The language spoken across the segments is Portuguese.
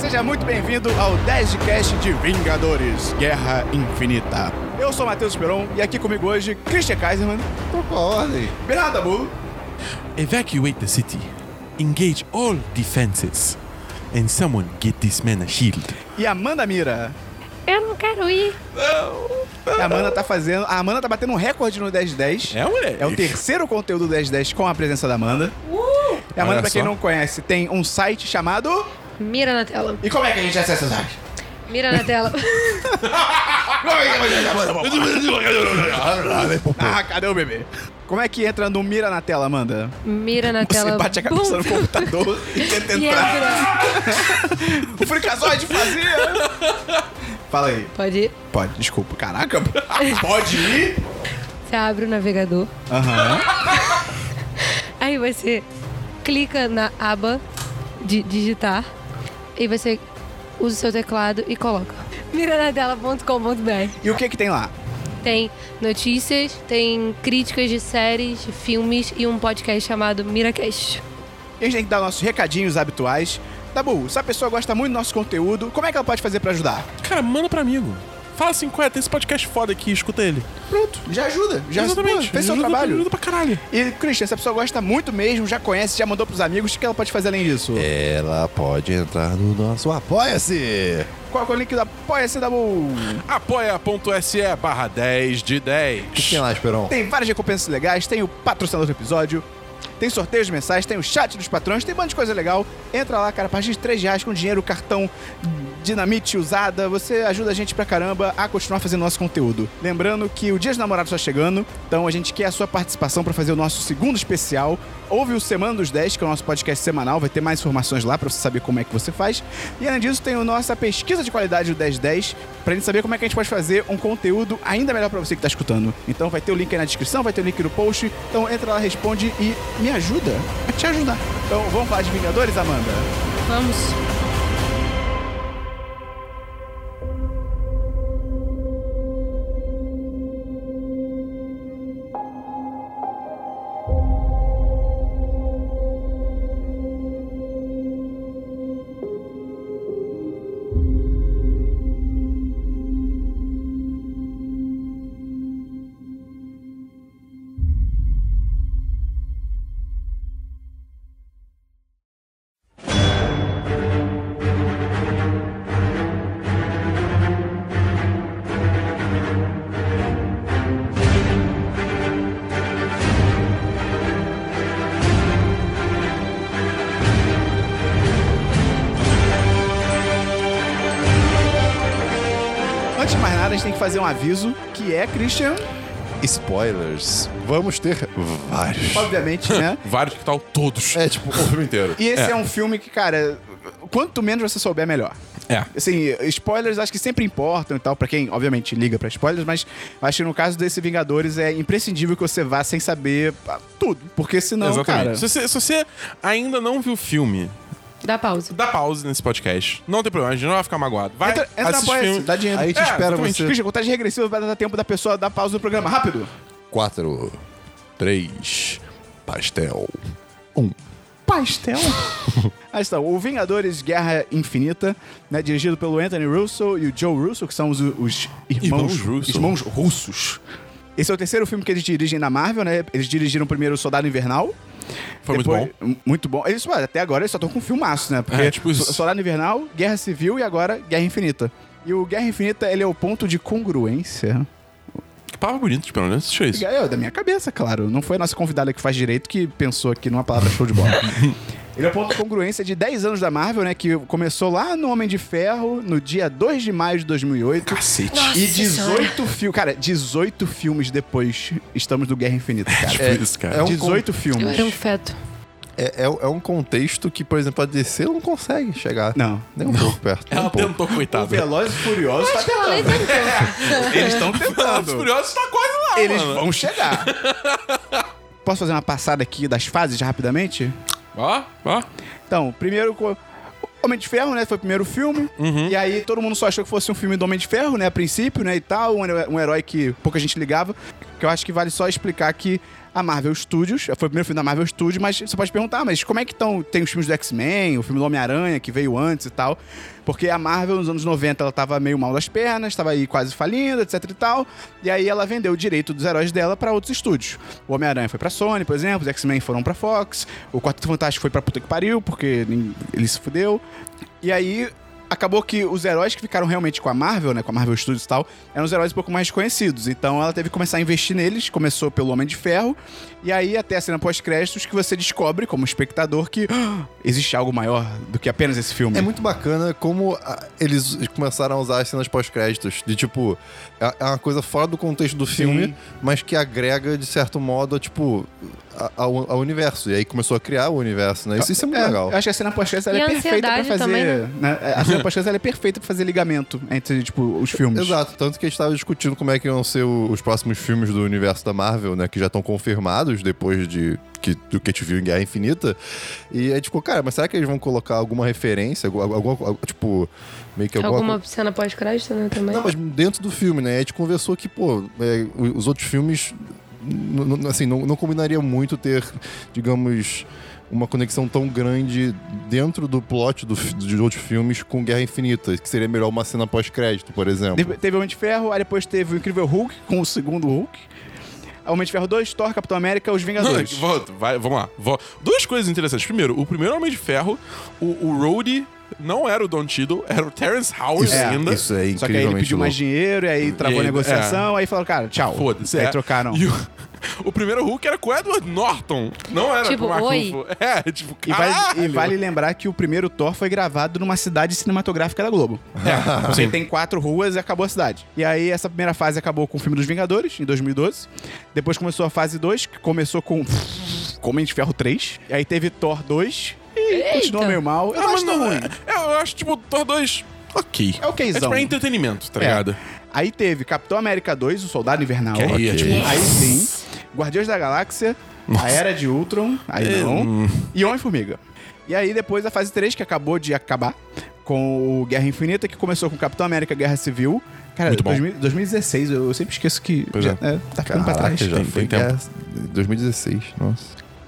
seja muito bem-vindo ao 10 de cast de Vingadores Guerra Infinita. Eu sou Matheus Esperon e aqui comigo hoje Christian Kaiserman, Trocou a ordem. Bernardo Dabu Evacuate the city. Engage all defenses. And someone get this man a shield. e Amanda Mira. Eu não quero ir. E a Amanda tá fazendo. A Amanda tá batendo um recorde no 10 de 10. moleque. É o terceiro conteúdo 10 de 10 com a presença da Amanda. E a Amanda, Olha pra quem só. não conhece, tem um site chamado. Mira na tela. E como é que a gente acessa o site? Mira na tela. Como é que a gente acessa o site? Ah, cadê o bebê? Como é que entra no Mira na tela, Amanda? Mira na tela. Você bate a cabeça Bum. no computador e tenta E entrar. entra. O Fricazoide fazia! Fala aí. Pode ir. Pode, desculpa. Caraca, pode ir? Você abre o navegador. Aham. Aí você clica na aba de digitar. E você usa o seu teclado e coloca. Miranadela.com.br E o que que tem lá? Tem notícias, tem críticas de séries, de filmes e um podcast chamado Miracast. A gente tem que dar nossos recadinhos habituais. Dabu, se a pessoa gosta muito do nosso conteúdo, como é que ela pode fazer pra ajudar? Cara, manda pra amigo. Fala assim, ué, tem esse podcast foda aqui, escuta ele. Pronto, já ajuda. Já Exatamente. pô, fez seu Ajuda- trabalho. Ajuda pra caralho. E, Christian, se a pessoa gosta muito mesmo, já conhece, já mandou pros amigos, o que ela pode fazer além disso? Ela pode entrar no nosso Apoia-se. Qual que é o link do Apoia-se, Dabu? Apoia.se barra 10 de O que 10. tem lá, Esperon? Tem várias recompensas legais, tem o patrocinador do episódio, tem sorteios mensais, tem o chat dos patrões, tem um monte de coisa legal. Entra lá, cara, a partir de 3 reais com dinheiro, cartão, dinamite usada, você ajuda a gente pra caramba a continuar fazendo nosso conteúdo. Lembrando que o Dia dos Namorados tá chegando, então a gente quer a sua participação pra fazer o nosso segundo especial. Ouve o Semana dos 10, que é o nosso podcast semanal, vai ter mais informações lá pra você saber como é que você faz. E além disso, tem a nossa pesquisa de qualidade do 1010, pra gente saber como é que a gente pode fazer um conteúdo ainda melhor pra você que tá escutando. Então vai ter o link aí na descrição, vai ter o link no post. Então entra lá, responde e me ajuda a te ajudar. Então vamos falar de Vingadores, Amanda? Vamos. Antes de mais nada, a gente tem que fazer um aviso, que é, Christian, Spoilers. Vamos ter vários. obviamente, né? Vários que tal todos. É tipo o filme inteiro. E esse é. um filme que, cara, quanto menos você souber, melhor. É. Assim, spoilers acho que sempre importam e tal, pra quem, obviamente, liga pra spoilers, mas acho que no caso desse Vingadores é imprescindível que você vá sem saber ah, tudo, porque senão, cara... Exatamente. Se você, se você ainda não viu o filme, Dá pausa. dá pause nesse podcast. Não tem problema, a gente não vai ficar magoado. Vai, Entra, entra na assiste Apoia-se, filme. dá dinheiro. A gente É, espera exatamente. você. Christian, contagem regressiva vai dar tempo da pessoa dar pausa no programa. Rápido! 4, 3, pastel. Um. Pastel? Aí está, o Vingadores Guerra Infinita, né, dirigido pelo Anthony Russo e o Joe Russo, que são os, os irmãos, Irmãos Russo. irmãos russos. Esse é o terceiro filme que eles dirigem na Marvel, né? Eles dirigiram primeiro o Soldado Invernal. Foi muito depois- bom. m- Muito bom. Eles, ué, até agora eles só estão com filmaço, né? Porque É, tipo isso. So- Soldado Invernal, Guerra Civil e agora Guerra Infinita. E o Guerra Infinita, ele é o ponto de congruência. Que palavra bonita, tipo, não assistiu isso. É, da minha cabeça, claro. Não foi a nossa convidada que faz direito que pensou aqui numa palavra show de bola. Ele é o ponto de congruência de 10 anos da Marvel, né? Que começou lá no Homem de Ferro, no dia 2 de maio de 2008. Cacete. Nossa e Senhora. 18 filmes. Cara, 18 filmes depois estamos no Guerra Infinita, cara. É, isso, cara. é um 18 Eu era um filmes. feto. É, é, é um contexto que, por exemplo, a DC não consegue chegar. Não. Nem um pouco perto. nem Ela um pouco. tentou, coitada. Velozes e Furiosos tá Ela nem tentou. Eles estão Os Furiosos tá quase lá, Eles mano. vão chegar. Posso fazer uma passada aqui das fases rapidamente? Ó, ó. Então, primeiro. co- Homem de Ferro, né? Foi o primeiro filme. E aí todo mundo só achou que fosse um filme do Homem de Ferro, né? A princípio, né? E tal. Um, hero- um herói que pouca gente ligava. Que eu acho que vale só explicar que a Marvel Studios. Foi o primeiro filme da Marvel Studios, mas você pode perguntar, "Ah, mas como é que estão? Tem os filmes do X-Men, o filme do Homem-Aranha, que veio antes e tal. Porque a Marvel, nos anos 90, ela tava meio mal das pernas, tava aí quase falindo, etc e tal. E aí ela vendeu o direito dos heróis dela pra outros estúdios. O Homem-Aranha foi pra Sony, por exemplo, os X-Men foram pra Fox, o Quarteto Fantástico foi pra puta que pariu, porque nem- ele se fudeu. E aí acabou que os heróis que ficaram realmente com a Marvel, né, com a Marvel Studios e tal, eram os heróis um pouco mais conhecidos. Então ela teve que começar a investir neles, começou pelo Homem de Ferro, e aí até a cena pós-créditos que você descobre como espectador que "Ah, existe algo maior do que apenas esse filme. É muito bacana como ah, eles começaram a usar as cenas pós-créditos. De tipo, é é uma coisa fora do contexto do filme, mas que agrega, de certo modo, tipo, a- ao, ao universo. E aí começou a criar o universo, né? Isso, isso é muito É, legal. Eu acho que a cena pós-créditos ela E é a perfeita pra ansiedade fazer, também, né? A cena pós-créditos ela é perfeita pra fazer ligamento entre tipo os filmes. Exato, tanto que a gente tava discutindo como é que iam ser o- os próximos filmes do universo da Marvel, né? Que já estão confirmados depois de que, do que a gente viu em Guerra Infinita. E a gente ficou, cara, mas será que eles vão colocar alguma referência? Alguma, alguma- tipo, meio que alguma, Alguma cena pós-crédito, né, também? Não, mas dentro do filme, né? A gente conversou que, pô, é, o- os outros filmes, n- n- assim, não, não combinaria muito ter, digamos, uma conexão tão grande dentro do plot do, fi- de outros filmes com Guerra Infinita, que seria melhor uma cena pós-crédito, por exemplo. De- Teve o Homem de Ferro, aí depois teve o Incrível Hulk com o segundo Hulk. Homem de Ferro 2, Thor, Capitão América, Os Não, Vingadores. volta, vai, vamos lá. Vol- Duas coisas interessantes. Primeiro, o primeiro Homem de Ferro, o, o Rhodey não era o Don Cheadle, era o Terrence Howard Isso, ainda. isso é Só que aí ele incrivelmente pediu mais louco. dinheiro, e aí travou a aí, negociação, aí falaram, cara, tchau. é. Foda-se. Aí é. trocaram. E o, o primeiro Hulk era com o Edward Norton. Não era Tipo, com o Mark oi? Ruffalo. É, tipo, E vale, caralho. e vale lembrar que o primeiro Thor foi gravado numa cidade cinematográfica da Globo. É, Porque sim. tem quatro ruas e acabou a cidade. E aí, essa primeira fase acabou com o filme dos Vingadores, em 2012. Depois começou a fase 2, que começou com. com Homem de Ferro 3. E aí teve Thor 2. E continuou meio mal. Eu Ah, não mas acho tão não, ruim. é, eu acho, tipo, Thor 2, ok. É okzão. É tipo, é entretenimento, tá ligado? Aí teve Capitão América 2, O Soldado Invernal. Que aí, é tipo- Aí sim. Guardiões da Galáxia, A Era de Ultron, aí não. E Homem-Formiga. E aí depois a fase 3, que acabou de acabar, com o Guerra Infinita, que começou com Capitão América Guerra Civil. Cara, Muito bom. 2000 2016, eu eu sempre esqueço que Pois já, é. é, tá ficando pra Caraca, trás. já Tem- foi tem tempo. Guerra- 2016, nossa.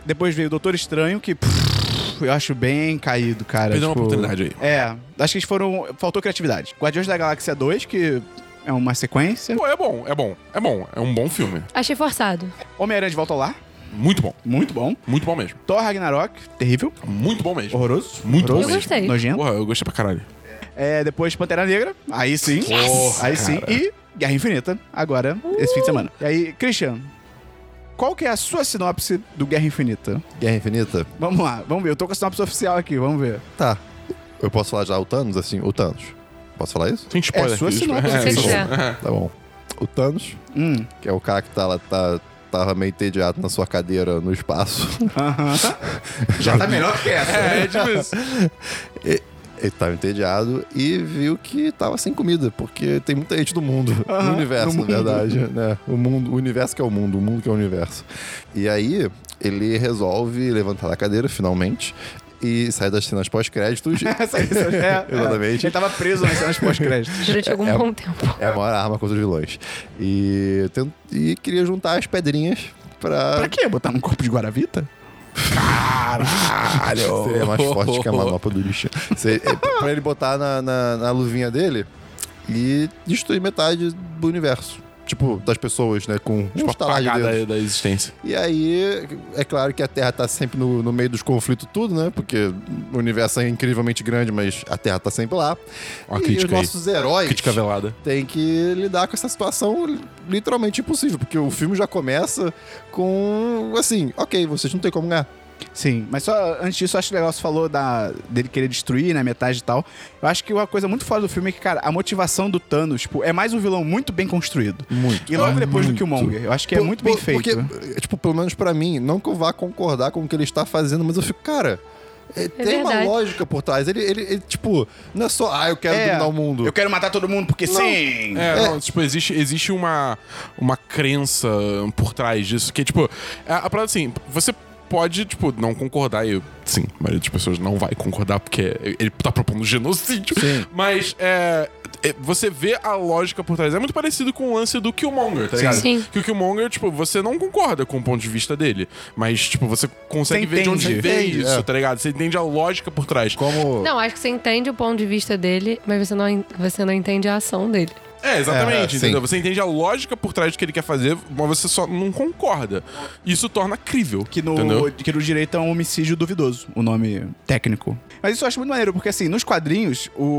Depois veio o Doutor Estranho, que pff, eu acho bem caído, cara. Perdeu uma tipo, oportunidade aí. É, acho que eles foram... Faltou criatividade. Guardiões da Galáxia 2, que é uma sequência. Pô, é bom, é bom, é bom. É um bom filme. Achei forçado. Homem-Aranha de Volta ao Lar, Muito bom, muito bom. muito bom mesmo. Thor Ragnarok, terrível. Muito bom mesmo. Horroroso. Muito bom horroroso, Eu mesmo. gostei. Nojento. Porra, eu gostei pra caralho. É, depois Pantera Negra. Aí sim. Porra, aí sim. cara. E Guerra Infinita, agora, esse fim de semana. E aí, Christian, qual que é a sua sinopse do Guerra Infinita? Guerra Infinita? Vamos lá, vamos ver. Eu tô com a sinopse oficial aqui, vamos ver. Tá. Eu posso falar já o Thanos, assim? O Thanos. Posso falar isso? Tem spoiler. É, sua aqui, sinopse, tipo, se isso. quiser. Tá bom. O Thanos, Hum. que é o cara que tá lá, tá, tava meio entediado na sua cadeira no espaço. Aham. Já tá melhor que essa. É, é tipo isso. Ele tava entediado e viu que tava sem comida, porque tem muita gente do mundo, Aham, no universo, no na mundo. verdade, né? O mundo, o universo que é o mundo, o mundo que é o universo. E aí ele resolve levantar da cadeira finalmente e sai das cenas pós-créditos. Essa- essa- é, é. Exatamente. Ele tava preso nas cenas pós-créditos. Durante algum É- bom tempo. É a maior arma contra os vilões. E, tent- e queria juntar as pedrinhas pra. Pra quê? Botar num corpo de guaravita? Caralho! Seria mais forte que a manopla do lixo. Seria- é, pra ele botar na, na- na luvinha dele e destruir metade do universo. Tipo, das pessoas, né? Com tipo, Tipo, tá estalar de apagar dedos. da, da existência. E aí, é claro que a Terra tá sempre no, no meio dos conflitos tudo, né? Porque o universo é incrivelmente grande, mas a Terra tá sempre lá. Ó, a e os crítica aí. nossos heróis Crítica velada. tem que lidar com essa situação literalmente impossível, porque o filme já começa com assim, ok, vocês não tem como ganhar. Sim, mas só antes disso, eu acho legal você falou da, dele querer destruir, né, metade e tal. Eu acho que uma coisa muito foda do filme é que, cara, a motivação do Thanos, tipo, é mais um vilão muito bem construído. Muito. E logo Ah, depois do muito. Killmonger. Eu acho que é Por- muito bem por- feito. né? Porque, tipo, pelo menos pra mim, não que eu vá concordar com o que ele está fazendo, mas eu fico, cara. é, tem uma verdade. lógica por trás. Ele, ele, ele, tipo, não é só, ah, eu quero É, dominar o mundo. Eu quero matar todo mundo porque sim! É, não, tipo, existe, existe uma, uma crença por trás disso, que é tipo, a, a parada assim, você pode, tipo, não concordar. E, sim, a maioria das pessoas não vai concordar porque ele tá propondo genocídio. Sim. Mas é, é, você vê a lógica por trás. É muito parecido com o lance do Killmonger, tá ligado? Sim. Que o Killmonger, tipo, você não concorda com o ponto de vista dele. Mas, tipo, você Você consegue ver de entende. onde veio Entende, isso, é. tá ligado? Você entende a lógica por trás. Como. Não, acho que você entende o ponto de vista dele, mas você não, en- você não entende a ação dele. É, exatamente, É, entendeu? sim. Você entende a lógica por trás do que ele quer fazer, mas você só não concorda. Isso torna crível. Que entendeu? no, que no direito é um homicídio duvidoso, o nome técnico. Mas isso eu acho muito maneiro, porque assim, nos quadrinhos, o,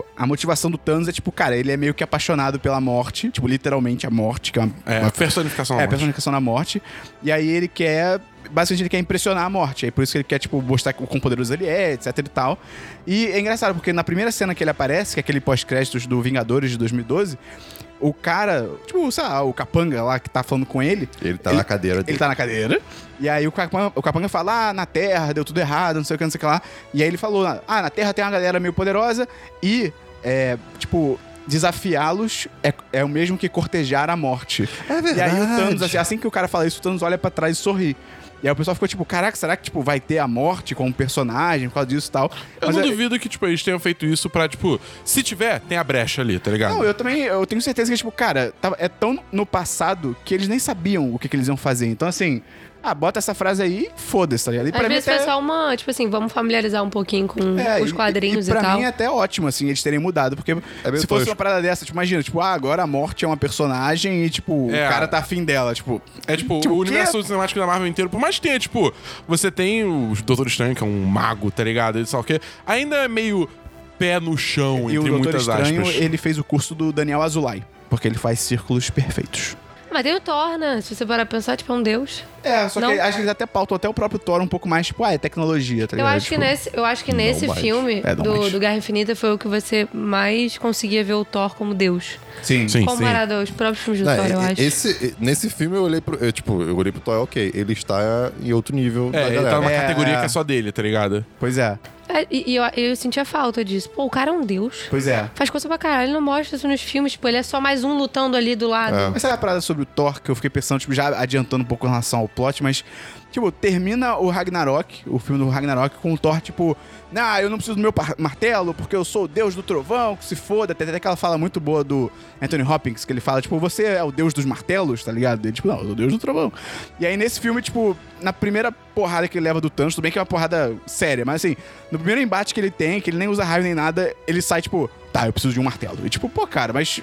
o- a motivação do Thanos é tipo, cara, ele é meio que apaixonado pela morte, tipo, literalmente a morte, que é uma, É, uma- personificação. é, da a morte. personificação na morte. E aí ele quer. Basicamente, ele quer impressionar a morte. É por isso que ele quer, tipo, mostrar o quão poderoso ele é, etc e tal. E é engraçado, porque na primeira cena que ele aparece, que é aquele pós-créditos do Vingadores de 2012, o cara, tipo, sei lá, o capanga lá que tá falando com ele, Ele tá Ele- na cadeira ele dele. tá na cadeira. E aí o Capanga, o Capanga fala, ah, na Terra deu tudo errado, não sei o que, não sei o que lá. E aí ele falou, ah, na Terra tem uma galera meio poderosa e, é, tipo... Desafiá-los é, é o mesmo que cortejar a morte. É E aí o verdade. Thanos, assim, assim que o cara fala isso, o Thanos olha pra trás e sorri. E aí o pessoal ficou tipo, caraca, será que tipo, vai ter a morte como personagem por causa disso e tal? Eu Mas não é- duvido que, tipo, eles tenham feito isso pra, tipo, se tiver, tem a brecha ali, tá ligado? Não, eu também, eu tenho certeza que, tipo, cara, tava- é tão no passado que eles nem sabiam o que, que eles iam fazer. Então, assim, ah, bota essa frase aí, foda-se, tá ligado? E pra Às mim vezes até- foi só uma, tipo assim, vamos familiarizar um pouquinho com É, os e- quadrinhos e, e, pra tal. mim é até ótimo, assim, eles terem mudado, É porque meio se fosse tosco. uma parada dessa, tipo, imagina, tipo, ah, agora a morte é uma personagem e, tipo, É. o cara tá afim dela, tipo... É tipo, Tipo, o o quê? universo cinemático da Marvel inteiro, por mais que tenha, tipo, você tem o Doutor Estranho, que é um mago, tá ligado? E só que ainda é meio pé no chão, e o entre Doutor muitas Estranho, aspas. ele fez o curso do Daniel Azulay, porque ele faz círculos perfeitos. Mas tem o Thor, né? Se você parar pra pensar, tipo, é um deus. É, só Não. que acho que eles até pautam até o próprio Thor um pouco mais, tipo, ah, é tecnologia, tá Eu ligado? acho, que é Tipo, nesse, eu acho que nesse mais. filme É, não do, mais. do Guerra Infinita foi o que você mais conseguia ver o Thor como deus. Sim. é, Sim, sim. Comparado aos próprios filmes do Não, Thor, eu e- acho. esse, é, nesse filme eu olhei pro. Eu, tipo, eu olhei pro Toy, ok. Ele está em outro nível da É, ele galera. tá numa É, categoria é. que é só dele, tá ligado? Pois é, É, E, e eu, eu sentia falta disso. Pô, o cara é um deus. pois é. Faz coisa pra caralho, ele não mostra isso nos filmes. Tipo, ele é só mais um lutando ali do lado. É. Mas sabe a parada sobre o Thor que eu fiquei pensando, tipo, já adiantando um pouco em relação ao plot, mas, tipo, termina o Ragnarok, o filme do Ragnarok, com o Thor, tipo, nah, eu não preciso do meu par- martelo, porque eu sou o deus do trovão, que se foda. Tem até aquela fala muito boa do Anthony Hopkins, que ele fala, tipo, você é o deus dos martelos, tá ligado? Ele, tipo, não, eu sou o deus do trovão. E aí, nesse filme, tipo, na primeira porrada que ele leva do Thanos, tudo bem que é uma porrada séria, mas assim, no primeiro embate que ele tem, que ele nem usa raio nem nada, ele sai, tipo, tá, eu preciso de um martelo. E tipo, pô, cara, mas.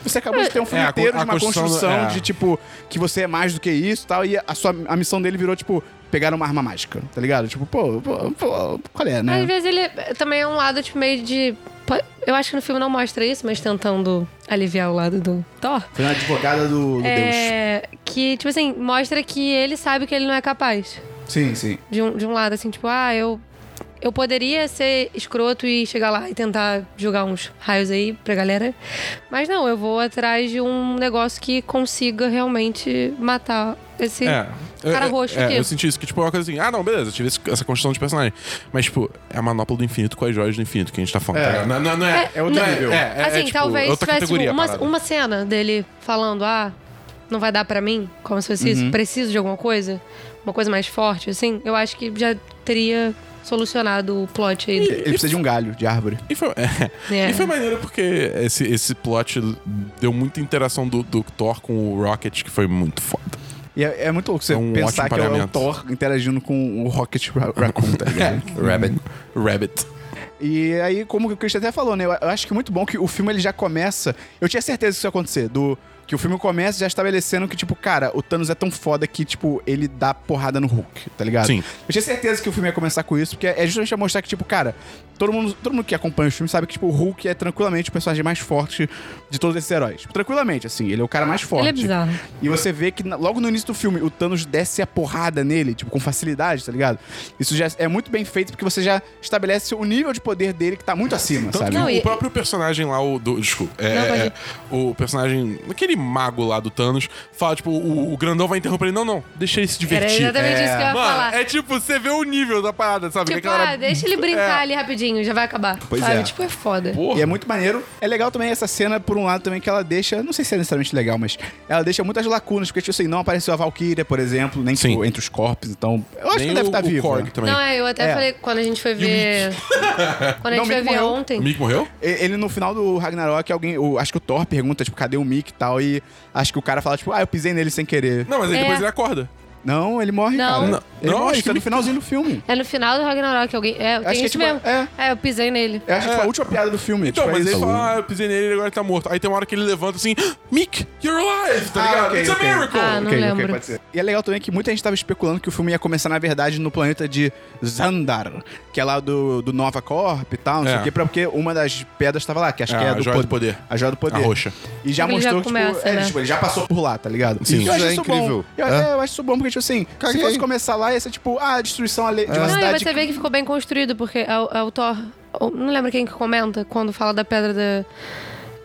Você acabou de ter um É, filme a co- inteiro de a uma construção do- construção é. de, tipo, que você é mais do que isso e tal. E a, sua, a missão dele virou, tipo, pegar uma arma mágica, tá ligado? Tipo, pô, pô, pô qual é, Às né? vezes ele eh, também é um lado, tipo, meio de. po- Eu acho que no filme não mostra isso, mas tentando aliviar o lado do Thor. Foi uma advogada do, do É. Que, tipo assim, mostra que ele sabe que ele não é capaz. Deus. Sim, sim. De um, de um lado, assim, tipo, ah, eu. Eu poderia ser escroto e chegar lá e tentar jogar uns raios aí pra galera. Mas não, eu vou atrás de um negócio que consiga realmente matar esse. É. Cara É, roxo é, aqui. Eu senti isso, que tipo, é uma coisa assim, ah não, beleza, eu tive esse- essa construção de personagem. Mas tipo, é a manopla do infinito com as joias do infinito que a gente tá falando. É. tá ligado? Não, não, não é, É outro não é- nível. É, é, é, assim, tipo, talvez outra tivesse categoria. tipo, a uma, parada. uma cena dele falando, ah, não vai dar pra mim, como se fosse Uhum. isso, preciso de alguma coisa, uma coisa mais forte, assim, eu acho que já teria solucionado o plot aí. Ele precisa de um galho de árvore. E foi, É. e foi maneiro porque esse, esse plot deu muita interação do, do Thor com o Rocket, que foi muito foda. E é, é muito louco você É um pensar ótimo que é o pagamento. Thor interagindo com o Rocket Ra- Raccoon, tá ligado? Rabbit. É. Rabbit. E aí, como o Christian até falou, né? Eu eu acho que é muito bom que o filme ele já começa. Eu tinha certeza que isso ia acontecer. Do, que o filme começa já estabelecendo que, tipo, cara, o Thanos é tão foda que, tipo, ele dá porrada no Hulk, tá ligado? Sim. Eu tinha certeza que o filme ia começar com isso, porque é justamente pra mostrar que, tipo, cara, todo mundo, todo mundo que acompanha o filme sabe que, tipo, o Hulk é tranquilamente o personagem mais forte de todos esses heróis. Tipo, tranquilamente, assim, ele é o cara mais forte. Ele é bizarro. E você vê que na- logo no início do filme o Thanos desce a porrada nele, tipo, com facilidade, tá ligado? Isso já é muito bem feito porque você já estabelece o nível de poder dele que tá muito acima, Tanto sabe? que Não, o e- próprio personagem lá, o do. Desculpa. É, Não, pode é, ir. o personagem. Aquele mago lá do Thanos fala, tipo, o, o grandão vai interromper ele. Não, não, deixa ele se Era divertir. exatamente É. isso que eu ia Mano, falar. é tipo, você vê o nível da parada, sabe? Que É. Tipo, aquela ah, era- deixa ele brincar ali rapidinho, já vai acabar. Pois sabe? é. Tipo, é foda. Porra. E é muito maneiro. É legal também essa cena, por um lado, também, que ela deixa. Não sei se é necessariamente legal, mas ela deixa muitas lacunas, porque, tipo assim, não apareceu a Valkyria, por exemplo, nem Sim. tipo, entre os corpos, então. Eu acho Nem que deve o, estar o vivo. Korg também. Não, é, eu até É. falei quando a gente foi ver. quando a Não, gente o foi Mick ver morreu. O ontem. Mick morreu? Ele, no final do Ragnarok, alguém. o- acho que o Thor pergunta, tipo, cadê o Mick e tal? E acho que o cara fala, tipo, ah, eu pisei nele sem querer. Não, mas aí É. depois ele acorda. Não, ele morre, Não. cara. Não, ele não, morre, acho isso que é no ele- finalzinho do filme. É no final do Ragnarok alguém. É, tem que é isso tipo- mesmo. é. eu pisei nele. Eu acho que É. tipo, a última piada do filme. Então, tipo, é mas ele isso. fala, ah, eu pisei nele e agora ele tá morto. Aí tem uma hora que ele levanta assim, Mick, you're alive, tá Ah, ligado? ok, It's ok. a miracle! Ah, não Ok, ok, lembro. pode ser. E é legal também que muita gente tava especulando que o filme ia começar, na verdade, no planeta de Zandar, que é lá do, do Nova Corp e tal, não É. sei o quê, pra- porque uma das pedras tava lá, que acho É, que é a do, joia do poder. A joia do poder. A roxa. E já Ele já mostrou que, tipo, começa, é, né? tipo, ele já passou por lá, tá ligado? Sim. eu acho Isso é isso incrível. Bom. Eu, É. é, eu acho isso bom, porque, tipo assim, se Caguei. fosse começar lá, ia ser tipo, ah, destruição ale- de uma Não, e cidade. você vê que ficou bem construído, porque é o, é o Thor. ou- Não lembro quem que comenta quando fala da pedra da.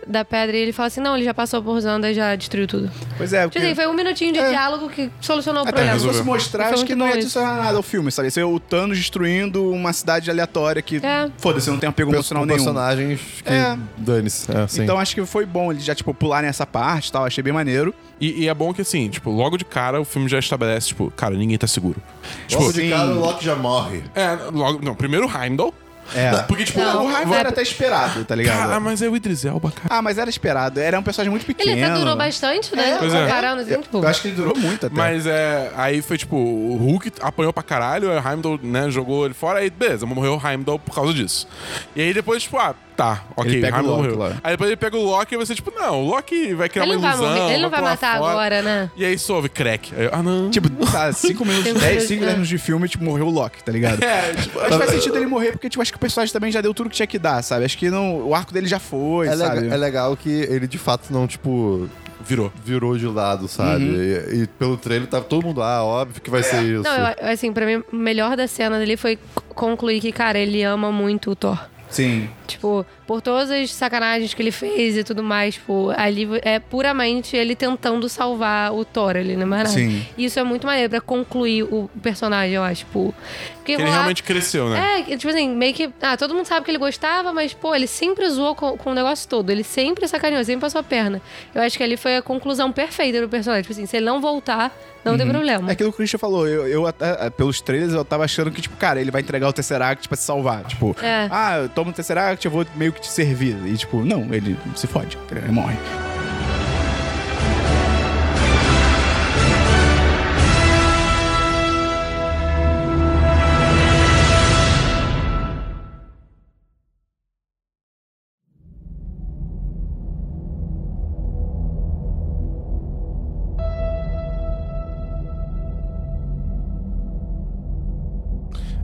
Da pedra e ele fala assim: não, ele já passou por Zanda e já destruiu tudo. Pois é, Tipo assim, porque... foi um minutinho de É. diálogo que solucionou o Até problema. se fosse resolveu. mostrar, Foi um acho muito que não é ia bom adicionar nada ao filme, sabe? Ia ser o Thanos destruindo uma cidade aleatória que, É. foda-se, não tem apego emocional Com nenhum. personagens que É. dane-se. É, sim. Então acho que foi bom eles já, tipo, pularem essa parte e tal. Achei bem maneiro. E, e é bom que assim, tipo, logo de cara o filme já estabelece, tipo, cara, ninguém tá seguro. Tipo, Logo de sim. cara, o Loki já morre. é, logo, não, primeiro o Heimdall. É. Porque, tipo, Não, O o Raiva Heimdall. era até esperado, tá ligado? Cara, mas é o Idris Elba, cara. Ah, mas era esperado. Era um personagem muito pequeno. Ele até durou bastante, né? Pois é. Comparando, assim, tipo. Eu acho que ele durou muito até. Mas é. Aí foi tipo, o Hulk apanhou pra caralho, aí o Heimdall, né, jogou ele fora, aí beleza, morreu o Heimdall por causa disso. E aí depois, tipo, ah, tá, ok, Ele pega o Heimdall Loki morreu. lá. Aí depois ele pega o Loki e você, tipo, não, o Loki vai criar Ele não uma vai ilusão. morrer, ele não vai pular matar fora. agora, né? E aí soube, crack. Aí eu, ah, não. Tipo, tá, 5 minutos, Cinco 10, minutos, 5 é. minutos de filme, tipo, morreu o Loki, tá ligado? é, tipo, Mas Tá. faz sentido ele morrer, porque, tipo, acho que o personagem também já deu tudo que tinha que dar, sabe? Acho que não, o arco dele já foi, É, sabe? lega- é legal que ele de fato não, tipo, virou. virou de lado, sabe? Uhum. E, e pelo trailer tava todo mundo, ah, óbvio que vai ser isso. Não, eu- assim, pra mim, o melhor da cena dele foi c- concluir que, cara, ele ama muito o Thor. Sim. Tipo, por todas as sacanagens que ele fez e tudo mais, tipo, ali é puramente ele tentando salvar o Thor ali, né? Mas nada. Sim. Isso é muito maneiro pra concluir o personagem, eu acho, tipo. Porque Que ele rolar- realmente cresceu, né? É, que, tipo assim, meio que. Ah, todo mundo sabe que ele gostava, mas, pô, ele sempre zoou com, com o negócio todo. Ele sempre sacaneou, sempre passou a perna. Eu acho que ali foi a conclusão perfeita do personagem. Tipo assim, se ele não voltar, não Uhum. tem problema. É aquilo que o Christian falou, eu, eu até- é, pelos trailers eu tava achando que, tipo, cara, ele vai entregar o Tesseract pra se salvar. Tipo, É. ah, eu tomo o Tesseract, eu vou meio que te servir. E, tipo, não, ele se fode, tá ligado? ele morre.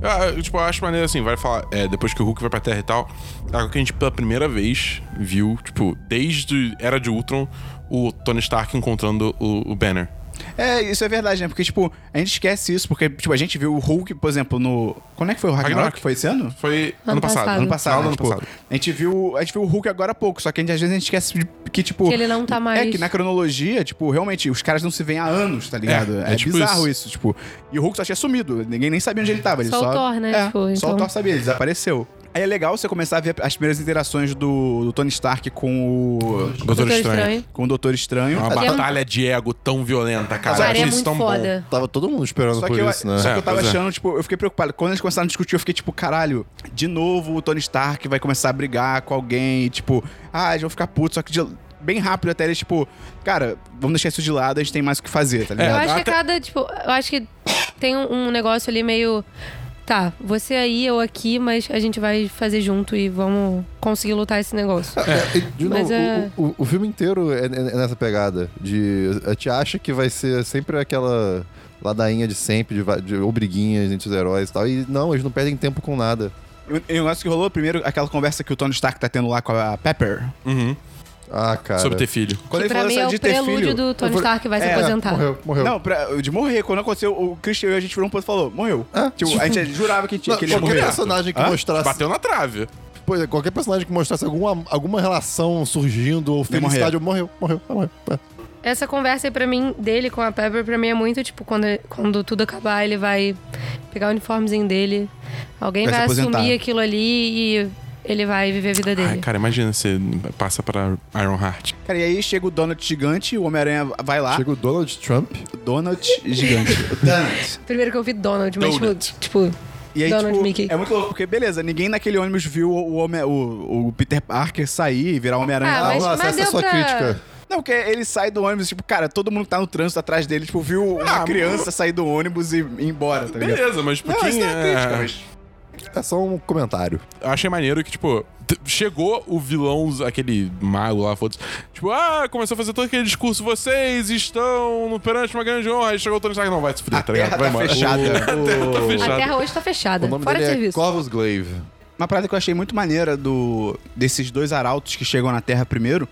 Ah, eu, tipo, eu acho maneiro assim, vai falar, é, depois que o Hulk vai pra Terra e tal, é que a gente pela primeira vez viu, tipo, desde Era de Ultron, o Tony Stark encontrando o, o Banner. É, isso é verdade, né? Porque, tipo, a gente esquece isso, porque, tipo, a gente viu o Hulk, por exemplo, no. Quando é que foi o Ragnarok? Ragnarok. Foi esse ano? Foi ano, Ano passado. passado. Ano passado, Final do né? ano Tipo, passado. A gente viu. A gente viu o Hulk agora há pouco, só que a gente, às vezes a gente esquece de- que, tipo. Que ele não tá mais- É que na cronologia, tipo, realmente, os caras não se veem há anos, tá ligado? É, É, é tipo bizarro isso. isso. tipo. E o Hulk só tinha sumido, ninguém nem sabia onde ele tava. Ele Só só, o Thor, né? É, Tipo, só então- o Thor sabia, ele desapareceu. Aí é legal você começar a ver as primeiras interações do, do Tony Stark com o. Doutor Doutor Estranho. Estranho. com o Doutor Estranho. Uma E é batalha de ego tão violenta, cara. Cara, é Eles muito tão bom. foda. Tava todo mundo esperando Só por que, eu, isso, né? só que É, eu tava pois é. achando, tipo, eu fiquei preocupado. Quando eles começaram a discutir, eu fiquei tipo, caralho, de novo o Tony Stark vai começar a brigar com alguém, e, tipo, ah, eles vão ficar putos, só que de- bem rápido até eles, tipo, cara, vamos deixar isso de lado, a gente tem mais o que fazer, É. tá Eu ligado? acho que até- a cada, tipo, eu acho que tem um, um negócio ali meio. Tá, você aí, eu aqui, mas a gente vai fazer junto e vamos conseguir lutar esse negócio. É, e, de Mas novo, é- o, o- o filme inteiro é, é- é nessa pegada. De, a gente acha que vai ser sempre aquela ladainha de sempre, de, va- de obriguinhas entre os heróis e tal. E não, eles não perdem tempo com nada. E o negócio que rolou, primeiro, aquela conversa que o Tony Stark tá tendo lá com a Pepper. Uhum. Ah, cara. Sobre ter filho. Quando que pra mim é o prelúdio do Tony eu vou- Stark que vai se É, aposentar. Morreu, morreu. Não, pra, de morrer. Quando aconteceu, o Christian e eu, a gente virou um ponto e falou, morreu. Ah, tipo, a gente jurava que, tinha, Não, que ele ia qualquer morrer. personagem que Hã? mostrasse. Bateu assim. na trave. Pois é, qualquer personagem que mostrasse alguma, alguma relação surgindo ou morrer. felicidade, morreu, morreu, morreu. É. essa conversa aí pra mim, dele com a Pepper, pra mim é muito tipo, quando, quando tudo acabar, ele vai pegar o uniformezinho dele. Alguém Vai se vai, assumir aposentar. aquilo ali e ele vai viver a vida Ai, dele. cara, imagina você passa pra Ironheart. Cara, e aí chega o Donut gigante, o Homem-Aranha vai lá. Chega o Donald Trump. Donut gigante. O Donut. Primeiro que eu vi Donald, mas tipo- Donut. tipo, E aí, Donald tipo, Mickey. é muito louco, porque beleza, ninguém naquele ônibus viu o, homem, o, o Peter Parker sair e virar Homem-Aranha. Ah, lá. mas- Vamos lá, mas essa é a deu sua pra- crítica. Não, porque ele sai do ônibus, tipo, cara, todo mundo que tá no trânsito atrás dele, tipo, viu uma Ah, criança sair do ônibus e ir embora, tá ligado? Beleza, mas tipo, Não, quem isso não é crítica, é- mas... É só um comentário. Eu achei maneiro que, tipo, t- chegou o vilão, aquele mago lá, foda-se. Tipo, ah, começou a fazer todo aquele discurso, vocês estão no- perante uma grande honra. Aí chegou o Tony Stark, não, vai se fuder, A tá ligado? terra Vai tá embora. fechada. Tá a fechado. terra hoje tá fechada. O nome Fora de dele é serviço. Corvus Glaive. Uma parada que eu achei muito maneira do desses dois arautos que chegam na Terra primeiro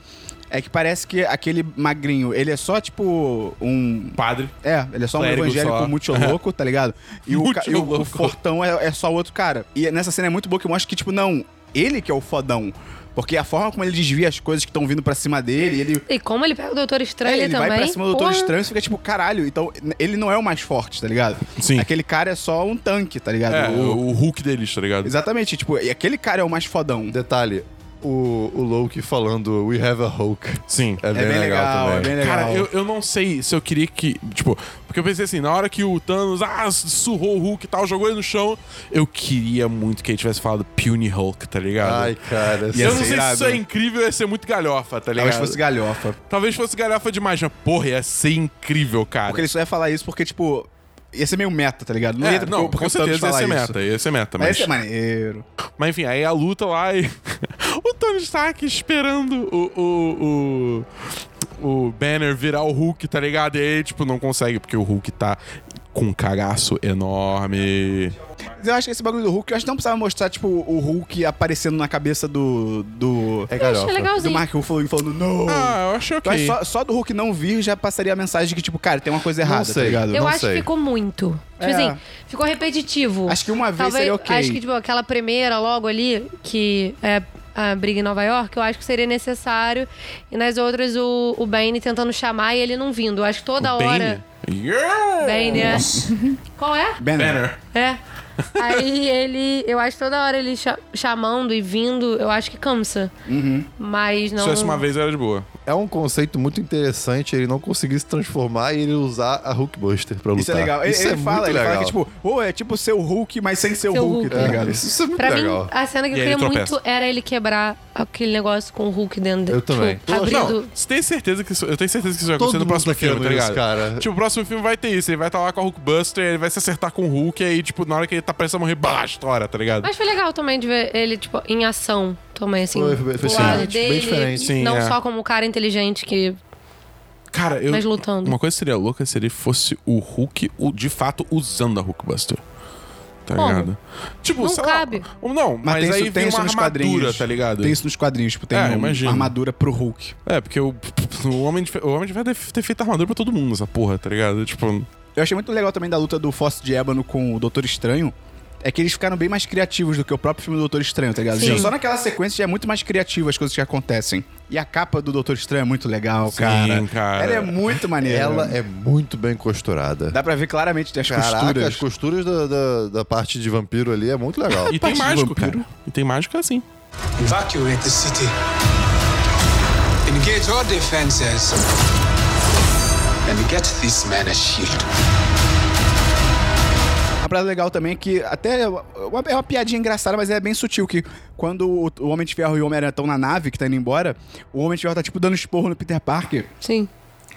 é que parece que aquele magrinho, ele é só tipo um. Padre. É, ele é só um Clérigo evangélico só. muito louco, tá ligado? E, o, ca- e o- o Multilouco. fortão é, é só outro cara. E nessa cena é muito boa que mostra que, tipo, não, ele que é o fodão. Porque a forma como ele desvia as coisas que estão vindo pra cima dele, ele. E como ele pega o Doutor Estranho É, ele também. vai pra cima do Doutor porra. Estranho e fica tipo, caralho. Então, n- ele não é o mais forte, tá ligado? Sim. Aquele cara é só um tanque, tá ligado? É, O- o, o Hulk deles, tá ligado? Exatamente, tipo, e aquele cara é o mais fodão. Detalhe, o, o Loki falando We have a Hulk. Sim. É bem, legal, também. é bem legal. Cara, eu, eu não sei se eu queria que. Tipo, porque eu pensei assim, na hora que o Thanos ah, surrou o Hulk e tal, jogou ele no chão, eu queria muito que ele tivesse falado Puny Hulk, tá ligado? Ai, cara. E eu assim, não sei se irado, isso é né? incrível, ia ser muito galhofa, É tá ligado? Talvez fosse galhofa. Talvez fosse galhofa demais, mas porra, ia ser incrível, cara. Porque ele só ia falar isso porque, tipo, ia ser meio meta, tá ligado? É, ia ter não, por que com o Thanos certeza ia falar ser isso. meta, ia ser meta, Mas ia mas... ser maneiro. Mas enfim, aí a luta lá e. o Tony Stark esperando o. o, o... o Banner virar o Hulk, tá ligado? E aí, tipo, não consegue, porque o Hulk tá com um cagaço enorme. Mas Eu acho que esse bagulho do Hulk, eu acho que não precisava mostrar, tipo, o Hulk aparecendo na cabeça do. do. Eu É achei galhofa. do legalzinho. Mark Ruffalo e falando, não! Ah, eu achei Eu acho ok. que só, só do Hulk não vir já passaria a mensagem de que, tipo, cara, tem uma coisa errada, tá sei. ligado? Eu não acho sei. que ficou muito. Tipo É. assim, ficou repetitivo. Acho que uma vez Talvez, seria ok. acho que tipo, aquela primeira logo ali, que é a briga em Nova York, eu acho que seria necessário. E nas outras, o, o Bane tentando chamar e ele não vindo. Eu acho que toda hora... Bane? Yeah! Bane, é. Qual é? Banner. Banner. É. Aí ele... Eu acho que toda hora ele cha- chamando e vindo, eu acho que cansa. Mas não... Se fosse uma vez, era de boa. É um conceito muito interessante ele não conseguir se transformar e ele usar a Hulkbuster pra lutar. Isso é legal. Ele, ele fala, ele fala que, tipo, ou é tipo ser o Hulk, mas sem ser o Ser o Hulk, Hulk. tá ligado? É, isso, isso é muito Pra legal. mim, a cena que E eu aí ele queria muito tropeça. era ele quebrar aquele negócio com o Hulk dentro Eu tipo, também. Abrindo. Não, você tem certeza que isso, eu tenho certeza que isso vai Todo acontecer no mundo próximo tá filme, tá querendo isso, ligado? cara. Tipo, o próximo filme vai ter isso. Ele vai estar lá com a Hulkbuster, ele vai se acertar com o Hulk, e aí, tipo, na hora que ele tá prestes a morrer, bah, estoura, tá ligado? Mas foi legal também de ver ele, tipo, em ação também, assim. Foi- foi- do foi sim, lado bem dele, diferente. Sim, não é. só como o cara inteligente que. Cara, eu. Mas lutando. Uma coisa seria louca se ele fosse o Hulk, o, de fato, usando a Hulkbuster. Tá Como? ligado? Tipo, Não sei cabe. Lá, ou não, mas, tem aí isso, vem tem isso uma nos armadura, quadrinhos. tá ligado? Tem isso nos quadrinhos, tipo, tem É, uma imagino. armadura pro Hulk. É, porque o, o Homem de Fe- o Homem de Ferro deve ter feito armadura pra todo mundo, essa porra, tá ligado? Tipo, É Eu achei muito legal também da luta do Fóssil de Ébano com o Doutor Estranho. É que eles ficaram bem mais criativos do que o próprio filme do Doutor Estranho, tá ligado? Sim. Só naquela sequência já é muito mais criativo as coisas que acontecem. E a capa do Doutor Estranho é muito legal, Sim, cara. cara. Ela é muito maneira. Ela é muito bem costurada. Dá pra ver claramente as Caraca, costuras. as costuras da, da, da parte de vampiro ali é muito legal. e tem Parte de mágico, vampiro. cara. E tem mágico assim. Evacuate the city. Engage all defenses. And get this man a shield. Uma parada legal também é que até é uma, é uma piadinha engraçada, mas é bem sutil que quando o, o Homem de Ferro e o Homem-Aranha estão na nave que tá indo embora, o Homem de Ferro tá tipo dando esporro no Peter Parker Sim.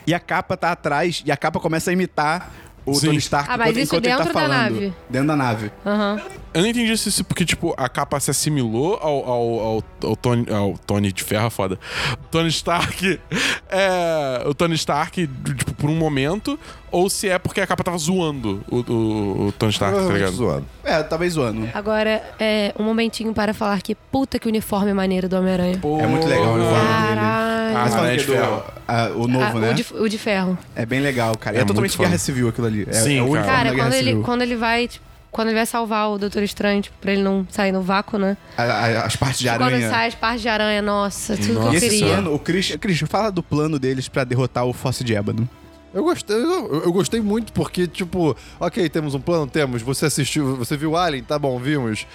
e a capa tá atrás e a capa começa a imitar o Sim. Tony Stark Ah, mas enquanto- isso enquanto ele tá dentro da falando. nave. Dentro da nave. Aham. Eu não entendi se isso porque, tipo, a capa se assimilou ao, ao, ao, ao Tony. Ao Tony de ferro, é foda. Tony Stark. É, o Tony Stark, tipo, por um momento. Ou se é porque a capa tava zoando o, o, o Tony Stark, tá Provavelmente ligado? zoando. É, talvez zoando. Ah, Agora, é um momentinho para falar que puta que uniforme maneiro do Homem-Aranha. É muito legal o uniforme né? dele. Caralho. Mas Ah, falando né, que de é do, ferro. ah, o novo, Ah, né? o, de, o de ferro. É bem legal, cara. É, É muito totalmente foda. guerra civil aquilo ali. É, Sim, é o cara. uniforme da Cara, guerra quando ele, civil. quando ele vai tipo, quando ele vai salvar o Doutor Estranho, tipo, pra ele não sair no vácuo, né? A- a- as partes de Quando aranha. sai as partes de aranha, nossa, tudo Nossa. E que eu esse queria. plano, o Christian, Christian, fala do plano deles pra derrotar o Fosse de Ébano. Eu gostei, eu, eu gostei muito, porque, tipo, ok, temos um plano, temos. Você assistiu, você viu Alien, tá bom, vimos.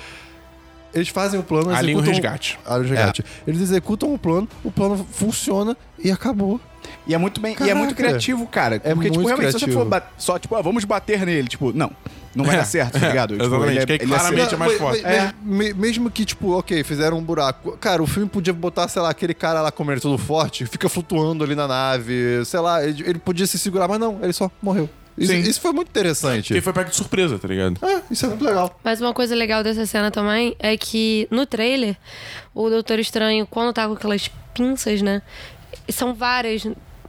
Eles fazem o plano, Alien o executam. resgate. É. Alien o resgate. Eles executam o plano, o plano funciona e acabou. E é muito bem, e é Caraca. muito criativo, cara. É porque, tipo, muito realmente, se você criativo. for ba- só, tipo, ah, vamos bater nele, tipo, não. Não vai É. dar certo, tá ligado? É, Tipo, exatamente, ele que é ele claramente- certo. é mais mas- forte. mas- É. me- mesmo que, tipo, ok, fizeram um buraco. Cara, o filme podia botar, sei lá, aquele cara lá como ele é todo forte, fica flutuando ali na nave, sei lá, ele, ele podia se segurar, mas não, ele só morreu. Isso, Sim. isso foi muito interessante. Porque foi pego de surpresa, tá ligado? É, isso é muito legal. Mas uma coisa legal dessa cena também é que no trailer, o Doutor Estranho, quando tá com aquelas pinças, né? São várias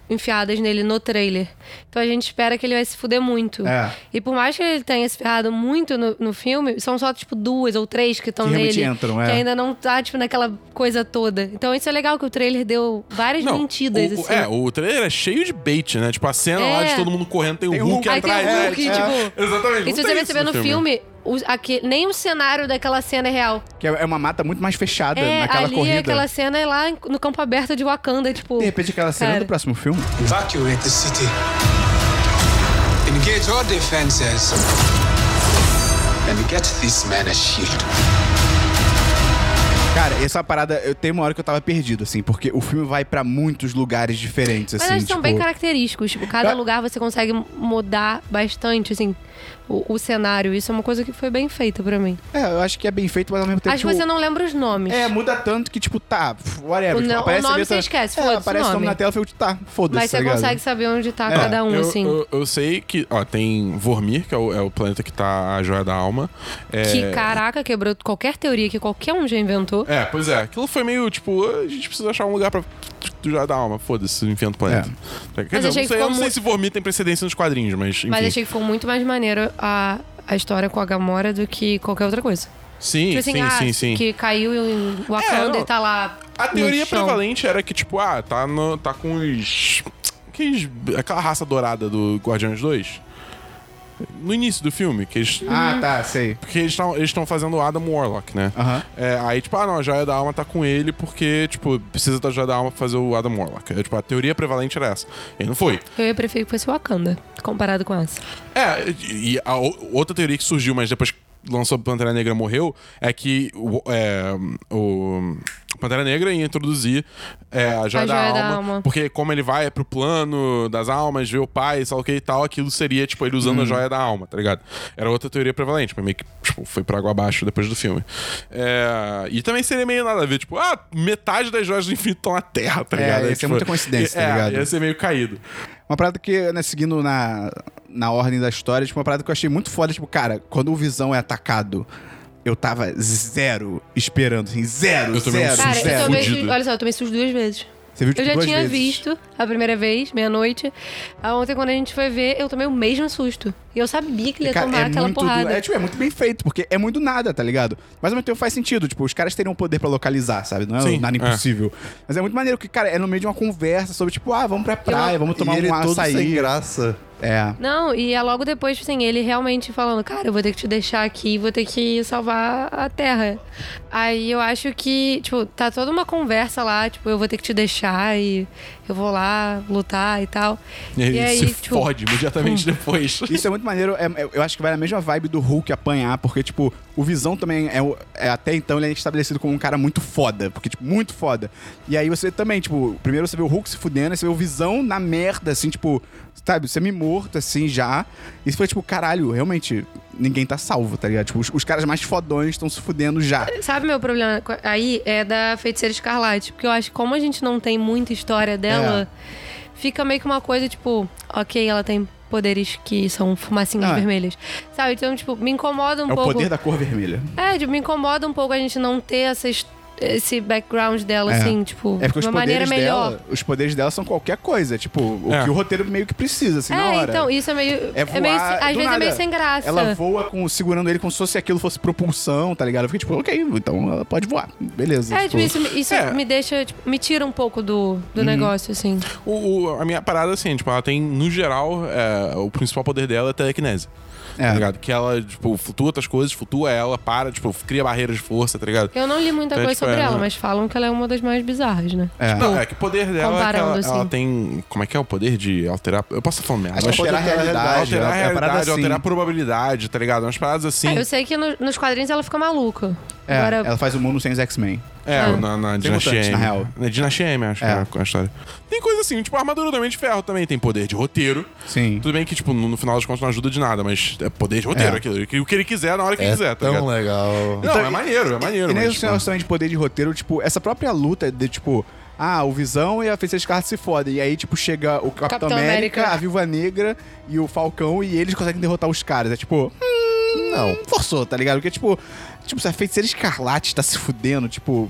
enfiadas nele no trailer. Então a gente espera que ele vai se fuder muito. É. E por mais que ele tenha se ferrado muito no, no filme, são só, tipo, duas ou três que estão Que realmente nele. entram, é. Que ainda não tá, tipo, naquela coisa toda. Então isso é legal que o trailer deu várias mentidas, o, o- assim. É, o trailer é cheio de bait, né? Tipo, a cena lá É. de todo mundo correndo tem, Tem o um Hulk Hulk Aí tem atrás. o né? Hulk, é. tipo... Exatamente. E se você perceber no filme, os- aque- nem o cenário daquela cena é real. Que é é uma mata muito mais fechada É, né, naquela ali corrida. aquela cena é lá em- no campo aberto de Wakanda, tipo. De repente, aquela cena Cara. do próximo filme. Evacuate the city. Engage all defenses. And get this man a shield. Cara, essa parada, eu tenho uma hora que eu tava perdido, assim, porque o filme vai pra muitos lugares diferentes, Mas assim. eles são bem tipo- característicos, tipo, cada Ca- lugar você consegue mudar bastante, assim, o, o cenário. Isso é uma coisa que foi bem feita pra mim. É, eu acho que é bem feito, mas ao mesmo tempo. Acho que você o- não lembra os nomes. tipo É, muda tanto que, tipo, tá, pff, whatever. O tipo, não- o aparece nome ali, você tá- esquece, é, foda-se o Aparece o nome nome. na tela, eu fico, tá, foda-se. mas você tá ligado? É, consegue saber onde tá cada um, eu, assim. Eu, eu sei que, ó, tem Vormir, que é o, é o planeta que tá a joia da alma. É, Que caraca, quebrou qualquer teoria que qualquer um já inventou. É, pois é. Aquilo foi meio tipo, a gente precisa achar um lugar pra. Do joia da alma, foda-se, enfia no planeta. Tá, Quer dizer, eu não, achei sei, que eu ficou não sei muito- se Vormir tem precedência nos quadrinhos, mas enfim. mas achei que ficou muito mais maneiro a, a história com a Gamora do que qualquer outra coisa. Sim, Tipo assim, sim, ah, sim, sim. que caiu em É, Wakanda não. e tá lá. A no teoria chão. prevalente era que, tipo, ah, tá, no, tá com os. aqueles- aquela raça dourada do Guardiões 2. No início do filme, que eles. Uhum. Ah, tá, sei. Porque eles estão eles tão fazendo o Adam Warlock, né? Aham. É, aí, tipo, ah, não, a joia da alma tá com ele porque, tipo, precisa da joia da alma pra fazer o Adam Warlock. É, tipo, a teoria prevalente era essa. E não foi. Eu ia preferir que fosse Wakanda, comparado com essa. É, e a o- outra teoria que surgiu, mas depois que lançou Pantera Negra morreu, é que o, é, o Pantera Negra ia introduzir é, a joia, A da, joia alma, da alma. Porque como ele vai pro plano das almas, vê o pai, sei lá o que e tal, aquilo seria, tipo, ele Uhum. usando a joia da alma, tá ligado? Era outra teoria prevalente, mas meio que tipo, foi pra água abaixo depois do filme. É, e também seria meio nada a ver, tipo, ah, metade das joias do infinito estão na Terra, tá É, ligado? ia ser tipo, muita coincidência, tá é, ligado? Ia ser meio caído. Uma parada que, né, seguindo na, na ordem da história, tipo, uma parada que eu achei muito foda, tipo, cara, quando o Visão é atacado, eu tava zero esperando, assim, zero, Eu tomei um zero, susto Cara, zero. eu tomei Fudido. susto, olha só, eu tomei susto duas vezes. Você viu, tipo, Eu já duas tinha vezes. visto a primeira vez, meia-noite. Ah, Ontem, quando a gente foi ver, eu tomei o mesmo susto. E eu sabia que ele ia Cara, tomar aquela muito do- porrada. é, tipo, é muito bem feito, porque é muito nada, tá ligado? Mas ao mesmo tempo faz sentido, tipo, os caras teriam poder pra localizar, sabe? Não é Sim, nada é. impossível. Mas é muito maneiro que, cara, é no meio de uma conversa sobre, tipo, ah, vamos pra praia, vamos tomar e ele um todo sem açaí. graça. É. Não, e é logo depois, assim, ele realmente falando, cara, eu vou ter que te deixar aqui, vou ter que salvar a Terra. Aí eu acho que, tipo, tá toda uma conversa lá, tipo, eu vou ter que te deixar e eu vou lá lutar e tal. E ele aí, se tipo, fode imediatamente depois. Isso é muito maneiro. é- é- eu acho que vai na mesma vibe do Hulk apanhar, porque, tipo, o Visão também é, o- é até então ele é estabelecido como um cara muito foda. Porque, tipo, muito foda. E aí você também, tipo, primeiro você vê o Hulk se fudendo, aí você vê o Visão na merda, assim, tipo, sabe, você me morto, assim, já. E você foi, tipo, caralho, realmente, ninguém tá salvo, tá ligado? Tipo, os, os caras mais fodões estão se fudendo já. Sabe meu problema co- aí? É da Feiticeira Escarlate. Porque eu acho que como a gente não tem muita história dela, É. fica meio que uma coisa, tipo, ok, ela tem poderes que são fumacinhas Ah. vermelhas. Sabe? Então, tipo, me incomoda um é o pouco. poder da cor vermelha. É, tipo, me incomoda um pouco a gente não ter essa his- esse background dela, É. assim, tipo, É porque os de uma maneira poderes melhor. dela, os poderes dela são qualquer coisa, tipo, o É. que o roteiro meio que precisa, assim, na é, hora. então, isso é meio. É voar, meio às do vezes é nada. meio sem graça. Ela voa com, segurando ele como se fosse aquilo fosse propulsão, tá ligado? Eu fiquei tipo, ok, então ela pode voar. Beleza. É, tipo, Uhum. tipo, isso, isso é. me deixa, tipo, me tira um pouco do, do negócio, assim. O- o- a minha parada, assim, tipo, ela tem, no geral, é, o principal poder dela é telecinese. É. Tá ligado? Que ela, tipo, flutua outras coisas, flutua ela, para, tipo, cria barreiras de força, tá ligado? Eu não li muita Então, coisa tipo, sobre é, ela, né? mas falam que ela é uma das mais bizarras, né? É. Tipo, Não, é que o poder dela é que ela, comparando, assim. ela tem. Como é que é o poder de alterar. Eu posso falar merda. Acho que mas- alterar a realidade. alterar a é uma parada realidade, assim. alterar a probabilidade, tá ligado? Umas paradas assim. É, eu sei que no- nos quadrinhos ela fica maluca. É, Agora, ela faz o mundo sem os X-Men. É, Ah. na, na Tem Dinastia mutantes, M. na real. Na Dinastia M, acho É. que é com a história. Tem coisa assim, tipo, a armadura do Homem de Ferro também tem poder de roteiro. Sim. Tudo bem que, tipo, no, no final das contas não ajuda de nada, mas é poder de roteiro, É. aquilo. O que ele quiser, na hora que ele quiser, tá É, tão ligado? legal. Não, Então, é maneiro, é maneiro. E nem mas, os tipo, sinais também de poder de roteiro, tipo, essa própria luta de, tipo, ah, o Visão e a Feiticeira Escarlate se fodem. E aí, tipo, chega o Capitão, Capitão América, América. a Viúva Negra e o Falcão e eles conseguem derrotar os caras. É tipo, Não. forçou, tá ligado? Porque, tipo, tipo, se a Feiticeira Escarlate tá se fudendo, tipo...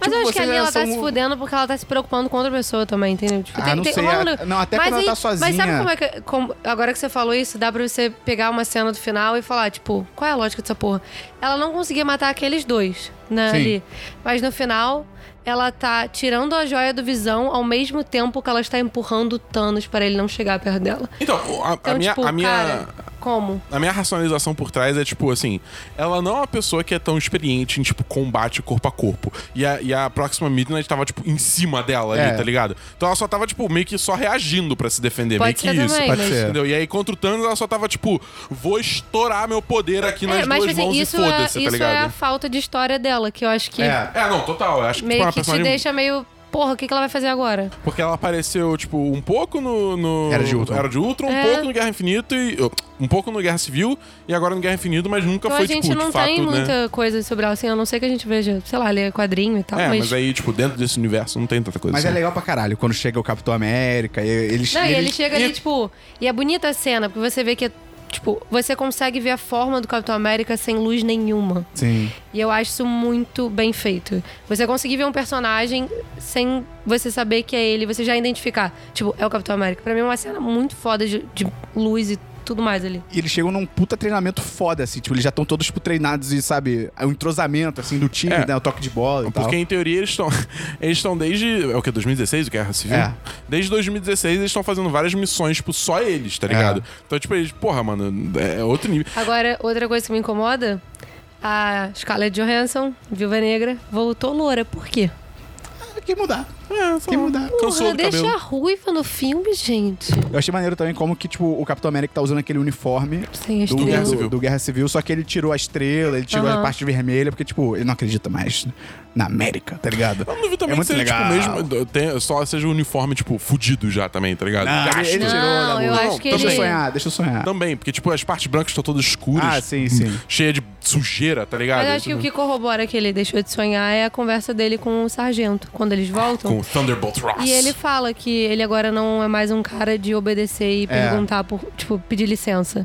Mas tipo, eu acho que vocês ali ela tá são- se fudendo porque ela tá se preocupando com outra pessoa também, entendeu? Tipo, Ah, tem- não tem- sei, rola um a- negócio- não, até quando ela tá sozinha. Mas sabe como é que. como- agora que você falou isso, dá pra você pegar uma cena do final e falar, tipo, qual é a lógica dessa porra? Ela não conseguia matar aqueles dois, né? Sim. Ali. Mas no final, ela tá tirando a joia do visão ao mesmo tempo que ela está empurrando o Thanos pra ele não chegar perto dela. Então, a, a Então, minha. tipo, a minha... cara, como? A minha racionalização por trás é, tipo, assim, ela não é uma pessoa que é tão experiente em, tipo, combate corpo a corpo. E a, e a próxima Midnight tava, tipo, em cima dela ali, É. tá ligado? Então ela só tava, tipo, meio que só reagindo pra se defender, meio Pode que ser isso. também, pode mas. ser. Entendeu? E aí, contra o Thanos, ela só tava, tipo, vou estourar meu poder aqui nas mas duas assim, mãos isso, e é, foda-se, tá isso é a ligado? falta de história dela, que eu acho que É. É, não, total. Eu acho que, tipo, é meio uma que te personagem... deixa meio. Porra, o que, que ela vai fazer agora? Porque é um ela apareceu, tipo, um pouco no... no... Era de Ultron. Era de Ultron, um É. pouco no Guerra Infinito e... Um pouco no Guerra Civil e agora no Guerra Infinito, mas nunca Então foi, a gente tipo, não de fato, tem né? muita coisa sobre ela, assim, a não ser que a gente veja, sei lá, ler quadrinho e tal. É, mas... mas... aí, tipo, dentro desse universo não tem tanta coisa. Mas é assim. legal pra caralho, quando chega o Capitão América e eles... Não, e ele eles- chega ali, tipo. E é bonita a cena, porque você vê que é. Tipo, você consegue ver a forma do Capitão América sem luz nenhuma. Sim. E eu acho isso muito bem feito. Você conseguir ver um personagem sem você saber que é ele, você já identificar. Tipo, é o Capitão América. Pra mim é uma cena muito foda de, de luz e tudo mais ali. E eles chegam num puta treinamento foda, assim. Tipo, eles já estão todos, tipo, treinados e, sabe, o entrosamento, assim, do time, É. né? O toque de bola e tal. Porque, em teoria, eles estão eles estão desde... É o que? 2016, o Guerra Civil? É. Desde 2016, eles estão fazendo várias missões, tipo, só eles, tá É. ligado? Então, tipo, eles... Porra, mano, é outro nível. Agora, outra coisa que me incomoda: a Scarlett Johansson, Viúva Negra, voltou loura. Por quê? Tem que mudar. É, Tem que mudar. Cansou Porra, do deixa cabelo. a ruiva no filme, gente. Eu achei maneiro também como que, tipo, o Capitão América tá usando aquele uniforme Sem do, a estrela. Guerra Guerra Civil. Civil. do Guerra Civil, só que ele tirou a estrela, ele tirou a Aham. parte vermelha, porque, tipo, ele não acredita mais na América, tá ligado? Eu não duvido É também muito que seja, legal. tipo, mesmo... tem- só seja o uniforme, tipo, fudido já também, tá ligado? Não, Gasto. ele, ele tirou, Não, Dabu. eu acho que Deixa eu ele- sonhar, deixa eu sonhar. Também, porque, tipo, as partes brancas estão todas escuras. Ah, sim, sim. Cheia de sujeira, tá ligado? Mas eu acho que o que corrobora que ele deixou de sonhar é a conversa dele com o sargento, quando eles voltam. Com o Thunderbolt Ross. E ele fala que ele agora não é mais um cara de É. obedecer e perguntar por, tipo, pedir licença.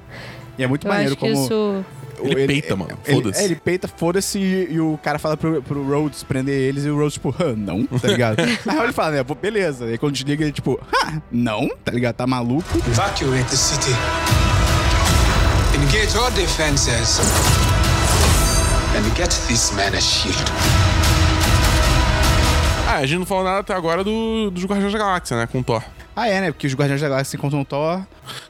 E é muito Eu maneiro acho que como. isso. o- Ele peita, mano. ele- Foda-se. é, Ele peita, foda-se, e, e o cara fala pro, pro Rhodes prender eles, e o Rhodes, tipo, Hã, não, tá ligado? Na real, ele fala, né, pô, beleza. E aí, quando desliga, ele, tipo, Hã, não, tá ligado? Tá maluco. Evacuate the city. Engage all defenses. And get this man a shield. Ah, a gente não falou nada até agora do, dos Guardiões da Galáxia, né? Com o Thor. Ah, é, né? Porque os Guardiões da Galáxia se encontram no Thor.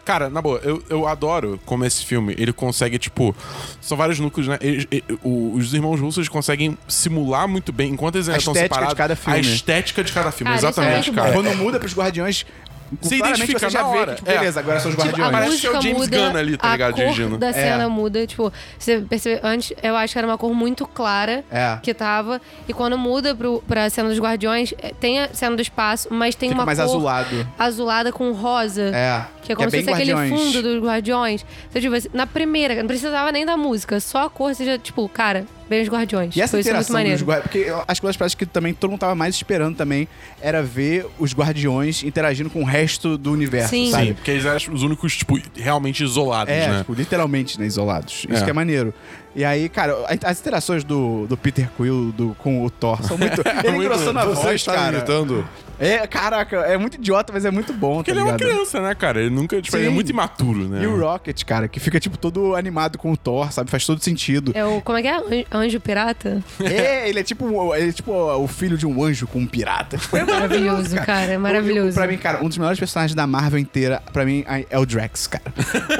Cara, na boa, eu, eu adoro como esse filme, ele consegue, tipo... São vários núcleos, né? Eles- e- o- os irmãos russos conseguem simular muito bem, enquanto eles ainda A estão estética de separados... cada filme. A estética de cada filme, Cara, isso é exatamente, muito bom. cara. tipo, Quando muda pros Guardiões, Se claramente identifica você já na vê hora. que, tipo, beleza, É. agora são os Tipo, a Guardiões. Parece que é o música James muda, Gunn ali, tá ligado, a cor dirigindo. da cena É. muda, tipo, você percebeu, antes eu acho que era uma cor muito clara É. que tava, e quando muda pro, pra cena dos é, Guardiões, eh, tem a cena do espaço, mas tem Fica uma mais cor azulado. azulada com rosa, É. Que é como é se bem fosse aquele Guardiões. fundo dos Guardiões. Então, tipo, assim, na primeira, não precisava nem da música, só a cor, seja, tipo, cara, bem os Guardiões. E essa Foi isso muito interação dos maneiro. guardiões. Porque eu acho que uma das partes que também todo mundo tava mais esperando também era ver os guardiões interagindo com o resto do universo, Sim. sabe? Sim, porque eles eram os únicos, tipo, realmente isolados, É, né? tipo, literalmente, né, isolados. Isso É. que é maneiro. E aí, cara, a- as interações do, do Peter Quill do- com o Thor são muito... Ele Muito- engrossando a Você voz, está cara. gritando. É, caraca, é muito idiota, mas é muito bom, tá Porque ele é uma ligado? criança, né, cara? Ele nunca, tipo, ele é Sim. muito imaturo, né? E o Rocket, cara, que fica, tipo, todo animado com o Thor, sabe? Faz todo sentido. É o, como é que é? An- Anjo Pirata? É, ele é tipo, um- ele é tipo o filho de um anjo com um pirata. Tipo, é Maravilhoso, cara, é maravilhoso. Pra mim, cara, um dos melhores personagens da Marvel inteira, pra mim, é o Drax, cara.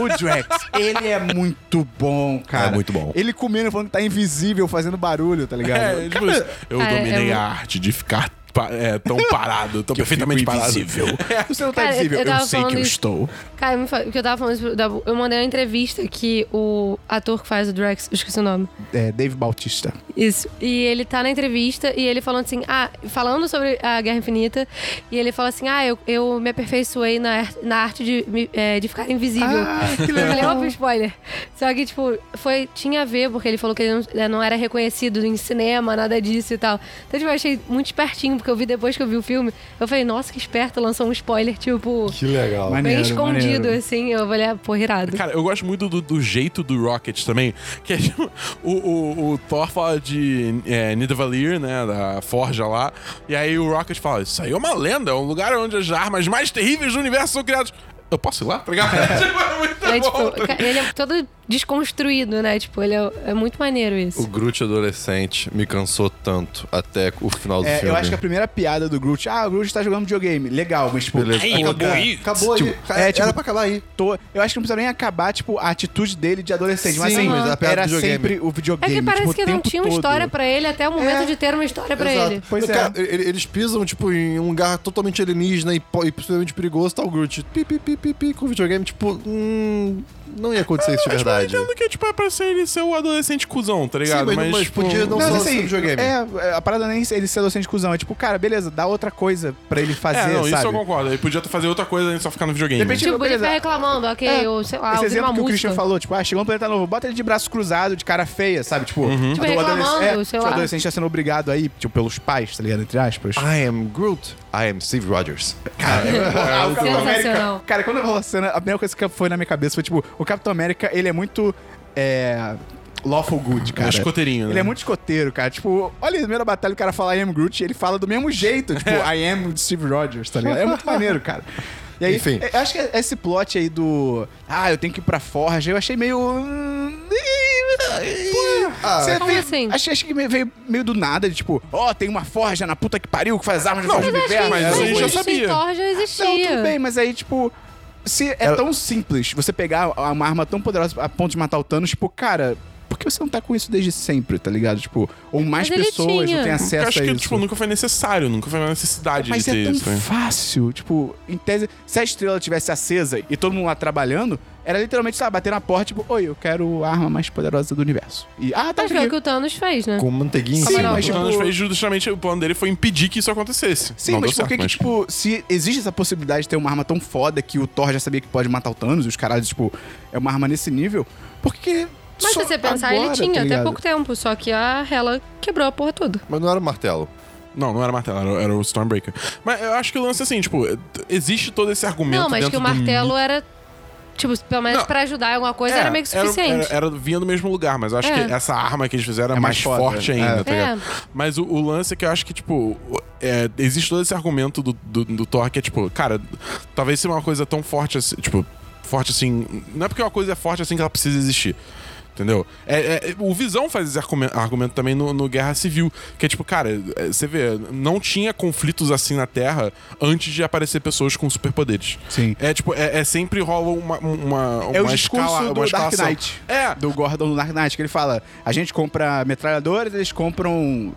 O Drax, ele é muito bom, cara. É muito bom. Ele comendo, falando que tá invisível, fazendo barulho, tá ligado? É, tipo, eu Cara, dominei eu- a arte de ficar pa- é, tão parado, tão perfeitamente fico parado. invisível. Você não tá Cara, eu- invisível. eu Eu, tava sei que falando eu isso. estou. Cara, me fala- o que eu tava falando, isso pro Dabu, eu mandei uma entrevista que o ator que faz o Drax, eu esqueci o nome. É, Dave Bautista. Isso. E ele tá na entrevista e ele falando assim, ah, falando sobre a Guerra Infinita, e ele fala assim, ah, eu, eu me aperfeiçoei na, ar- na arte de, me- é, de ficar invisível. Ah, que Eu falei, legal. opa, spoiler. Só que, tipo, foi, tinha a ver, porque ele falou que ele não, é, não era reconhecido em cinema, nada disso e tal. Então, tipo, eu achei muito espertinho, porque eu vi depois que eu vi o filme, eu falei, nossa, que esperto, lançou um spoiler, tipo, Que legal. Mas- bem maneiro, escondido, maneiro. assim. Eu falei, ah, pô, irado. Cara, eu gosto muito do, do jeito do Rocket também. Que é, tipo, o, o, o Thor fala de é, Nidavellir, né? Da forja lá. E aí o Rocket fala: Isso aí é uma lenda, é um lugar onde as armas mais terríveis do universo são criadas. Eu posso ir lá? Tá ligado? Tipo, é muito É, bom. tipo, ca- ele é todo desconstruído, né? Tipo, ele é, é muito maneiro O isso. Groot adolescente me cansou tanto até o final do É, filme. eu acho que a primeira piada do Groot, ah, o Groot tá jogando videogame. Legal, mas tipo, Beleza. Ai, acabou aí. Acabou aí. Tipo, é, tipo- Era pra acabar aí. tô- eu acho que não precisa nem acabar, tipo, a atitude dele de adolescente. mas Sim, assim, mas a piada era do videogame. sempre o É videogame. que parece tipo, o que não tempo tinha uma todo. história pra ele até o momento É. de ter uma história pra Exato. ele. Pois é. Cara, ele- eles pisam, tipo, em um lugar totalmente alienígena e, po- e possivelmente perigoso, tá o Groot. Pi, pi, pi, pi, pi, com videogame, tipo, hum, não ia acontecer isso de Mas, tipo, verdade. Eu entendo que tipo, é pra ser ele ser o adolescente cuzão, tá ligado? mas- mas tipo, podia não Não, só mas assim, sobre videogame. É, é, a parada nem é ele ser docente de cuzão. É tipo, cara, beleza, dá outra coisa pra ele fazer, É, não, sabe? isso eu concordo. Ele podia fazer outra coisa além de só ficar no videogame. De repente, Tipo, ele beleza. fica reclamando, ok, É. ou sei lá, Esse ouvindo exemplo uma que o música. Christian falou, tipo, ah, chegou um planeta novo, bota ele de braço cruzado, de cara feia, sabe? Tipo, uhum. Tipo, reclamando, sei O lá. Ah, adolescente tá sendo obrigado aí, tipo, pelos pais, tá ligado? Entre aspas. I am Groot. I am Steve Rogers. Ah, o Capitão Sensacional. América. Cara, quando eu rolou a cena, a primeira coisa que foi na minha cabeça foi, tipo, o Capitão América, ele é muito. É. Lawful good, cara. escoteirinho, né? Ele é muito escoteiro, cara. Tipo, olha a primeira batalha, o cara fala I am Groot e ele fala do mesmo jeito. Tipo, I am Steve Rogers, tá ligado? É muito maneiro, cara. E aí, Enfim. eu acho que esse plot aí do. Ah, eu tenho que ir pra Forja, eu achei meio. hum, Você Como veio- assim? Achei, achei que me- veio meio do nada, de tipo, ó, tem uma forja na puta que pariu que faz armas de forja de Mas acho inverno. que Mas Era isso uma aí coisa já isso em sabia. Thor já não, existia. tudo bem, mas aí, tipo. Se é tão simples você pegar uma arma tão poderosa a ponto de matar o Thanos, tipo, cara, por que você não tá com isso desde sempre, tá ligado? Tipo, ou mais Mas ele pessoas tinha. não têm Eu acesso acho a que isso. tipo, nunca foi necessário, nunca foi uma necessidade mas de é ter tão isso. né? fácil. Tipo, em tese, se a estrela tivesse acesa e todo mundo lá trabalhando, era literalmente, sabe, bater na porta, tipo, oi, eu quero a arma mais poderosa do universo. E, ah, tá Mas foi o aqui. que o Thanos fez, né? Com manteiguinha em Sim, cima. mas, O tipo, Thanos fez justamente o plano dele foi impedir que isso acontecesse. Sim, Não mas deu por certo, que, que, mas- tipo, se existe essa possibilidade de ter uma arma tão foda que o Thor já sabia que pode matar o Thanos e os caras, tipo, é uma arma nesse nível? Porque. Mas só se você pensar, agora, ele tinha tá até ligado? pouco tempo, só que a Hela quebrou a porra toda. Mas não era um martelo. tipo, Não, não era martelo, era, era o Stormbreaker. Mas eu acho que o lance é assim, tipo, existe todo esse argumento Não, mas dentro que o do martelo era. Tipo, pelo menos Não. pra ajudar em alguma coisa É, era meio que um- suficiente. Era, era- vinha do mesmo lugar, mas eu acho É. que essa arma que eles fizeram é, É mais, mais foda, forte é. ainda, tá É. ligado? Mas o, o lance é que eu acho que, tipo, o- é, existe todo esse argumento do, do, do Thor que é, tipo, cara, talvez seja uma coisa tão forte assim, tipo, forte assim. Não é porque uma coisa é forte assim que ela precisa existir. Entendeu? É, é, o Visão faz esse argumen- argumento, também no, no Guerra Civil. Que é tipo, cara, é, você vê, não tinha conflitos assim na Terra antes de aparecer pessoas com superpoderes. Sim. É tipo, é, é sempre rola uma, uma, É o uma discurso escala- do Dark uma escalação. Knight. Uhum. É. Ah, Do Gordon do Dark Knight, que ele fala: a gente compra metralhadoras, eles compram.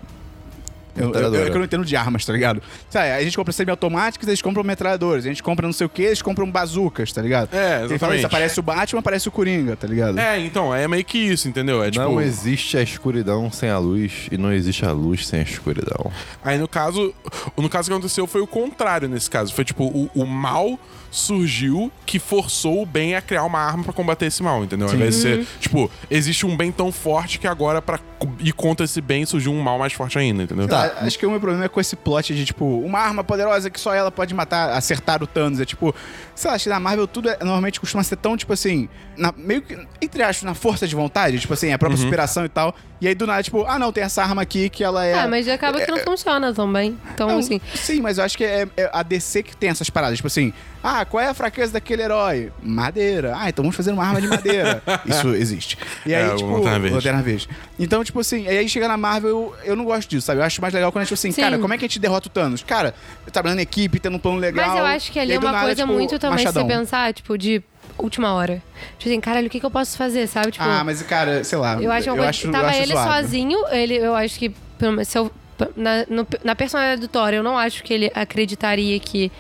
Eu, eu, eu, que Metralhadora. eu não entendo de armas, tá ligado? Sabe, a gente compra semiautomáticas, eles compram metralhadoras. A gente compra não sei o que, eles compram bazucas, tá ligado? Ele É, fala exatamente. isso, aparece o Batman, aparece o Coringa, tá ligado? É, então, é meio que isso, entendeu? É tipo. Não existe a escuridão sem a luz e não existe a luz sem a escuridão. Aí no caso. No caso que aconteceu foi o contrário nesse caso. Foi tipo, o, o mal surgiu que forçou o bem a criar uma arma pra combater esse mal, entendeu? Ao invés de Uhum. ser, tipo, existe um bem tão forte que agora pra co- ir contra esse bem surgiu um mal mais forte ainda, entendeu? Tá. Tipo, A- Acho que o meu problema é com esse plot de, tipo, uma arma poderosa que só ela pode matar, acertar o Thanos. É tipo, sei lá, acho que na Marvel tudo é- normalmente costuma ser tão, tipo assim, na- meio que, entre aspas, na força de vontade, tipo assim, a própria superação e tal. E aí do nada, tipo, ah não, tem essa arma aqui que ela é. Ah, mas acaba que não funciona também. Então, Não, assim. Sim, mas eu acho que é, é a DC que tem essas paradas. Tipo assim, ah, qual é a fraqueza daquele herói? Madeira. Ah, então vamos fazer uma arma de madeira. Isso existe. E aí, É, o tipo, Lanterna Verde. Lanterna Verde. Então, tipo assim, e aí chega na Marvel, eu, eu não gosto disso, sabe? Eu acho mais legal quando a gente, tipo assim, Sim. cara, como é que a gente derrota o Thanos? Cara, trabalhando em equipe, tendo um plano legal. Mas eu acho que E ali é aí, do uma nada, coisa tipo, muito também de se machadão. pensar, tipo, de última hora. Tipo assim, caralho, o que, que eu posso fazer, sabe? Tipo, Ah, mas, cara, sei lá. eu acho uma coisa. eu tava acho ele zoado. sozinho, ele, eu acho que. pelo menos, Se eu, na, no- na personalidade do Thor, eu não acho que ele acreditaria que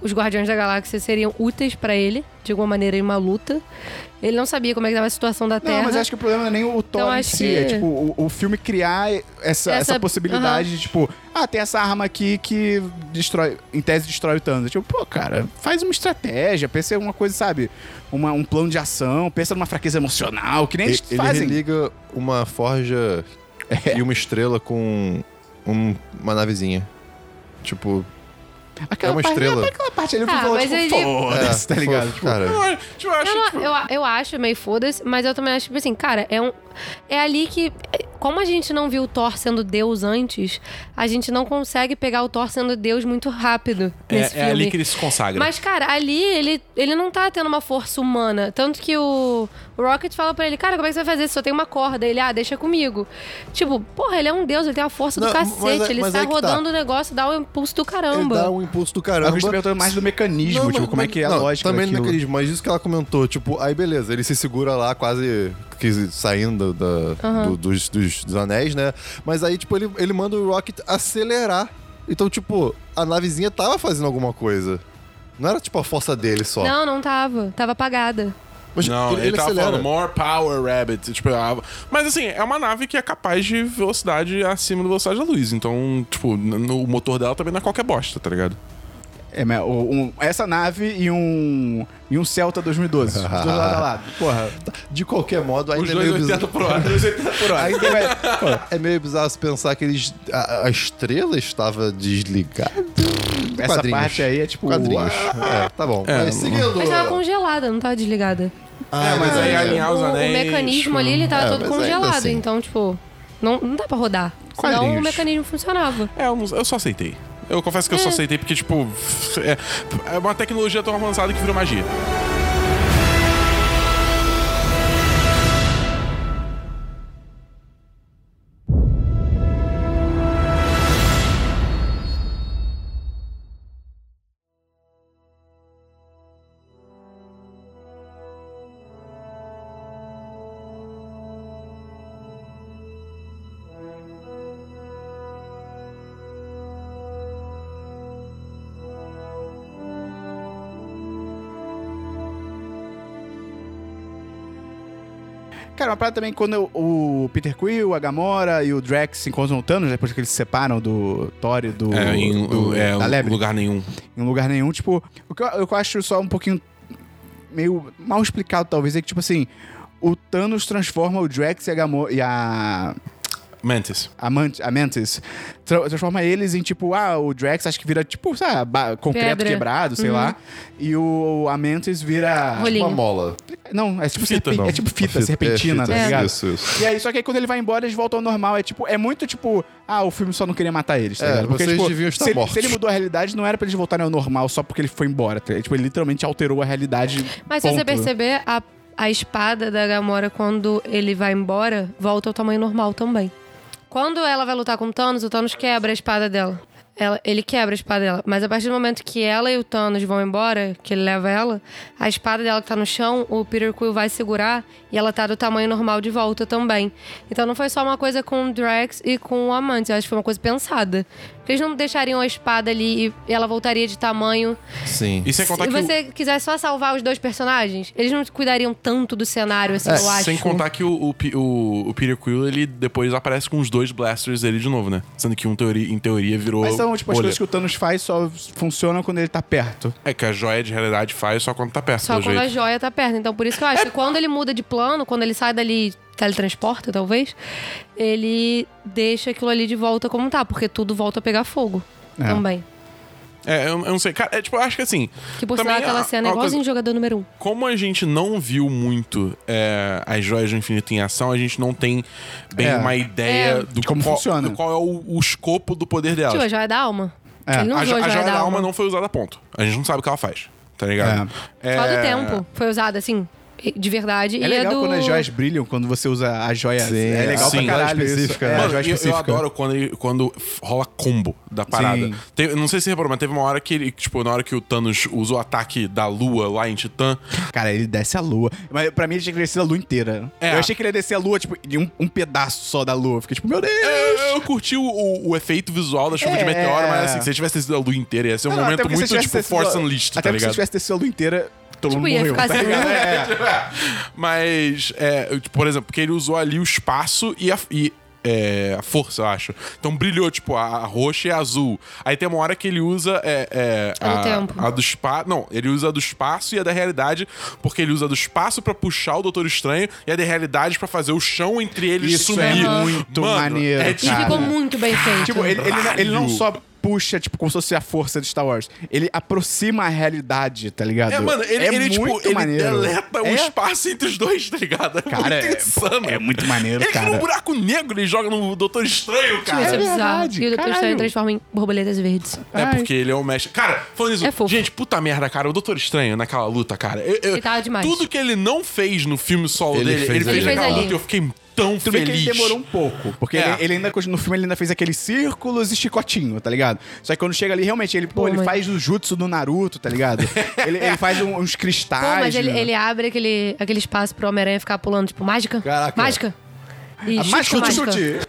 os Guardiões da Galáxia seriam úteis pra ele, de alguma maneira, em uma luta. Ele não sabia como é que tava a situação da Terra. Não, mas acho que o problema não é nem o Thor Então, em acho si, que- é tipo o, o filme criar essa, essa, Essa- possibilidade de tipo, ah, tem essa arma aqui que destrói, em tese destrói o Thanos. Tipo, pô, cara, faz uma estratégia, pensa em alguma coisa, sabe? Uma, um plano de ação, pensa numa fraqueza emocional, que nem Ele, eles ele fazem. religa uma forja e uma estrela com um- uma navezinha. Tipo, Aquela é uma parte- estrela. Aquela parte ali, Ah, ah, falou, mas tipo, ele- foda-se, tá é, ligado? fofo, Tipo, cara. Eu, acho- tipo, eu acho, Eu, não- tipo, eu, eu acho meio foda-se, mas eu também acho, tipo assim, cara, é um. É ali que. é, Como a gente não viu o Thor sendo Deus antes, a gente não consegue pegar o Thor sendo Deus muito rápido nesse é, é filme. ali que ele se consagra. Mas, cara, ali ele, ele não tá tendo uma força humana. Tanto que o, o Rocket fala pra ele, cara, como é que você vai fazer? se Só tem uma corda. Ele, ah, deixa comigo. Tipo, porra, ele é um deus, ele tem a força Não, do mas cacete. é- ele mas sai é que tá. rodando o negócio, dá o impulso do Ele caramba. dá um impulso do eu caramba. gosto de perguntar É mais do mecanismo, Não, tipo, mas- como é que é a não, lógica Também daquilo. do mecanismo, mas isso que ela comentou, tipo, aí beleza, ele se segura lá quase que saindo da, do- dos, dos- dos anéis, né? Mas aí, tipo, ele, ele manda o Rocket acelerar. Então, tipo, a navezinha tava fazendo alguma coisa. Não era, tipo, a força dele só. Não, não tava. Tava apagada. Mas tipo, Não, ele, ele, ele tava acelera. falando more power, Rabbit. Tipo, a- Mas assim, é uma nave que é capaz de velocidade acima da velocidade da luz. Então, tipo, n- no, o motor dela também não é qualquer bosta, tá ligado? É, mas o- um- essa nave e um, e um Celta 2012, dos dois um lado a lado. Porra, Ah. De qualquer modo, ainda Os é meio 280 bizarro. por hora. por hora. Aí, vai- É meio bizarro se pensar que eles, a, a estrela estava desligada. Essa Quadrinhos. parte aí é tipo. Quadrinhos. uau. É, tá bom. É, Mas seguindo. Mas tava né? congelada, não tava desligada. Ah, É, mas aí alinhar o, os o anéis. mecanismo ali, ele tava É, todo mas ainda congelado. assim. Então, tipo, não, não dá pra rodar. Senão o Quadrinhos. mecanismo funcionava. É, eu, não- eu só aceitei. Eu confesso que eu só aceitei porque, tipo, é, é uma tecnologia tão avançada que virou magia. Cara, uma parada também quando eu- o Peter Quill, a Gamora e o Drax se encontram no Thanos, depois que eles se separam do Thor e do. é, em do- é, da Lebre, lugar nenhum. em lugar nenhum. Tipo, o que eu, eu acho só um pouquinho. meio mal explicado, talvez, é que, tipo assim. O Thanos transforma o Drax e a Gamora. E a. Mantis. A, Man- a Mantis tra- transforma eles em tipo, ah, o Drax acho que vira tipo, sabe, ba- concreto Pedra. Uhum. quebrado, sei lá. E o a Mantis vira. Rolinho. Uma mola. Não, é tipo Fita, serpen- não. É tipo fita, Fita- serpentina, é, tá fita, ligado? Isso, isso. E aí, só que aí quando ele vai embora, eles voltam ao normal. É tipo, é muito tipo, ah, o filme só não queria matar eles, tá É, ligado? vocês tipo, deviam estar se, ele- mortos. se ele mudou a realidade, não era pra eles voltarem ao normal só porque ele foi embora. tá ligado? Tipo, ele literalmente alterou a realidade. Mas se ponto. você perceber, a, a espada da Gamora, quando ele vai embora, volta ao tamanho normal também. Quando ela vai lutar com o Thanos, o Thanos quebra a espada dela. Ela- ele quebra a espada dela. Mas a partir do momento que ela e o Thanos vão embora, que ele leva ela, a espada dela que tá no chão, o Peter Quill vai segurar e ela tá do tamanho normal de volta também. Então não foi só uma coisa com o Drax e com o Amante. Eu acho que foi uma coisa pensada. Porque eles não deixariam a espada ali e ela voltaria de tamanho. Sim. E sem contar Se que. o- você quiser só salvar os dois personagens, eles não cuidariam tanto do cenário, assim, eu acho. É, Sem contar que o, o, P- o- o Peter Quill, ele depois aparece com os dois blasters dele de novo, né? Sendo que um, teori- em teoria, virou Mas são Então, tipo, as Bolha. coisas que o Thanos faz só funcionam quando ele tá perto. É que a joia de realidade faz só quando tá perto Só do quando a jeito. joia tá perto. Então, por isso que eu acho que quando ele muda de plano, quando ele sai dali, teletransporta, talvez, ele deixa aquilo ali de volta como tá, porque tudo volta a pegar fogo É. também. É, eu, eu não sei. Cara, é tipo, eu acho que assim. Que por sinal também aquela a- cena é a coisa- igualzinho jogador número um. Como a gente não viu muito é, as joias do infinito em ação, a gente não tem bem É. uma ideia É. do, De como qual, funciona. do qual é o, o escopo do poder delas. Tio, a joia da alma. É. Ele não a, jo- usou a a joia da alma. não foi usada, ponto. A gente não sabe o que ela faz, tá ligado? É. Só do tempo. Foi usada, assim, de verdade. É e legal é do... quando as joias brilham, quando você usa a joia. Sim, é legal sim. pra caralho Joia isso. específica, É, né? joia Mano, eu- eu, específica. adoro quando, ele- quando rola combo da parada. Sim. Teve- não sei se você reparou, mas teve uma hora que ele, tipo, na hora que o Thanos usou o ataque da lua lá em Titã, Cara, ele desce a lua. Mas pra mim ele tinha que descer a lua inteira. É. Eu achei que ele ia descer a lua, tipo, de um, um pedaço só da lua. Eu Fiquei tipo, meu Deus! É, eu curti o, o- o efeito visual da chuva de É. meteoro, mas assim, se ele tivesse descido a lua inteira, ia ser um Não, não, até momento porque se muito tivesse tipo descido- Force Unleashed, Até tá porque se ligado? tivesse descido a lua inteira, todo Tipo, mundo ia morreu. ficar tá assim, ligado? né? É. Mas, é, eu, tipo, por exemplo, porque ele usou ali o espaço e a. e, é, a força, eu acho. Então brilhou, tipo, a, a roxa e a azul. Aí tem uma hora que ele usa. É, é, A do a, tempo. a do espaço. Não, ele usa a do espaço e a da realidade, porque ele usa a do espaço pra puxar o Doutor Estranho e a da realidade pra fazer o chão entre eles Isso sumir. é muito Mano, maneiro, É, cara. E tipo, ficou muito bem feito. Tipo, ele, ele, não- ele não Caralho. só puxa, tipo, como se fosse a força de Star Wars. Ele aproxima a realidade, tá ligado? É, mano, ele, é ele, tipo, muito ele maneiro. deleta o É. espaço entre os dois, tá ligado? É Cara, muito é- insano. é muito maneiro, ele Ele cara. um buraco negro e joga no Doutor Estranho, Tio, isso cara. é bizarro. verdade, e o Doutor Estranho caralho. transforma em borboletas verdes. É porque ele é o mestre. Cara, falando isso. É fofo. gente, puta merda, cara. O Doutor Estranho naquela luta, cara. Eu, eu- Ele tava demais. Tudo que ele não fez no filme solo Ele dele, fez ele ali. fez Ele fez naquela ali. luta e eu fiquei tão Tudo bem feliz. que ele demorou um pouco, porque É. ele, ele ainda continua- no filme ele ainda fez aqueles círculos e chicotinho, tá ligado? Só que quando chega ali, realmente, ele, pô, Pô, ele mas- faz o jutsu do Naruto, tá ligado? ele, ele faz um- uns cristais. Pô, mas ele, né? ele abre aquele, aquele espaço pro Homem-Aranha ficar pulando, tipo, mágica? Caraca. Mágica? E A chute, mágica, mágica. um chute.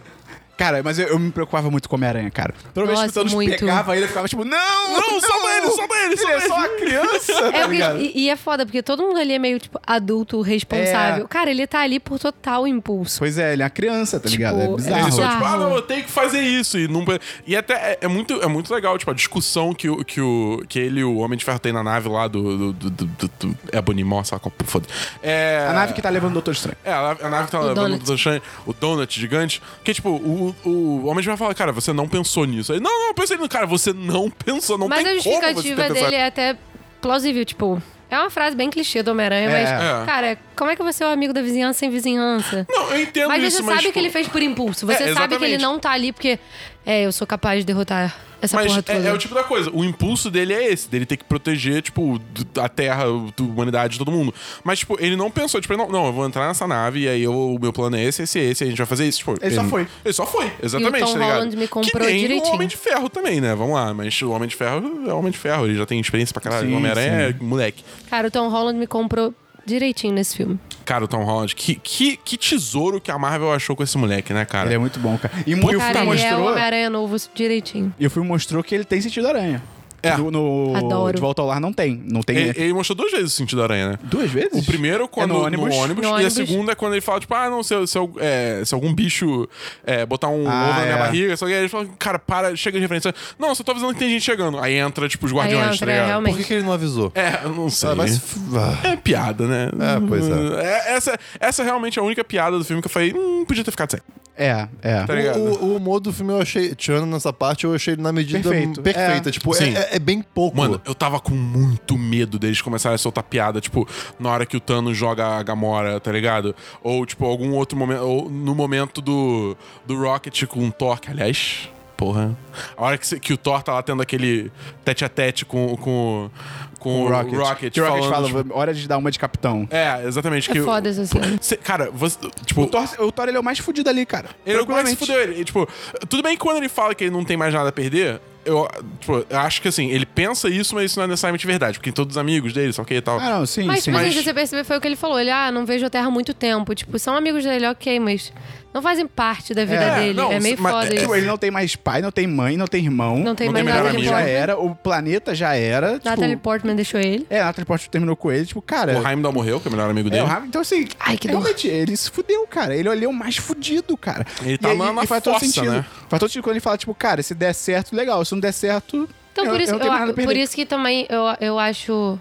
Cara, mas eu, eu me preocupava muito com o Homem-Aranha, cara. Toda vez que o Nossa, Thanos muito. pegava ele, eu ficava tipo, não! Não, salva ele, salva ele, salva Ele é só uma criança, É, tá porque- ligado? e, e é foda, porque todo mundo ali é meio, tipo, adulto, responsável. É. Cara, ele tá ali por total impulso. Pois é, ele é uma criança, tá ligado? É Tipo, bizarro. Ele só, Bizarro. tipo, ah, não, eu tenho que fazer isso. E, não... e até é, é muito, é muito legal, tipo, a discussão que, o, que, o, que ele e o Homem de Ferro tem na nave lá do. do, do, do, do, do Ebonimó, sabe qual? Foda. É... A nave que tá levando o Doutor Estranho. É, a nave, a nave que tá levando o donut. Doutor Estranho, o Donut gigante, que tipo, o, o Homem de Ferro fala, cara, você não pensou nisso. Aí, não, não, eu pensei nisso. Cara, você não pensou, não Mas tem a como você justificativa ter dele pensado. é até plausível, tipo. É uma frase bem clichê do É. Homem-Aranha, mas. É. Cara, como é que você é o amigo da vizinhança sem vizinhança? Não, eu entendo Mas isso, você mas... sabe tipo, É, que ele fez por impulso. Você sabe que exatamente. ele não tá ali porque. É, eu sou capaz de derrotar essa Mas porra é- toda. é, o tipo da coisa. O impulso dele é esse, dele ter que proteger, tipo, do- a terra, a humanidade, todo mundo. Mas, tipo, ele não pensou, tipo, não, não, eu vou entrar nessa nave e aí eu- o meu plano é esse, esse, esse, a gente vai fazer isso. Tipo, Ele só foi. Ele só foi, exatamente, E o Tom tá ligado? Holland me comprou que nem direitinho. o Homem de Ferro também, né? Vamos lá, mas o Homem de Ferro é o Homem de Ferro, ele já tem experiência pra caralho. Sim, o Homem-Aranha é moleque. Cara, o Tom Holland me comprou direitinho nesse filme. Cara, o Tom Holland, que, que, que tesouro que a Marvel achou com esse moleque, né, cara? Ele é muito bom, cara. E o Cara, filme ele é o mostrou... Homem-Aranha novo direitinho. E o filme mostrou que ele tem sentido aranha. É. No, no- Adoro. De Volta ao Lar não tem. Não tem... Ele, ele mostrou duas vezes o sentido da aranha, né? Duas vezes? O primeiro É quando no ônibus, No e a ônibus. segunda é quando ele fala, tipo, ah, não, se, eu- se, eu- é, se algum bicho é, botar um Ah, ovo na minha é. barriga, só que aí ele fala, cara, para, chega de referência. Não, só tô avisando que tem gente chegando. Aí entra, tipo, os guardiões, entra, é, tá ligado? realmente. Por que, que ele não avisou? É, eu não sei. Ah, vai se f- ah. É piada, né? É, pois é. essa, essa é realmente a única piada do filme que eu falei, hum, podia ter ficado sem. É, é. Tá ligado? O, o humor do filme eu achei, tirando nessa parte, eu achei ele na medida Perfeito. perfeita. É. Tipo, é- Sim. é, é bem pouco. Mano, eu tava com muito medo deles começarem a soltar piada, tipo, na hora que o Thanos joga a Gamora, tá ligado? Ou, tipo, algum outro momento. Ou no momento do, do Rocket com o Thor, que, aliás. Porra. A hora que, se- que o Thor tá lá tendo aquele tete a tete com, com, com O o Rocket. Que o Rocket falando, fala, tipo, hora de dar uma de capitão. é, exatamente. É que, foda essa cena. Cê- cara, você. Tipo, O Thor, o Thor, ele é o mais fudido ali, cara. ele é o que mais se Tranquilamente. fudeu. Ele, e, tipo, tudo bem que quando ele fala que ele não tem mais nada a perder, eu, tipo, eu acho que assim, ele pensa isso, mas isso não é necessariamente verdade, porque todos os amigos dele, só que e tal. Ah, não, sim, Mas, sim. tipo assim, Mas- se você perceber, foi o que ele falou. Ele, ah, não vejo a Terra há muito tempo. Tipo, são amigos dele, ok, mas não fazem parte da vida É, dele. não, é meio mas- foda é, Tipo, isso. ele não tem mais pai, não tem mãe, não tem irmão. Não tem não mais tem melhor nada nada de amigo. já importante. era, o planeta já era. Natalie Tipo, Portman deixou ele. é, a Natalie Portman terminou com ele, tipo, cara. O Heimdall morreu, que é o melhor amigo É, dele. o Raven, então assim, Ai, que dor. realmente, ele se fudeu, cara. Ele olhou o mais fudido, cara. Ele tá lá na faz todo fossa, né? Faz todo sentido quando ele fala, tipo, cara, se der certo, legal. Se não der certo, Então, eu, por isso, eu não tenho mais nada a eu, por perder. isso que também eu, eu acho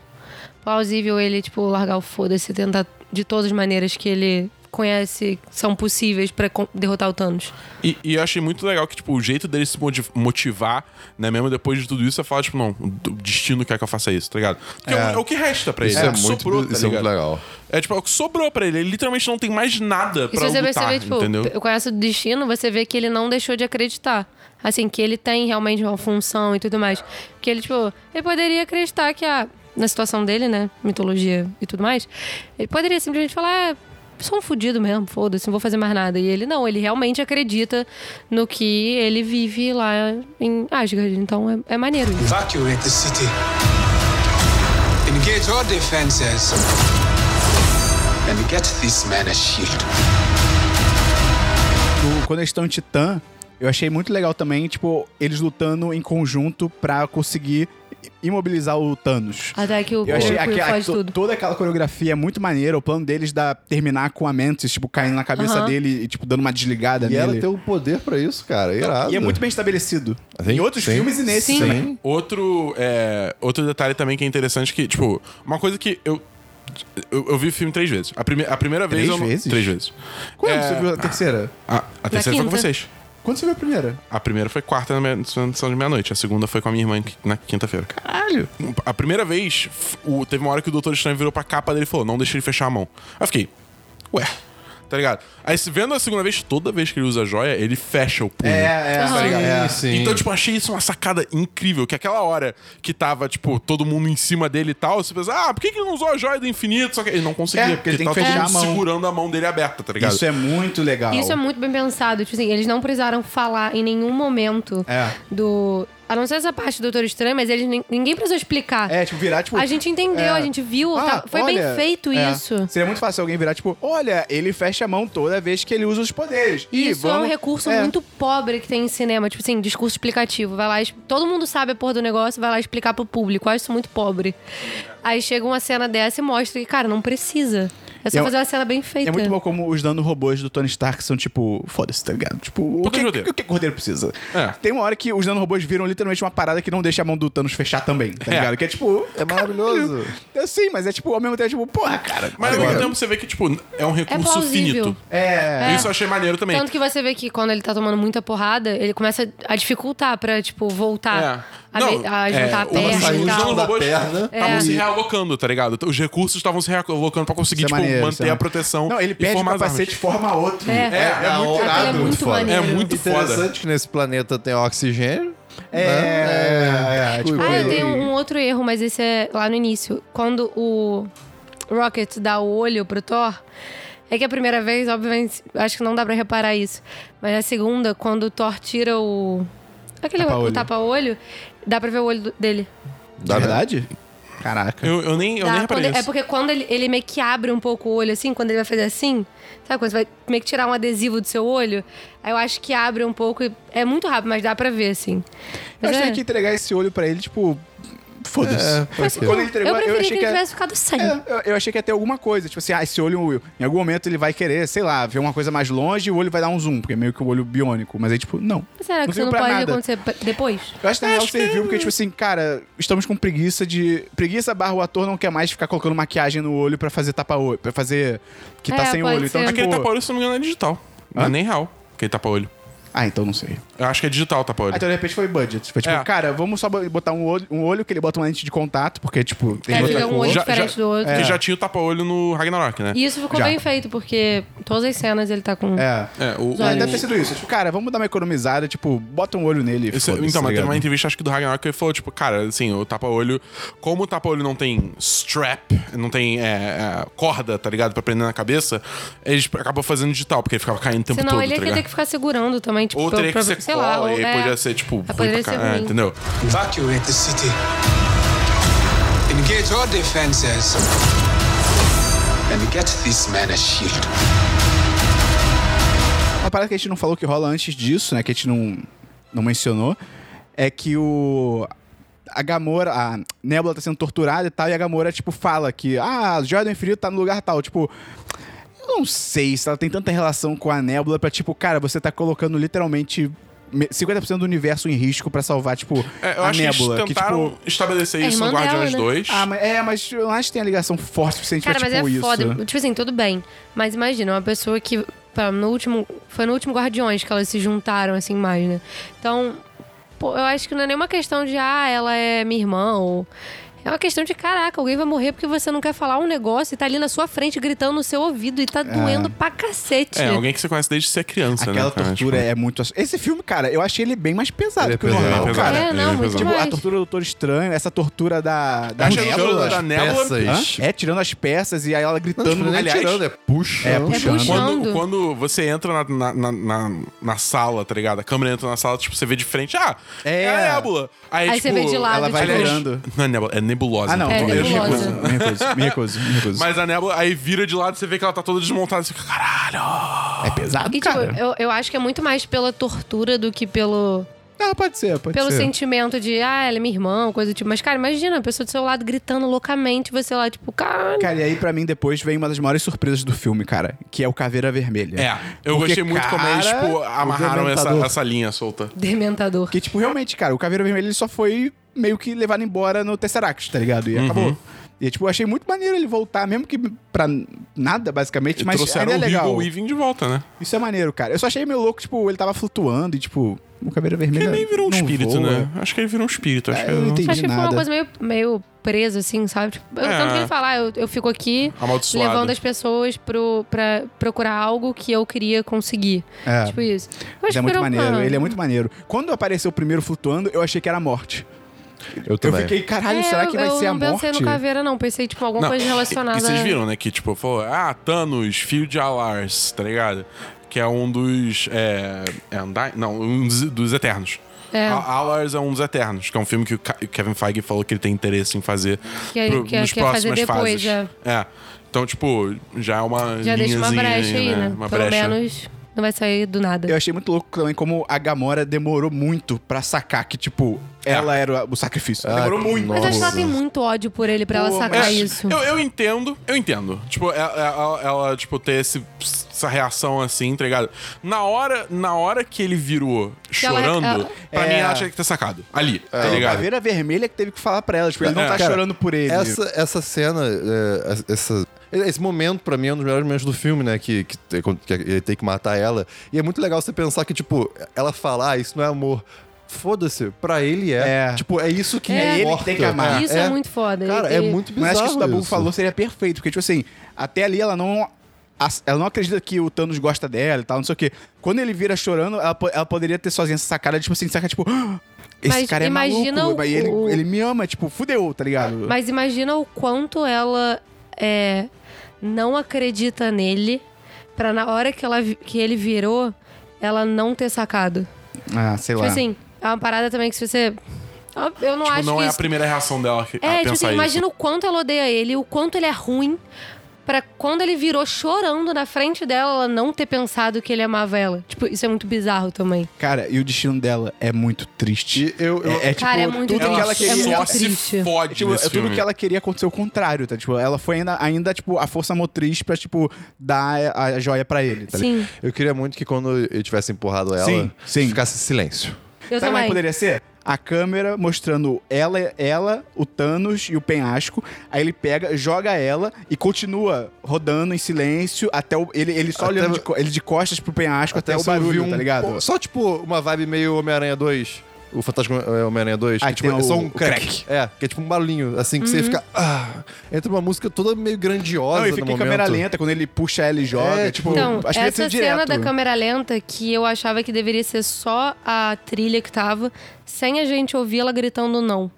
plausível ele, tipo, largar o foda-se e tentar de todas as maneiras que ele conhece que são possíveis pra con- derrotar o Thanos. E, e eu achei muito legal que, tipo, o jeito dele se modi- motivar, né, mesmo depois de tudo isso, é falar, tipo, não, o destino quer que eu faça isso, tá ligado? Porque é, É. o, é o que resta pra ele. Isso é, o que muito, sobrou, tá isso é muito ligado? legal. É, tipo, é o que sobrou pra ele. Ele literalmente não tem mais nada E pra se você lutar, perceber, tipo, entendeu? eu conheço o destino, você vê que ele não deixou de acreditar. Assim, que ele tem realmente uma função e tudo mais. Porque ele, tipo, ele poderia acreditar que a. Na situação dele, né? Mitologia e tudo mais. Ele poderia simplesmente falar, ah, sou um fudido mesmo, foda-se, não vou fazer mais nada. E ele não, ele realmente acredita no que ele vive lá em Asgard. Então é, é maneiro isso. Evacuate the city. Engage all defenses. And get this man a shield. do- Tipo, quando eles estão em Titã, eu achei muito legal também, tipo, eles lutando em conjunto pra conseguir imobilizar o Thanos. Até que o Eu achei Mercury aquela- faz to- tudo. toda aquela coreografia é muito maneira. O plano deles da terminar com a Mantis, tipo, caindo na cabeça Aham. dele e, tipo, dando uma desligada E ela nele. tem o poder pra isso, cara. É irado. E é muito bem estabelecido. Sim, em outros sim, filmes e nesse sim. também. Sim. Outro, é, outro detalhe também que é interessante que, tipo, uma coisa que eu. Eu, eu vi o filme três vezes. A, prime, a primeira vez. Três eu não- vezes? Três vezes. Quando É, você viu a terceira? A, a terceira foi com quinta. vocês. Quando você viu a primeira? A primeira foi quarta na minha- na edição de meia-noite. A segunda foi com a minha irmã que- na quinta-feira. Caralho. A primeira vez, f- o- teve uma hora que o Doutor Estranho virou pra capa dele e falou: não deixa ele fechar a mão. Aí eu fiquei, ué, tá ligado? Aí se vendo a segunda vez, toda vez que ele usa a joia, ele fecha o punho. É, é. Aham. É, sim. Então, tipo, achei isso uma sacada incrível. Que aquela hora que tava, tipo, todo mundo em cima dele e tal, você pensa, ah, por que, que ele não usou a joia do infinito? Só que ele não conseguia, É, porque ele ele tem que tava todo fechar a mundo mão. segurando a mão dele aberta, tá ligado? Isso é muito legal. Isso é muito bem pensado. Tipo assim, eles não precisaram falar em nenhum momento É. do. A não ser essa parte do Doutor Estranho, mas eles, nin- ninguém precisou explicar. É, tipo, virar, tipo... a gente entendeu, é. a gente viu. Ah, tá- Foi olha, bem feito é. isso. Seria muito fácil alguém virar, tipo, olha, ele fecha a mão toda vez que ele usa os poderes. Ih, Isso é vamos- um recurso É. muito pobre que tem em cinema. Tipo assim, discurso explicativo. Vai lá, es- todo mundo sabe a porra do negócio, vai lá explicar pro público. Eu acho isso muito pobre. Aí chega uma cena dessa e mostra que, cara, não precisa. É só É um- fazer uma cena bem feita. É muito bom como os dano robôs do Tony Stark são tipo, foda-se, tá ligado? Tipo, o Puta que, o roteiro. que, o que o roteiro precisa? É. Tem uma hora que os dano robôs viram literalmente uma parada que não deixa a mão do Thanos fechar também, tá É. ligado? Que é tipo. É maravilhoso. Eu sei, mas é tipo, ao mesmo tempo, tipo, porra, cara. Mas ao agora- mesmo tempo você vê que, tipo, é um recurso plausível. finito. É. Isso eu achei maneiro também. Tanto que você vê que quando ele tá tomando muita porrada, ele começa a dificultar pra, tipo, voltar. É. A, me- a juntar a os- perna saiu e os de tal. donos da robôs perna. Estavam É. se realocando, tá ligado? Os recursos estavam se realocando pra conseguir, isso é tipo, maneiro, isso é manter a maneiro. proteção. Não, ele e perde o formar as capacete, forma outro. É. É, é muito hora- irado. Aquilo é muito foda. maneiro. É muito foda. Interessante que nesse planeta tem oxigênio. É, é, é, é, tipo, Ah, eu ele- tenho um outro erro, mas esse é lá no início. Quando o Rocket dá o olho pro Thor, é que a primeira vez, obviamente, acho que não dá pra reparar isso. Mas a segunda, quando o Thor tira o. Aquele Tapa-olho. o tapa-olho, dá pra ver o olho do- dele. Na verdade? Caraca. Eu, eu nem, eu Dá, nem quando- reparei é isso. porque quando ele, ele meio que abre um pouco o olho, assim, quando ele vai fazer assim, sabe? Quando você vai meio que tirar um adesivo do seu olho, aí eu acho que abre um pouco. e- É muito rápido, mas dá pra ver, assim. Eu Mas achei é. que entregar esse olho pra ele, tipo. Foda-se. pode ser. Quando ele entregou, eu eu, preferia achei que que ele era- tivesse ficado sem. É, eu, eu achei que ia ter alguma coisa. Tipo assim, ah, esse olho, Will, em algum momento ele vai querer, sei lá, ver uma coisa mais longe e o olho vai dar um zoom, porque é meio que o olho biônico. Mas aí, tipo, não. Será que isso serviu não pra pode nada. acontecer p- depois? Eu acho que na real Acho que- serviu, porque, tipo assim, cara, estamos com preguiça de. Preguiça barra o ator não quer mais ficar colocando maquiagem no olho pra fazer tapa-olho. Pra fazer. Que tá É, sem pode olho. Então, ser. Aquele tipo. tapa-olho, se não me engano, é digital. Não é nem real. Aquele tapa-olho. Ah, então não sei. Eu acho que é digital o tapa-olho. Ah, Então, de repente, foi budget. Foi tipo, É. cara, vamos só botar um olho, um olho que ele bota uma lente de contato, porque, tipo, tem É, outra fica um cor. olho diferente do outro. Porque É. já tinha o tapa-olho no Ragnarok, né? E isso ficou Já. bem feito, porque todas as cenas ele tá com. É. É, o, Ah, o- deve ter sido isso. Tipo, cara, vamos dar uma economizada, tipo, bota um olho nele. Esse- foda-se, tá então, mas teve ligado? uma entrevista, acho que do Ragnarok, que ele falou, tipo, cara, assim, o tapa-olho... Como o tapa-olho não tem strap, não tem é, é, corda, tá ligado? Pra prender na cabeça, eles acabam fazendo digital, porque ele ficava caindo o tempo Senão todo, ele tá ia ter ligado? que ficar segurando também, tipo, Ou teria pra- que ser sei cola, lá, ou, e é, poderia ser, tipo, ruim poderia pra ser caralho, ruim. entendeu? Evacuate the city. Engage all defenses. And get this man a shield. Uma parada que a gente não falou que rola antes disso, né? Que a gente não, não mencionou, é que o. A Gamora, a Nebula tá sendo torturada e tal, e a Gamora, tipo, fala que, ah, a Joia do Infinito tá no lugar tal. Tipo, eu não sei se ela tem tanta relação com a Nebula pra, tipo, cara, você tá colocando literalmente me- 50% do universo em risco pra salvar, tipo, É, eu a acho nébula. que eles tentaram Que, tipo, estabelecer É isso no irmã dela, Guardiões né? 2. ah, mas, é, mas eu acho que tem a ligação forte suficiente Cara, pra, mas tipo, é isso. foda. Tipo assim, tudo bem. Mas imagina, uma pessoa que. pá, No último, foi no último Guardiões que elas se juntaram, assim, mais, né? Então, pô, eu acho que não é nenhuma questão de, ah, ela é minha irmã, ou. É uma questão de, caraca, alguém vai morrer porque você não quer falar um negócio e tá ali na sua frente gritando no seu ouvido e É. tá doendo pra cacete. É, alguém que você conhece desde ser criança, né? Aquela cara? tortura Tipo, é muito... ass- Esse filme, cara, eu achei ele bem mais pesado Ele é que o normal, pesado, é cara. pesado. É, não, é muito pesado. Tipo, Demais. a tortura do Doutor Estranho, essa tortura da... da Acho é que nébula. ela- da as nébula- peças. Hã? É, tirando as peças e aí ela Não, gritando. tipo, não é aliás, tirando, é puxando. É, puxando. Quando, Puxando. quando você entra na, na, na, na- na sala, tá ligado? A câmera entra na sala, tipo, você vê de frente, ah, é, É. a nébula. Aí, Aí tipo, você vê de lado, ela vai tipo- aliás, virando. Não é nébula, é nebulosa. Ah, não. É, tudo bem, eu me nebulosa. recuso, me recuso, me recuso, me recuso. Mas a nébula aí vira de lado, você vê que ela tá toda desmontada. Você fica, caralho. é pesado, E, tipo, cara. eu, eu acho que é muito mais pela tortura do que pelo, Ah, pode ser, pode é pelo ser. sentimento de, ah, ela é minha irmã, coisa do tipo. Mas, cara, imagina a pessoa do seu lado gritando loucamente, você lá, tipo, cara. Cara, e aí pra mim depois vem uma das maiores surpresas do filme, cara, que é o Caveira Vermelha. É, eu Porque, gostei muito como eles, cara, tipo, o amarraram essa, Dementador- essa linha solta. Dementador. Que, tipo, realmente, cara, o Caveira Vermelha ele só foi meio que levado embora no Tesseract, tá ligado? E Uhum. acabou. E, tipo, eu achei muito maneiro ele voltar, mesmo que pra nada, basicamente, E mas ainda trouxeram é o Hugo legal. Weaving de volta, né? Isso é maneiro, cara. Eu só achei meio louco, tipo, ele tava flutuando e, tipo, o Caveira Vermelha. Ele nem virou um não espírito, voa. né? Acho que ele virou um espírito. Acho É, que eu não entendi. Acho que foi uma nada. coisa meio, meio presa, assim, sabe? Tipo, eu- É. Tanto que ele fala, ah, eu, eu fico aqui Amaldiçoado. levando as pessoas pro, pra procurar algo que eu queria conseguir. É. Tipo isso. Eu Mas acho é que muito era uma- maneiro, ele é muito maneiro. Quando apareceu o primeiro flutuando, eu achei que era a morte. Eu Eu também. fiquei, caralho, É, será que eu- vai eu ser a não morte? pensei no caveira, não. Pensei, tipo, alguma coisa relacionada... E vocês viram, né? Que tipo, falou, ah, Thanos, filho de Alars, tá ligado? Que é um dos. É. é Undy- Não, um dos, dos Eternos. É. A- Alars é um dos Eternos, que é um filme que o Ca- o Kevin Feige falou que ele tem interesse em fazer Que ele quer- nas quer fazer próximas depois, fases. É. Então, tipo, já é uma. Já deixa uma linhazinha brecha aí, né? Uma Pelo brecha. menos não vai sair do nada. Eu achei muito louco também como a Gamora demorou muito pra sacar que, tipo, É. ela era o sacrifício. Ela Ah, demorou muito. Mas eu acho que ela Nossa. tem muito ódio por ele pra ela Pô, sacar É, isso. Eu, eu entendo, eu entendo. Tipo, ela, ela- ela, tipo, ter esse- essa reação assim, tá ligado? Na hora, na hora que ele virou ela- chorando, ela- pra É. mim ela tinha que ter sacado. Ali, tá A ligado? caveira vermelha que teve que falar pra ela, tipo, ele não É, tá cara, chorando por ele. Essa, essa cena, é, essa- esse momento pra mim é um dos melhores momentos do filme, né? Que, que, que ele tem que matar ela. E é muito legal você pensar que, tipo, ela falar, ah, isso não é amor. Foda-se, pra ele é. É. Tipo, é isso que É ele que importa. tem que amar. Isso é muito foda. Cara, Ele- é muito bizarro Mas acho que isso da Bull isso. falou seria perfeito, porque, tipo assim, até ali ela não. as- Ela não acredita que o Thanos gosta dela e tal, não sei o quê. Quando ele vira chorando, ela, po- ela poderia ter sozinha essa sacada, tipo assim, saca, tipo, "Ah, esse Mas cara é imagina maluco. o- e ele, o- ele me ama, tipo, fudeu, tá ligado? Mas imagina o quanto ela é, não acredita nele pra na hora que, ela, vi- que ele virou, ela não ter sacado. ah, sei Tipo lá. assim, é uma parada também que se você... Eu não Tipo, acho não que é a isso- primeira reação dela que- a É, tipo pensar assim, isso. imagina o quanto ela odeia ele, o quanto ele é ruim. Pra quando ele virou chorando na frente dela, ela não ter pensado que ele amava ela. Tipo, isso é muito bizarro também. Cara, e o destino dela é muito triste. E eu- eu- é, é, Cara, é muito tudo triste. que ela ela queria. É muito só se triste. fode Tipo, nesse tudo filme. que ela queria aconteceu o contrário, tá? Tipo, ela foi ainda, ainda tipo, a força motriz pra, tipo, dar a, a joia pra ele, tá ligado? Sim, Eu queria muito que quando ele tivesse empurrado ela, assim. Sim, sim. ficasse silêncio. eu Sabe como é também. que poderia ser? A câmera mostrando ela, ela, o Thanos e o penhasco. Aí ele pega, joga ela e continua rodando em silêncio até o. Ele, ele só Até- olhando de, co- ele de costas pro penhasco até, o você ouvir barulho, um- tá ligado? pô, Só, tipo, uma vibe meio Homem-Aranha 2. O Fantasma é, Homem-Aranha 2. Ah, que, tipo, tem é só o- um o crack. crack. É, que é tipo um barulhinho, assim, que Uhum. você fica... Ah, entra uma música toda meio grandiosa Não, e no fica em momento. câmera lenta, quando ele puxa ela e joga. É, tipo, Então, acho que ia essa ser cena direto. da câmera lenta, que eu achava que deveria ser só a trilha que tava, sem a gente ouvir ela gritando não.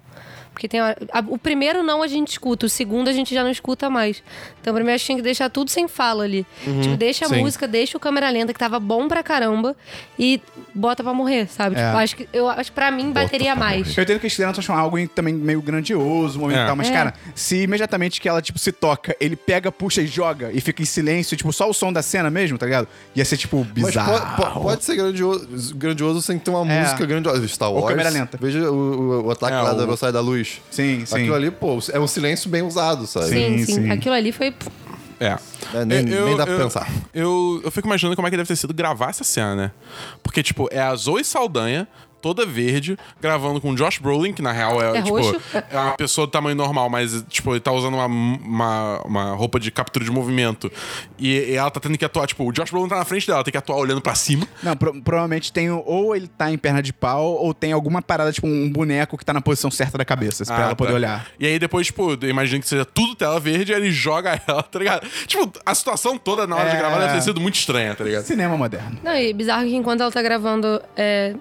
Porque tem a- a- o primeiro não a gente escuta, o segundo a gente já não escuta mais. Então, primeiro a gente tinha que deixar tudo sem fala ali. Uhum. tipo, deixa a sim. música, deixa o câmera lenta, que tava bom pra caramba, e bota pra morrer, sabe? É. Tipo, acho que eu acho que pra mim bateria mais. Eu entendo que eles quiseram transformar é algo em também meio grandioso, um É. momental, mas, É. cara, se imediatamente que ela, tipo, se toca, ele pega, puxa e joga e fica em silêncio, tipo, só o som da cena mesmo, tá ligado? Ia ser, tipo, Mas bizarro. po- po- pode, ser grandioso, grandioso sem ter uma É. música grandiosa. Star Ou Wars. câmera lenta. Veja o, o- o ataque É, lá o- da velocidade da luz. Sim, sim. Aquilo ali, pô, é um silêncio bem usado, sabe? Sim, Sim, sim, sim. Aquilo ali foi. É. É, nem- Eu- nem dá pra eu- pensar. Eu, eu fico imaginando como é que deve ter sido gravar essa cena, né? Porque, tipo, é a Zoe Saldanha, toda verde, gravando com o Josh Brolin, que na real é, É tipo, roxo. é uma pessoa do tamanho normal, mas, tipo, ele tá usando uma, uma, uma roupa de captura de movimento. E, e ela tá tendo que atuar, tipo, o Josh Brolin tá na frente dela, ela tem que atuar olhando pra cima. Não, pro- provavelmente tem. o- Ou ele tá em perna de pau, ou tem alguma parada, tipo um boneco que tá na posição certa da cabeça, pra Ah, ela poder tá. olhar. E aí depois, tipo, eu imagino que seja tudo tela verde, aí ele joga ela, tá ligado? Tipo, a situação toda na hora de É. gravar deve ter sido muito estranha, tá ligado? Cinema moderno. Não, e bizarro que enquanto ela tá gravando é,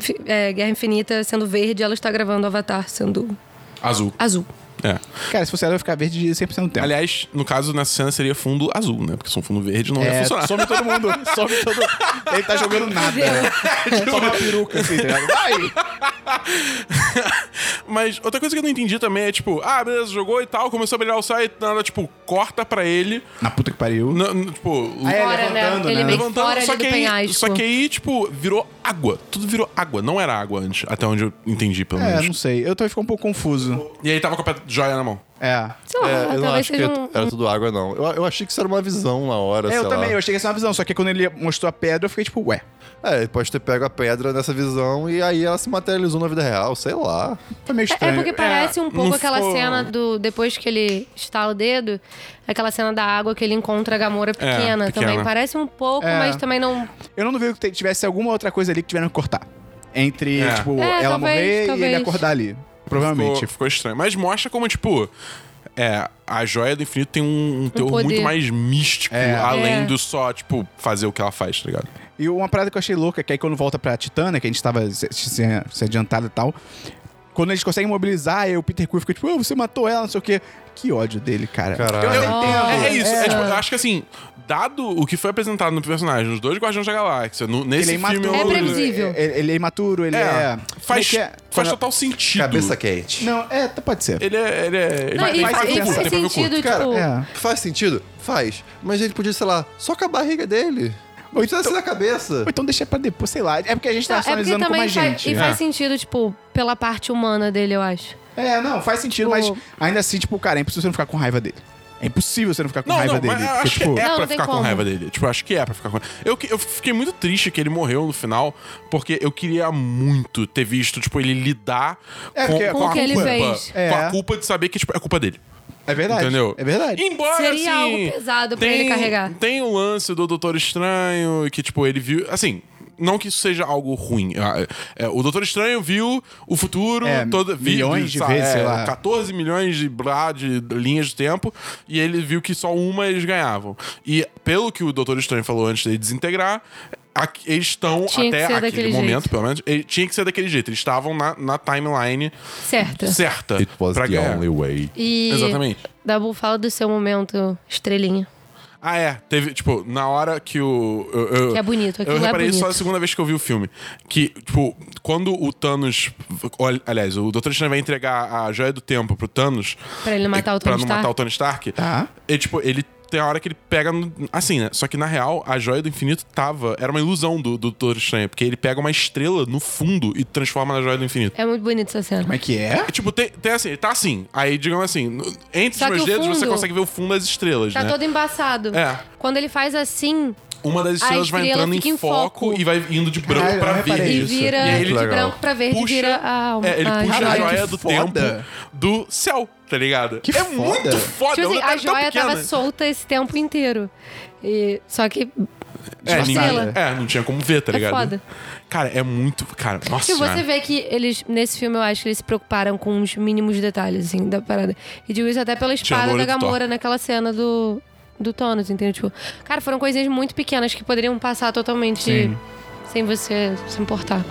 fi- é, Guerra Infinita sendo verde, ela está gravando Avatar sendo Azul. azul. É. Cara, se fosse ela, eu ia ficar verde de 100% do tempo. Aliás, no caso, nessa cena seria fundo azul, né? Porque se um fundo verde não ia é, funcionar. some todo mundo. Some todo Ele tá jogando nada, né? Só uma peruca, assim, tá ligado? Vai! Mas outra coisa que eu não entendi também é, tipo, ah, beleza, jogou e tal, começou a brilhar o sol e nada, tipo, corta pra ele. Na puta que pariu. na- na- tipo, Aí é Fora, né? levantando, Ele né? meio que fora só ali do que, aí, penhasco. só que aí, tipo, virou água. Tudo virou água. Não era água antes, até onde eu entendi, pelo É, menos. não sei. Eu tô ficando um pouco confuso. E aí tava com a pedra de joia na mão. É. Sei lá, É, eu não talvez acho que seja um, era tudo água, não. Eu, eu achei que isso era uma visão na hora, É, sei eu lá. também, eu achei que essa é uma visão, só que quando ele mostrou a pedra, eu fiquei tipo, ué. É, ele pode ter pego a pedra nessa visão e aí ela se materializou na vida real, sei lá. Foi meio É estranho. porque parece um pouco não aquela ficou- cena do. Depois que ele estala o dedo, aquela cena da água que ele encontra a Gamora pequena, pequena. também. Parece um pouco, É. mas também não. Eu não duvido que te- tivesse alguma outra coisa ali que tiveram que cortar. Entre, É. tipo, É, ela talvez, morrer e talvez. ele acordar ali. Provavelmente. Ficou, ficou estranho. Mas mostra como, tipo. É, a joia do infinito tem um, um teor poder. muito mais místico, É. além É. do só, tipo, fazer o que ela faz, tá ligado? E uma parada que eu achei louca, que aí quando volta pra Titânia, que a gente tava se, se, se adiantado e tal, quando eles conseguem mobilizar, aí o Peter Quill fica tipo, "Ah, você matou ela, não sei o quê. Que ódio dele, cara. Caralho. Eu não Ah. entendo. É, é isso. É. É, tipo, eu acho que assim, dado o que foi apresentado no personagem, os dois Guardiões da Galáxia, no- nesse Ele é filme... imaturo. É eu- previsível. Ele, ele é imaturo, ele É, é... como é faz, que é? faz Quando- total sentido. Cabeça quente. Não, é, tá- pode ser. Ele é... Ele é ele Não, vai- e vai fa- faz ver o e cu, sentido. faz tem pra ver o cu. sentido, Cara, tipo. É. Faz sentido? Faz. Mas ele podia, sei lá, só acabar a barriga dele. Ou então ser na cabeça. Ou então deixa pra depois, sei lá. É porque a gente tá Não, é porque racionalizando como a também faz, gente. e faz É. sentido, tipo, pela parte humana dele, eu acho. É, não, faz sentido, mas Tipo- ainda assim, tipo, cara, é impossível você não ficar com raiva dele. É impossível você não ficar com Não, raiva não, dele. mas eu porque, acho que tipo, é Não, pra não tem ficar com como. raiva dele. Tipo, eu acho que é pra ficar com eu, que- eu fiquei muito triste que ele morreu no final, porque eu queria muito ter visto, tipo, ele lidar É, com, porque- com Com a o que ele culpa. fez. Com a É. culpa de saber que, tipo, é culpa dele. é verdade. Entendeu? É verdade. Embora Seria assim, algo pesado pra ele carregar. Tem o lance do Doutor Estranho e que, tipo, ele viu. Assim. Não que isso seja algo ruim. Ah, é, o Doutor Estranho viu o futuro É, todo, vi- milhões de vezes, sei lá. 14 milhões de, blá, de linhas de tempo. E ele viu que só uma eles ganhavam. E pelo que o Doutor Estranho falou antes dele desintegrar, aqui- eles estão Tinha que até ser aquele daquele momento, jeito. pelo menos. ele- tinha que ser daquele jeito. Eles estavam na, na timeline Certa. certa. pra ganhar. way. E. Exatamente. Dabu, fala do seu momento estrelinha. Ah, é. Teve, tipo, na hora que o. Eu, eu- Que é bonito, aquilo Eu é reparei isso só a bonito. segunda vez que eu vi o filme. Que, tipo, quando o Thanos. olha- Aliás, o Dr. Estranho vai entregar a joia do tempo pro Thanos. Pra ele matar o Pra Tony não Stark. matar o Tony Stark. Tá. E, tipo, ele. Tem a hora que ele pega. no- Assim, né? Só que na real, a joia do infinito tava. Era uma ilusão do, do Doutor Estranho. Porque ele pega uma estrela no fundo e transforma na joia do infinito. É muito bonito essa cena. Como é que é? É, Tipo, tem, tem assim, tá assim. Aí, digamos assim, no- entre Só os meus que o dedos você fundo- consegue ver o fundo das estrelas, Tá né? todo embaçado. É. Quando ele faz assim, Uma das A estrelas vai estrela entrando fica em em foco, foco. e vai indo de branco Caralho, eu pra não reparei verde. e Isso. vira É E aí ele de legal. branco pra verde, puxa, vira a. um- Ah, é, ele a puxa a Caralho, Tipo joia que do foda. tempo do céu, tá ligado? Que é foda. muito foda. Tipo é um assim, a detalhe tão joia pequeno. tava solta esse tempo inteiro. E, só que. é, disfarçada. ninguém- é, não tinha como ver, tá É ligado? foda. Cara, é muito... Cara, nossa Se você senhora. vê que eles, nesse filme, eu acho que eles se preocuparam com os mínimos detalhes, assim, da parada. E digo isso até pela Tirando o espada olho da do Thor. Gamora naquela cena do. Do Thanos, entendeu? Tipo, cara, foram coisinhas muito pequenas que poderiam passar totalmente sem você se importar.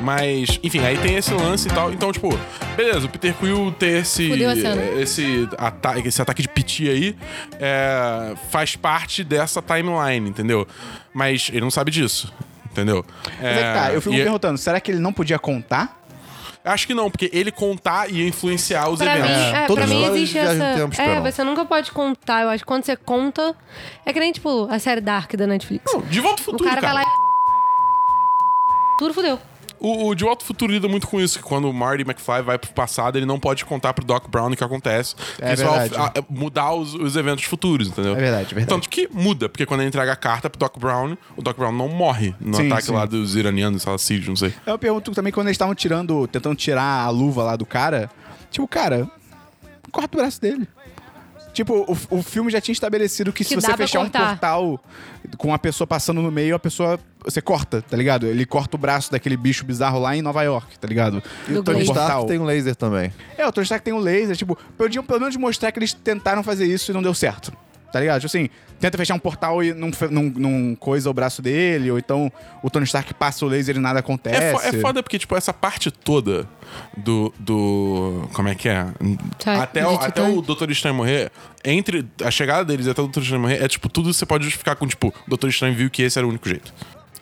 Mas, enfim, aí tem esse lance e tal. Então, tipo, beleza, o Peter Quill ter esse. Fudeu a cena. Esse ataque, esse ataque de piti aí é, faz parte dessa timeline, entendeu? Mas ele não sabe disso. Entendeu? Mas é que tá, eu fico e- me perguntando, será que ele não podia contar? Acho que não, porque ele contar ia influenciar os Pra mim, eventos. é, pra Todas as mim histórias existe de viagem no essa. tempo é, esperam. você nunca pode contar. Eu acho que quando você conta. É que nem, tipo, a série Dark da Netflix. Não, De volta ao é, o futuro, cara, cara. vai lá e. Tudo fudeu. O, o De Volta ao Futuro lida muito com isso, que quando o Marty McFly vai pro passado, ele não pode contar pro Doc Brown o que acontece. É isso vai verdade. af- a- mudar os, os eventos futuros, entendeu? É verdade, é verdade. Tanto que muda, porque quando ele entrega a carta pro Doc Brown, o Doc Brown não morre no Sim, ataque sim. lá dos iranianos, sei lá, sírios, não sei. Eu pergunto também quando eles estavam tirando, tentando tirar a luva lá do cara. Tipo, cara, corta o braço dele. Tipo, o, o filme já tinha estabelecido que, se Que você dá pra fechar um cortar. portal com uma pessoa passando no meio, a pessoa. Você corta, tá ligado? Ele corta o braço daquele bicho bizarro lá em Nova York, tá ligado? Do Tony Glaze. Stark tem um laser também. É, o Tony Stark tem um laser, tipo, podiam pelo menos mostrar que eles tentaram fazer isso e não deu certo. Tá ligado? Tipo assim, tenta fechar um portal e não, fe- não, não coisa o braço dele, ou então o Tony Stark passa o laser e nada acontece. É, fo- é foda porque, tipo, essa parte toda do. do como é que é? Tá, Até, o, de até o Doutor Estranho morrer, entre a chegada deles e até o Doutor Estranho morrer, é tipo, tudo você pode justificar com, tipo, o Doutor Estranho viu que esse era o único jeito.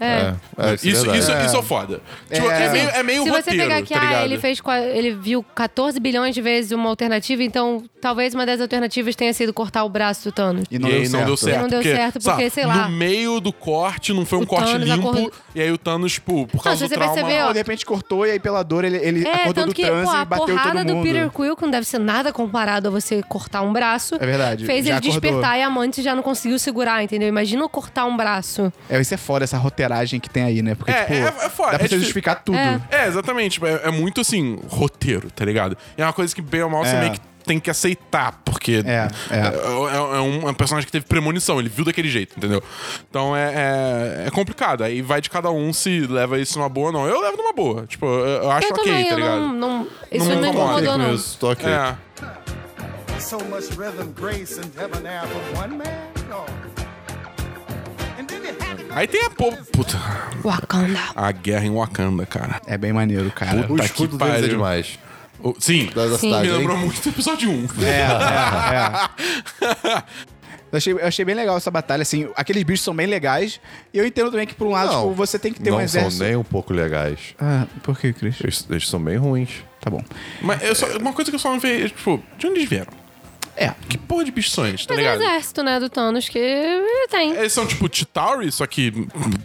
É. assim, É, isso, é isso, verdade. isso É. é foda. Tipo, é, meio, é meio Se roteiro, você pegar aqui, tá ligado? ah, ele fez. qua- Ele viu 14 bilhões de vezes uma alternativa, então talvez uma das alternativas tenha sido cortar o braço do Thanos. E E aí não deu certo. E não deu certo porque, sei No lá. meio do corte, não foi um O corte Thanos limpo. acordou- E aí o Thanos, tipo, por causa se do você trauma... perceber, ó, Ou de repente cortou e aí pela dor ele, ele É, acordou tanto do que transe pô, e a bateu todo porrada mundo. do Peter Quill, que não deve ser nada comparado a você cortar um braço, É verdade, fez já ele acordou. despertar e a Mantis já não conseguiu segurar, entendeu? Imagina eu cortar um braço. É, isso é foda, essa roteiragem que tem aí, né? Porque, É, tipo, é- dá pra é foda, é você difícil. justificar tudo. É. É, exatamente. Tipo, É, é muito, assim, roteiro, tá ligado? E é uma coisa que, bem ou mal, você É. meio que tem que aceitar, porque... É, é. é- é um, é um personagem que teve premonição, ele viu daquele jeito, entendeu? Então é, é, é complicado. Aí vai de cada um se leva isso numa boa ou não. Eu levo numa boa. Tipo, eu, eu acho eu ok, também, tá eu ligado? não, não- Isso me não incomoda me incomodou, com não. isso, tô ok. É. So much rhythm, grace, and debonair for one man. Oh. And then you had Aí tem a po- Puta, Wakanda. a guerra em Wakanda, cara. É bem maneiro, cara. O Puta escudo Tá que deles é pariu. demais. O- Sim. Da, da Sim. cidade, Me hein? lembrou um muito do episódio 1. É, é, é. Eu achei, eu achei bem legal essa batalha, assim. Aqueles bichos são bem legais. E eu entendo também que, por um lado, tipo, você tem que ter não um exército. são nem um pouco legais. Ah, por que, Cris? Eles, eles são bem ruins. Tá bom. Mas eu só- uma coisa que eu só não vejo, é, tipo, de onde eles vieram? É. Que porra de bichos são eles, tá Mas é o ligado? exército, né, do Thanos, que ele tem. Eles são tipo Chitauri, só que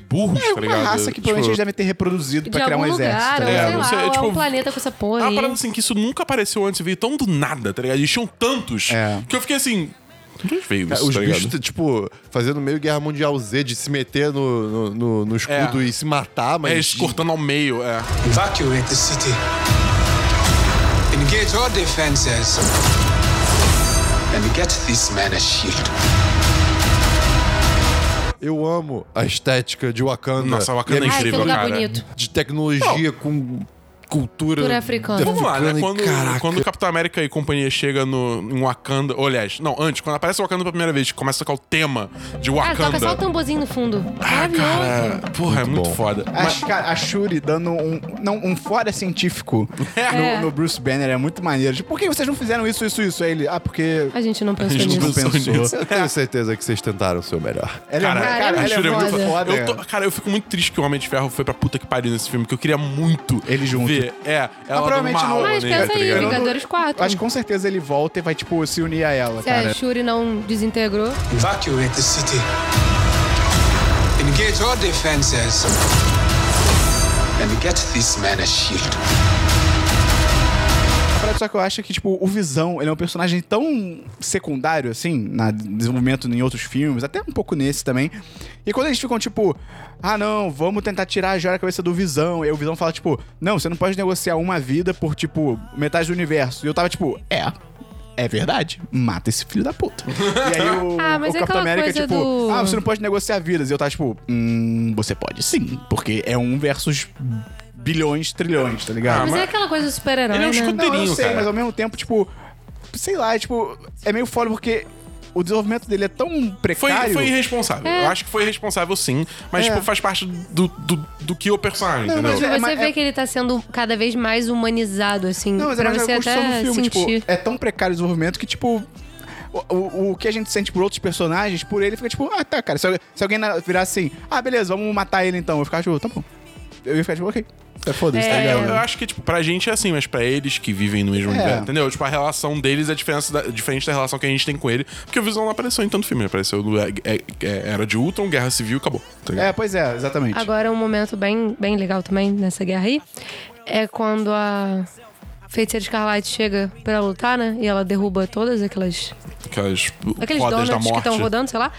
burros, É tá uma ligado? raça que provavelmente é eles tipo, devem ter reproduzido de pra criar algum um exército, lugar, tá ou ligado? sei lá, Você- ou é tipo, um planeta com essa é porra uma aí. parada assim que isso nunca apareceu antes, veio tão do nada, tá ligado? Eles tinham tantos É. que eu fiquei assim. De onde veio Cara, isso, É, os tá ligado? bichos, t- tipo, fazendo meio Guerra Mundial Z de se meter no, no, no- no escudo É. e se matar, É, mas. eles cortando ao meio, é. Evacuate the city. Engage all defenses. And get this man a shield. Eu amo a estética de Wakanda. Nossa, Wakanda é E a Ai, que incrível, lugar cara. bonito. De tecnologia com cultura. Cultura africana. Vamos lá, né? e Quando, caraca. quando o Capitão América e companhia chega no, em Wakanda. Ou, aliás, não, antes, quando aparece o Wakanda pela primeira vez, começa a tocar o tema de Ah, Wakanda. toca só o tamborzinho no fundo. Ah, Maravilhoso. cara, porra, é muito bom. foda. Acho, cara, a Shuri dando um, não, um fora científico no, É. no Bruce Banner é muito maneiro. Tipo, por que vocês não fizeram isso, isso, isso? Aí ele, ah, porque A gente não pensou A não gente É. não nisso. pensou. pensou nisso. Eu tenho certeza que vocês tentaram o seu melhor. Ela é, muito- cara, Cara, é ela é muito muito foda. foda. Eu tô- cara, eu fico muito triste que o Homem de Ferro foi pra puta que pariu nesse filme, que eu queria muito Ele junto. ver. É, ela provavelmente dando uma não- aula Ah, Mas nele, pensa tá aí, ligado? Vingadores É, 4. Acho que com certeza ele volta e vai, tipo, se unir a ela, Se cara. a Shuri não desintegrou. Ah, Evacuate the city. Engage all defenses. And get this man a shield. A parada Só que eu acho que, tipo, o Visão, ele é um personagem tão secundário, assim, na desenvolvimento em outros filmes, até um pouco nesse também. E quando eles ficam, tipo, ah, não, vamos tentar tirar a joia da cabeça do Visão. E aí o Visão fala, tipo, não, você não pode negociar uma vida por, tipo, metade do universo. E eu tava, tipo, é. É verdade. Mata esse filho da puta. E aí o, Ah, mas o é Capitão aquela América, coisa tipo, do- ah, você não pode negociar vidas. E eu tava, tipo, hum, você pode sim. Porque é um versus bilhões, trilhões, tá ligado? Ah, Mas mas- é aquela coisa do super-herói, Ele é um né? escudo- Não, eu inteirinho, sei, cara. mas ao mesmo tempo, tipo, sei lá, é, tipo, é meio foda porque o desenvolvimento dele é tão Foi, precário. foi irresponsável. É. Eu acho que foi irresponsável, sim. Mas, É. tipo, faz parte do, do, do que é o personagem, Não, entendeu? mas é- Você mas vê é- que ele tá sendo cada vez mais humanizado, assim. Não, mas é pra mais a você construção até do filme. sentir. Tipo, é tão precário o desenvolvimento que, tipo. O, o, o que a gente sente por outros personagens, por ele, fica tipo, ah, tá, cara. Se, alguém- se alguém na- virar assim, ah, beleza, vamos matar ele então. Eu ficava tipo, tá bom. Eu ia ficar tipo, ok. É foda-se, tá É. Eu, eu ligado? acho que, tipo, pra gente é assim, mas pra eles que vivem no mesmo É. universo, entendeu? Tipo, a relação deles é diferente da, diferente da relação que a gente tem com ele. Porque o Visão não apareceu em tanto filme, ele apareceu no, é- é- é- Era de Ultron, Guerra Civil, acabou. tá ligado? É, pois é, exatamente. Agora, um momento bem, bem legal também nessa guerra aí é quando a Feiticeira Escarlate chega pra lutar, né? E ela derruba todas aquelas Aquelas aqueles rodas da donuts que morte. estão rodando, sei lá.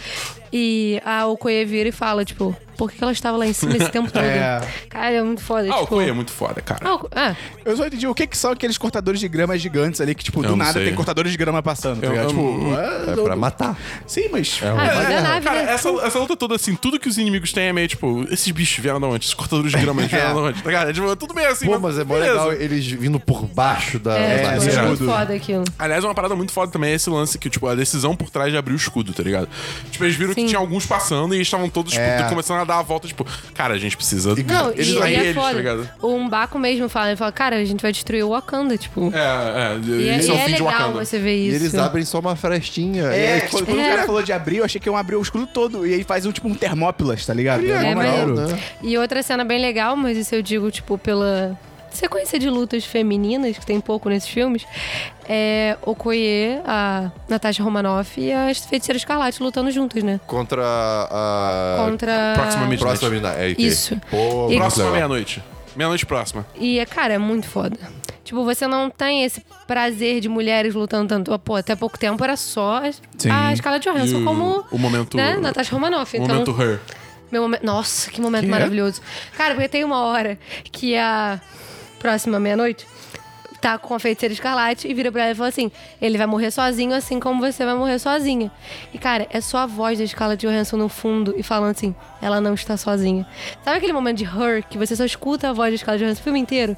E a Okoye vira e fala, tipo, por que que ela estava lá em cima esse tempo todo? É. Cara, é muito foda. ah, o tipo, Koei é muito foda, cara. Ah, Oko- ah, Eu só entendi o que, que são aqueles cortadores de grama gigantes ali que, tipo, do não nada sei. tem cortadores de grama passando, tá Eu- ligado? eu- Tipo, ah, É pra matar. sim, mas. ah, é, da nave, Cara, né? essa, essa luta toda, assim, tudo que os inimigos têm é meio tipo, esses bichos vieram da onde? Esses cortadores de grama eles vieram da onde? Tá ligado? É, tipo, tudo bem assim. Pô, mas é mó beleza. legal eles vindo por baixo da. É, da- tipo, é muito escudo. foda aquilo. Aliás, uma parada muito foda também é esse lance que, tipo, a decisão por trás de abrir o escudo, tá ligado? Tipo, eles viram Sim. que tinha alguns passando e estavam todos, tipo, É. começando a dar a volta, tipo, cara, a gente precisa. Não, eles e, e aí é eles, tá foda. ligado? o Umbaco mesmo fala, ele fala, cara, a gente vai destruir o Wakanda, tipo. É, é. e é, esse e é o é fim de legal Wakanda. você ver E isso. eles abrem só uma frestinha. É, E aí, tipo, quando o É. cara falou de abrir, eu achei que iam abrir o escudo todo. E aí faz um tipo um termópilas, tá ligado? É, mó maneiro. maneiro. né? E outra cena bem legal, mas isso eu digo, tipo, pela sequência de lutas femininas, que tem pouco nesses filmes, é Okoye, a Natasha Romanoff e a Feiticeira Escarlate lutando juntas, né? Contra a. Contra... Próxima Midnight. Próxima mina. É, Isso. Pô, E- muito Próxima legal. meia-noite. Meia-noite próxima. E, é, cara, é muito foda. Tipo, você não tem esse prazer de mulheres lutando tanto. Pô, até pouco tempo era só a- a escala de Johansson E o- Tá, como... o momento- Né? Natasha Romanoff. O Então, momento her. Meu momento. Nossa, que momento maravilhoso. Cara, porque tem uma hora que a próxima meia-noite tá com a feiticeira escarlate e vira pra ela e fala assim: ele vai morrer sozinho, assim como você vai morrer sozinha. E, cara, é só a voz da escala de Johansson no fundo e falando assim: ela não está sozinha. Sabe aquele momento de her que você só escuta a voz da escala de Johansson o filme inteiro?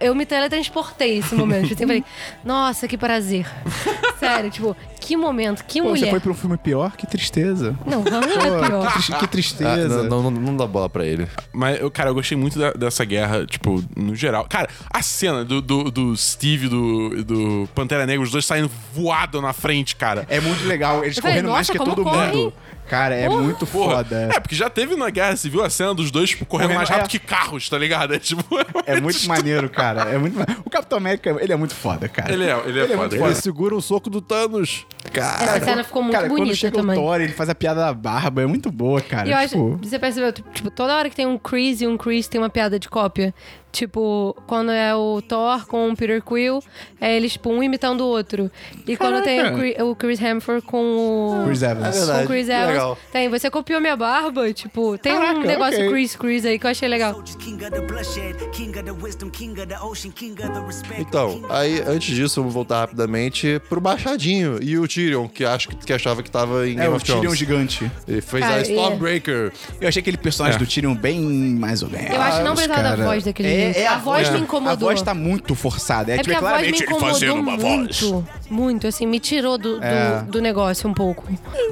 Eu me teletransportei esse momento. tipo assim, Eu falei: nossa, que prazer. Sério, tipo, que momento, que Pô, mulher. você foi pra um filme pior? Que tristeza. Não, não é Pô, pior. triste- que Ah, tristeza. não, não, não- não dá bola pra ele. Mas, eu, cara, eu gostei muito da- dessa guerra, tipo, no geral. Cara, a cena do, do, do Steve e do, do Pantera Negra, os dois saindo voado na frente, cara. É muito legal, eles Eu falei, correndo mais nossa, que como todo corre, mundo. hein? Cara, é Porra. muito Porra. foda. É, porque já teve na Guerra Civil a cena dos dois tipo, correndo, Correndo, mais rápido é. que carros, tá ligado? É tipo. É muito maneiro, cara. É muito ma- O Capitão América, ele é muito foda, cara. Ele é, ele é foda. muito Ele é Ele foda. segura o soco do Thanos. Cara. Essa cena ficou muito Cara, quando bonita chega também. o Thor, ele faz a piada da barba, é muito boa, cara. E eu tipo, acho, você percebeu, tu- tipo, toda hora que tem um Chris e um Chris tem uma piada de cópia. Tipo, quando é o Thor com o Peter Quill, é eles, tipo, um imitando o outro. E quando tem o Chri- o Chris Hemsworth com o... Chris Evans. Com É verdade. o Chris Que Evans. legal. Tem, você copiou minha barba, tipo, tem Caraca, um negócio ok. Chris Chris aí que eu achei legal. King of the bloodshed, king of the wisdom, king of the ocean, king of the respect. Então, king of- aí antes disso, eu vou voltar rapidamente pro Machadinho e o Tyrion, que acho que, que achava que tava em é Game o of Thrones. Tyrion gigante. Ele fez Cara, a é. Stormbreaker. Eu achei aquele personagem É. do Tyrion bem mais ou menos. Eu acho que não precisava da cara. voz daquele jeito. a, A voz me incomodou. A voz tá muito forçada. É, É tipo, porque é a voz me claramente ele fazendo incomodou uma voz. muito, muito, assim, me tirou do, do- É. do negócio um pouco.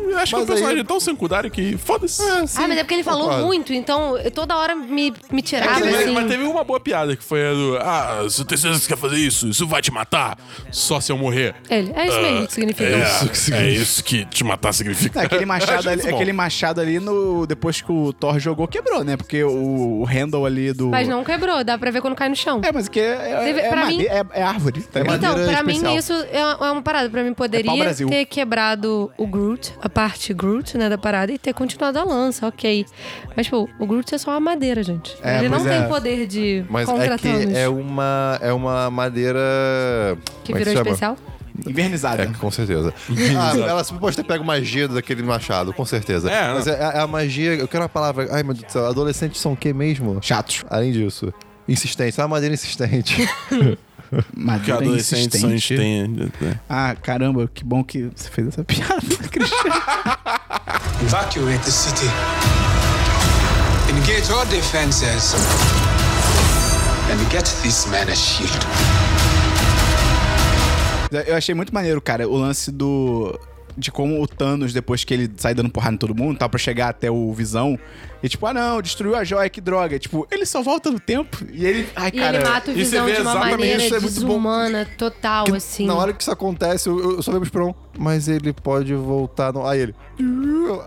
Eu acho que é um Mas aí- personagem tão secundário que. Foda-se. ah, mas é porque ele falou concordo. muito, então eu- toda hora É me, me tirava, Aquele- mas, assim. mas teve uma boa piada que foi a do. Ah, você tem certeza que você quer fazer isso? Isso vai te matar? Só se eu morrer. Ele, é isso Ah, mesmo que significa. É, isso. é isso que te matar significa. Aquele machado, Acho ali, muito bom. aquele machado ali, no, depois que o Thor jogou, quebrou, né? Porque o, o handle ali Tipo, do... Mas não quebrou, dá pra ver quando cai no chão. É, mas que é, Teve- é, é, pra made- mim- é, é árvore. Tá ligado? então, madeira pra mim especial. isso é uma, é uma parada. Pra mim É pau poderia Brasil. ter quebrado o Groot, a parte Groot, né, da parada, e ter continuado a lança, ok. Mas, tipo, o Groot é só uma madeira, gente. É, Ele não pois é. tem poder de Mas é que contratanos. é uma, é uma madeira. Que como é virou chama? especial. Invernizada. É, com certeza. Ah, ela sempre pode ter pego magia daquele machado, com certeza. É, Mas é, é a magia. Eu quero a palavra. Ai, meu Deus do céu. Adolescentes são o que mesmo? Chatos. Além disso. Insistente, é uma madeira insistente. Que Madeira adolescentes são insistente. insistentes. Ah, caramba, que bom que você fez essa piada, Christian. Evacuate the city. Engage all defenses. And get this man a shield. Eu achei muito maneiro, cara, o lance do. de como o Thanos, depois que ele sai dando porrada em todo mundo, tal, pra chegar até o Visão. E tipo, ah não, destruiu a joia, que droga. E, tipo, ele só volta no tempo e ele. Ai, E cara. ele mata o e você Visão vê de uma exatamente maneira isso, é muito bom. desumana, total, Que assim. Na hora que isso acontece, eu, eu só vejo pro mas ele pode voltar. No... Aí ele.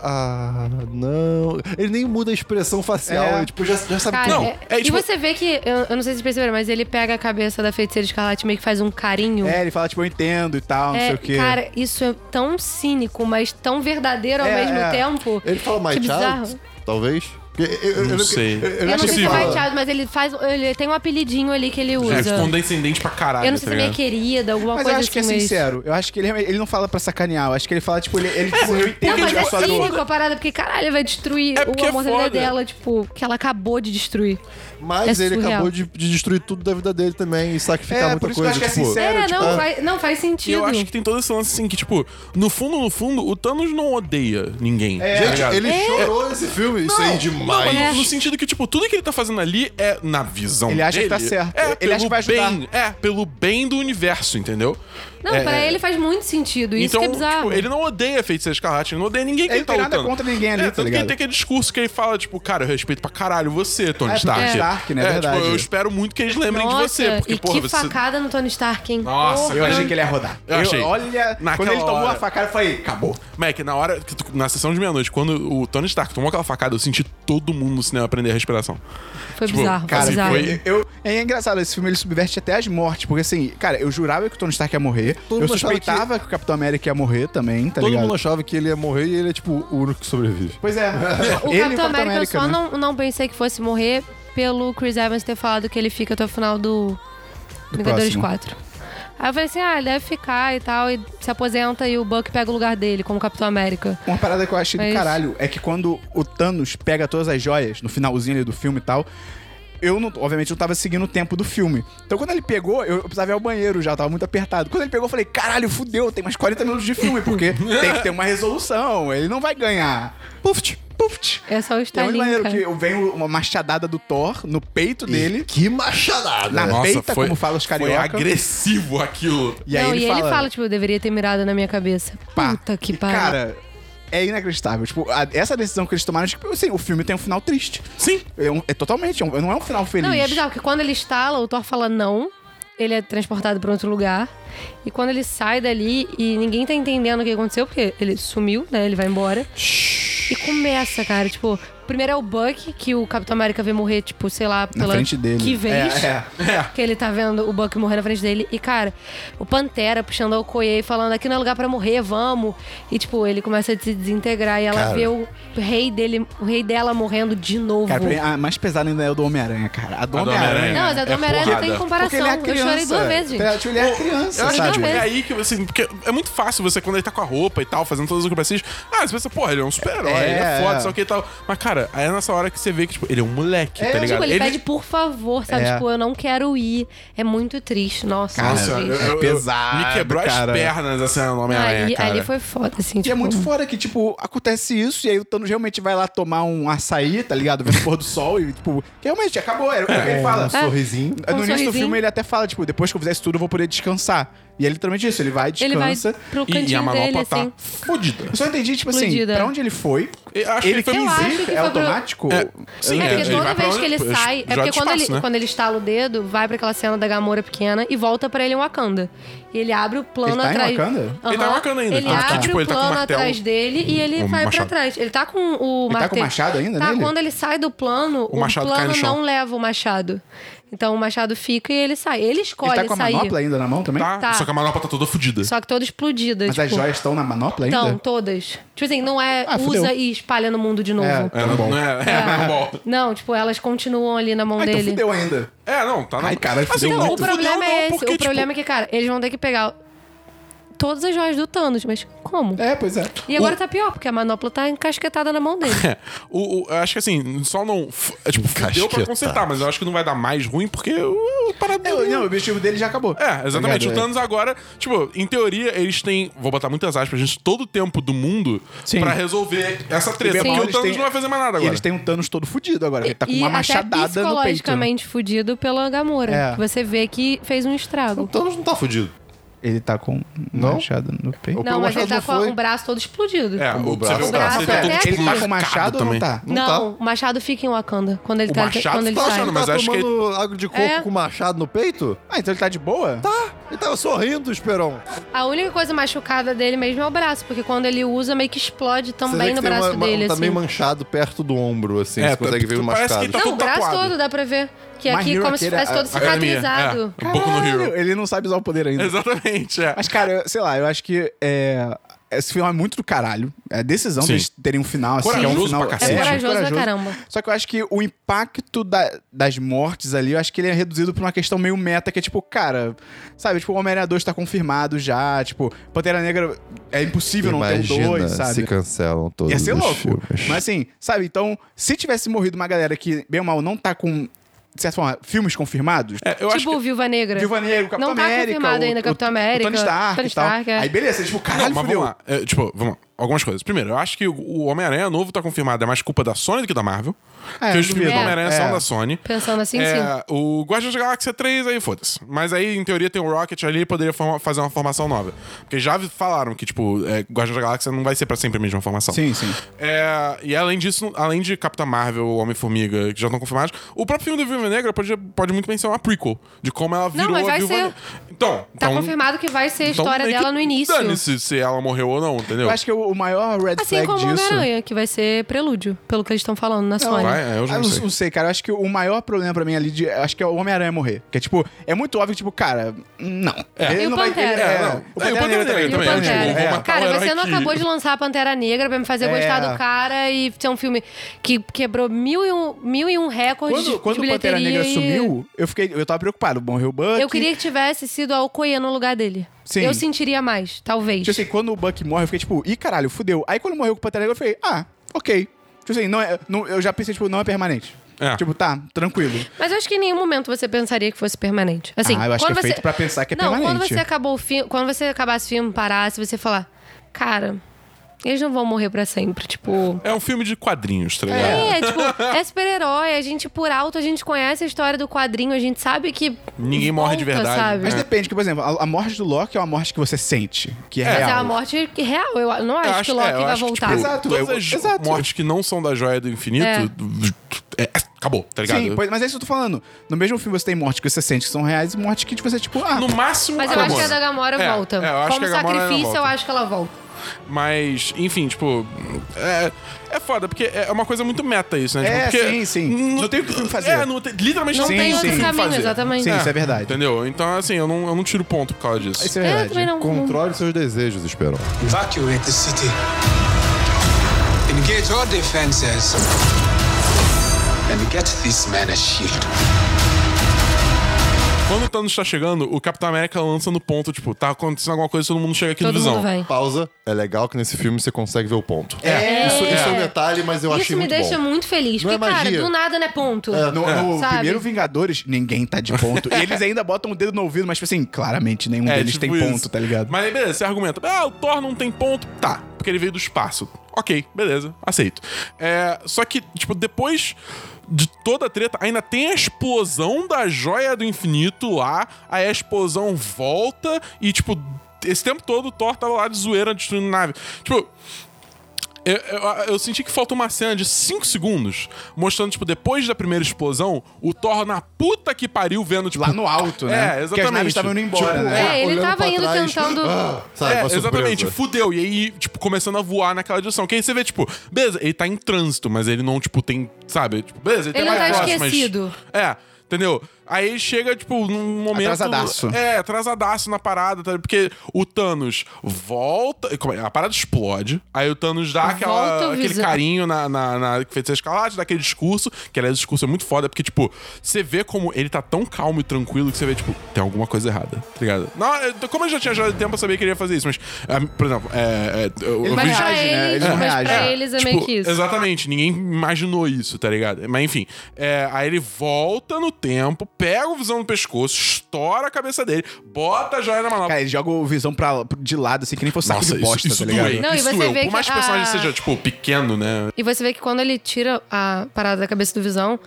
Ah, não. Ele nem muda a expressão facial. É. ele, tipo, já, já sabe Cara, Não, é- é tipo- E você vê que, eu, eu não sei se vocês perceberam, mas ele pega a cabeça da feiticeira escarlate e meio que faz um carinho. É, ele fala, tipo, eu entendo e tal, não É, sei o quê. Cara, isso é tão cínico, mas tão verdadeiro ao É, mesmo é. tempo. Ele fala que my bizarro. child, talvez. Porque Eu, eu- eu Não lembro- sei. Eu, eu Eu, lembro não sei que se ele é possível. White fala- Child, mas ele faz. Ele tem um apelidinho ali que ele usa. É tipo, condescendente pra caralho, eu não sei tá se é ligado? querida, alguma Mas eu coisa acho que é assim, mas- sincero. Eu acho que ele, ele não fala pra sacanear. Eu acho que ele fala, tipo, ele, ele tipo, eu Não, entendo mas a é sua cínico dor. a parada, porque caralho, vai destruir É porque o é amor da vida foda. dela, tipo, que ela acabou de destruir. Mas É ele surreal. acabou de, de destruir tudo da vida dele também e sacrificar É, muita por isso que eu coisa. acho que é tipo, sincero. É, tipo, não, ah. faz, não faz E sentido. eu acho que tem todo esse lance assim que, tipo, no fundo, no fundo, o Thanos não odeia ninguém. É, tá Gente, ligado? ele É. chorou nesse filme. Isso aí é Tá demais. Não, no sentido que, tipo, tudo que ele tá fazendo ali é na visão Ele acha que dele, tá certo. É Ele pelo acha que vai ajudar. bem, é, pelo bem do universo, entendeu? Não, É, pra é. ele faz muito sentido. Isso então, que é bizarro. tipo, ele não odeia a Feiticeira Escarlate, ele não odeia ninguém que Ele ele, tá tem nada lutando. contra ninguém ali, é, tá tanto que ligado? ele tem aquele discurso que ele fala, tipo, cara, eu respeito pra caralho você, Tony É, porque Stark. é Stark, né? É, Verdade. tipo, eu espero muito que eles lembrem Nossa, de você, porque, e porra, que você... facada no Tony Stark, hein? Nossa, Porra. Eu achei que ele ia rodar. Eu achei. olha, quando Naquela ele tomou hora. a facada, eu falei, acabou. Mac, na hora, que tu- na sessão de meia-noite, quando o Tony Stark tomou aquela facada, eu senti todo mundo no cinema aprender a respiração. Foi tipo, bizarro, cara, foi assim, foi- bizarro. Eu, é engraçado, esse filme ele subverte até as mortes, porque assim, cara, eu jurava que o Tony Stark ia morrer. eu Todo mundo achava suspeitava que... o Capitão América ia morrer também, tá Todo ligado? mundo achava que ele ia morrer e ele é, tipo, o único que sobrevive. Pois é. O ele e Capitão América, eu só né? não, não pensei que fosse morrer pelo Chris Evans ter falado que ele fica até o final do, Vingadores próximo. 4. Aí eu falei assim, ah, ele deve ficar e tal, e se aposenta e o Buck pega o lugar dele como Capitão América. Uma parada que eu achei É do isso. caralho é que quando o Thanos pega todas as joias no finalzinho ali do filme e tal. Eu, não, obviamente, não tava seguindo o tempo do filme. Então, quando ele pegou, eu eu precisava ir ao banheiro já, eu tava muito apertado. Quando ele pegou, eu falei: caralho, fudeu, tem mais 40 minutos de filme, porque tem que ter uma resolução, ele não vai ganhar. Puft, puft. É E só o É muito Stalin, maneiro cara. que vem uma machadada do Thor no peito E dele, Que machadada. na Nossa, peita, foi- como fala os Foi carioca. agressivo aquilo. e aí não, ele, e fala, né? ele fala, tipo, eu deveria ter mirado na minha cabeça. pá. Puta que E, pariu. Cara, é inacreditável. Tipo, a- essa decisão que eles tomaram, tipo, assim, o filme tem um final triste. Sim. É, um- é totalmente, é um- não é um final feliz. Não, e é bizarro, porque quando ele estala, o Thor fala não, ele é transportado pra outro lugar. E quando ele sai dali e ninguém tá entendendo o que aconteceu, porque ele sumiu, né? Ele vai embora. E começa, cara, tipo, primeiro é o Buck, que o Capitão América vê morrer, tipo, sei lá, na pela frente dele. que vez. É, é. Que ele tá vendo o Buck morrer na frente dele. E, cara, o Pantera puxando a Okoye e falando: aqui não é lugar pra morrer, vamos. E, tipo, ele começa a se desintegrar e ela Cara. vê o rei dele, o rei dela morrendo de novo. Cara, pra mim, a mais pesada ainda é o do Homem-Aranha, cara. A do A do Homem-Aranha. Homem-Aranha. Não, mas a do É Homem-Aranha não tem porrada. Porque ele é comparação. a criança. eu chorei duas vezes, Tá, gente. tipo, Ele é a criança, Eu acho sabe? que Tipo, é é- aí que, assim, porque é muito fácil você, quando ele tá com a roupa e tal, fazendo todas as acrobacias, ah, você pensa, porra, ele é um super-herói, É, ele é foda, é. só que e tal. Mas, cara, aí é nessa hora que você vê que, tipo, ele é um moleque, tá ligado? Tipo, ele, pede por favor, sabe? É. Tipo, eu não quero ir. É muito triste. Nossa, Cara, muito eu- triste. É pesado, Me quebrou cara. as pernas, assim, no Homem-Aranha, ali, cara. ali foi foda, assim. E tipo, é muito fora que, tipo, acontece isso e aí o Thanos realmente vai lá tomar um açaí, tá ligado? Vendo o pôr do sol e, tipo, que realmente acabou. Era o que É, ele fala. É. Um sorrisinho. No início do sorrisinho. filme ele até fala, tipo, depois que eu fizer isso tudo eu vou poder descansar. E é literalmente isso, ele vai, Ele vai descansa. pro E, e a cantinho dele, manopla assim. tá fodida. Eu só entendi, tipo Explodida. assim, pra onde ele foi. Eu acho que ele ele foi um quis Eu acho ir, que é foi pro- automático? É, sim, É ele porque toda vai pra vez que onde- ele eu- sai, é joga porque quando, espaço, ele, né? quando ele estala o dedo, vai pra aquela cena da Gamora pequena e volta pra ele em Wakanda. E ele abre o plano Ele tá em atrás. Wakanda? Ele tá em Aham. Wakanda ainda. Ele Ah, tá. abre Tipo, o ele tá com plano o martelo, atrás dele e ele o vai pra machado. trás. Ele tá com o Ele tá com o martelo. machado ainda Tá, nele? quando ele sai do plano, O o, machado cai no plano chão. não leva o machado. Então o machado fica e ele sai. Ele escolhe ele tá com a sair. manopla ainda na mão também? Tá? Tá. Só que a manopla tá toda fodida. Só que toda explodida. Mas tipo, as joias estão na manopla ainda? Então, todas. Tipo assim, não é Ah, fudeu. usa e espalha no mundo de novo. É, É, Tá não, bom. não é, é, não, bom. Não, tipo, elas continuam ali na mão Ah, então dele. fudeu ainda. É, não, tá na. Ai, caralho, fudeu Então, muito. o problema Fudeu é não, esse. porque, tipo, o problema é que, cara, eles vão ter que pegar todas as joias do Thanos, mas como? É, pois é. E agora O- tá pior, porque a manopla tá encasquetada na mão dele. É, o, o- eu acho que assim, só não. f- É, tipo, deu pra Encasquetar. consertar, mas eu acho que não vai dar mais ruim porque o, o parado. É, não, o objetivo dele já acabou. É, exatamente. Tá ligado? o Thanos agora, tipo, em teoria, eles têm, vou botar muitas aspas, gente, todo o tempo do mundo Sim. pra resolver essa E treta. bem ou Porque mal, o eles Thanos têm- não vai fazer mais nada E agora. eles têm um Thanos todo fudido agora. Ele tá com uma e até machadada no peito. psicologicamente fudido pela Gamora. É. que Você vê que fez um O estrago. Thanos não tá fudido. Ele tá com um Não? machado no peito. Não, o mas machado ele tá não com foi. o braço todo explodido. É, O o, você braço vê o tá braço, ele tá até todo aqui. um Ele tá com marcado o machado ou também. não tá? Não, o machado fica em Wakanda. Quando ele O tá. machado quando ele tá sai. achando, mas tá acho que ele- tomando água de coco É. com machado no peito? Ah, então ele tá de boa? Tá. Ele tava sorrindo, Esperon. A única coisa machucada dele mesmo é o braço, porque quando ele usa, meio que explode Você vê também que no tem braço uma- uma- dele. um assim. Tá meio manchado perto do ombro, assim. É, você tá- consegue ver o tu- parece machucado. que tá Não, o todo braço tatuado. todo dá pra ver. Que My aqui, é Hero, como se aquele- tivesse a- todo a academia, cicatrizado. é. Boku no Hero. Ele não sabe usar o poder ainda. Exatamente, é. Mas, cara, eu- sei lá, eu acho que é, esse filme é muito do caralho. É a decisão Sim. deles terem um final assim. Corajoso é um final, pra cacete. É muito corajoso pra caramba. Só que eu acho que o impacto da- das mortes ali, eu acho que ele é reduzido por uma questão meio meta, que é tipo, cara, sabe? Tipo, o Homem-Aranha 2 tá confirmado já. Tipo, Pantera Negra é um impossível não ter Imagina o 2, sabe? se cancelam todos Ia ser os louco. filmes. Mas assim, sabe? Então, se tivesse morrido uma galera que, bem ou mal, não tá com, de certa forma, filmes confirmados. É, eu acho Tipo que... o Viúva Negra. Viúva Negra, o Capitão Não tá América. confirmado o- ainda, o- Capitão O América, Tony Stark. Tony e tal. Stark, é. Aí beleza, tipo, Não, caralho, mas fudeu. vamos lá. É, tipo, vamos lá. Algumas coisas. Primeiro, eu acho que o- o Homem-Aranha novo tá confirmado. É mais culpa da Sony do que da Marvel. É, Porque os não filmes do duvido. Homem-Aranha É. são da Sony. Pensando assim, sim. É, o Guardiões da Galáxia 3, aí foda-se. Mas aí, em teoria, tem o Rocket ali e poderia forma- fazer uma formação nova. Porque já vi- falaram que, tipo, é, Guardiões da Galáxia não vai ser pra sempre a mesma formação. Sim, sim. É, e além disso, além de Capitã Marvel, Homem-Formiga, que já estão confirmados, o próprio filme do Viúva Negra pode, pode muito bem ser uma prequel de como ela virou mas a vai Viúva ser. Negra. Então, Tá então- confirmado que vai ser a então história meio que dela no início. Dane-se se ela morreu ou não, entendeu? Eu acho que o o maior red Assim flag como o disso... Homem-Aranha, que vai ser prelúdio, pelo que eles estão falando na Sony. vai, é, eu já Ah, não sei. cara. Eu acho que o maior problema pra mim ali de, acho que é o Homem-Aranha morrer. Porque, tipo, é muito óbvio, tipo, cara, não. Ele E o não vai- ele- Pantera? é, É, não. não. E o Pantera Negra E o né? também, tipo, Pantera. vou matar o Cara, herói você não que- acabou de lançar a Pantera Negra pra me fazer gostar É. do cara e ser um filme que quebrou mil e um, mil e um recordes Quando, de, quando de o bilheteria. Pantera Negra e- sumiu, eu fiquei, eu tava preocupado. Morreu o Buck. Eu queria que tivesse sido a Okoye no lugar dele. Sim. Eu sentiria mais, talvez. Tipo assim, quando o Buck morre, eu fiquei tipo, ih, caralho, fudeu. Aí quando morreu com o Pantera Negra, eu falei, ah, ok. Tipo assim, não é, não- eu já pensei, tipo, não é permanente. É. Tipo, tá, tranquilo. Mas eu acho que em nenhum momento você pensaria que fosse permanente. Assim, Ah, eu acho quando que é você... feito pra pensar que é não, quando permanente. você acabou o filme, quando você acabasse o filme, parasse, você falar, cara, eles não vão morrer pra sempre, tipo. É um filme de quadrinhos, tá ligado? É, tipo, é super-herói, a gente por alto, a gente conhece a história do quadrinho, a gente sabe que Ninguém morre de verdade. sabe? Mas Mas, É. depende, que, por exemplo, a, a morte do Loki é uma morte que você sente, que é real. é uma morte que- real, eu não acho, que o Loki é, eu vai acho que, voltar. tipo, Exato, todas eu- as exato. mortes que não são da joia do infinito. É. é, acabou, tá ligado? Sim, pois- mas é isso que eu tô falando. No mesmo filme você tem mortes que você sente que são reais e mortes que tipo, você, tipo, ah, No máximo, Mas eu acho que a Gamora. da Gamora É, volta. é, eu acho Como que a Gamora sacrifício, volta. eu acho que ela volta. Mas, enfim, tipo. É, é foda, porque é uma coisa muito meta isso, né? É, Tipo, porque sim, sim. Não tem o que fazer. É, não tem- literalmente Não não tem o outro que caminho, fazer. exatamente. sim, isso é verdade. Entendeu? Então, assim, eu não, eu não tiro ponto por causa disso. Isso é É, eu verdade. também não. não- Controle seus desejos, Esperon. Evacuate the city. Engage all defenses. And get this man a shield. Quando o Thanos tá chegando, o Capitão América lança no ponto, tipo, tá acontecendo alguma coisa, todo mundo chega aqui no Todo visão. mundo vem. Pausa. É legal que nesse filme você consegue ver o ponto. É. Isso, isso é um detalhe, mas eu Isso achei me muito deixa bom. muito feliz. Não é porque, cara, magia? do nada não é ponto. No, no Sabe? primeiro Vingadores, ninguém tá de ponto. e eles ainda botam o dedo no ouvido, mas, tipo assim, claramente nenhum É, deles tipo tem isso. ponto, tá ligado? Mas aí, beleza, você argumenta. Ah, o Thor não tem ponto. Tá, porque ele veio do espaço. Ok, beleza, aceito. É, só que, tipo, depois de toda a treta, ainda tem a explosão da joia do infinito lá. Aí a explosão volta e, tipo, esse tempo todo o Thor tava lá de zoeira destruindo nave. Tipo. Eu, eu- eu senti que faltou uma cena de 5 segundos mostrando, tipo, depois da primeira explosão, o Thor na puta que pariu vendo, tipo. Lá no alto, né? É, exatamente. Porque as naves estavam indo embora, Tipo, né? É, ele olhando tava pra indo tentando- Ah, sabe, É, uma surpresa. exatamente, fudeu. E aí, tipo, começando a voar naquela direção. Que aí você vê, tipo, beleza, ele tá em trânsito, mas ele não, tipo, tem. Sabe? Tipo, beleza, ele, Ele tá não mais tá próximo, mas- esquecido. É, entendeu? Aí ele chega, tipo, num momento. Atrasadaço. É, atrasadaço na parada, tá? porque o Thanos volta. como é? A parada explode. Aí o Thanos dá Volta o aquela, aquele visão. carinho na, na, na Feiticeira Escarlate, dá aquele discurso, que aliás o discurso é muito foda, porque, tipo, você vê como ele tá tão calmo e tranquilo que você vê, tipo, tem alguma coisa errada, tá ligado? Não, eu- como eu já tinha já dado tempo, eu sabia que ele ia fazer isso, mas, ah, por exemplo, é. é, eu, eu vai Mas vi- reagir. reage, né? Eles pra eles, não mas pra reagem. eles é Tipo, meio que isso. Exatamente, ninguém imaginou isso, tá ligado? Mas enfim, é, aí ele volta no tempo, pega o visão no pescoço, estoura a cabeça dele, bota a joia na manopla. Cara, ele joga o visão pra, de lado, assim, que nem fosse saco de bosta, tá ligado? doeu, Não, e isso você doeu. vê Por que mais que o personagem a- seja, tipo, pequeno, né? E você vê que quando ele tira a parada da cabeça do Visão,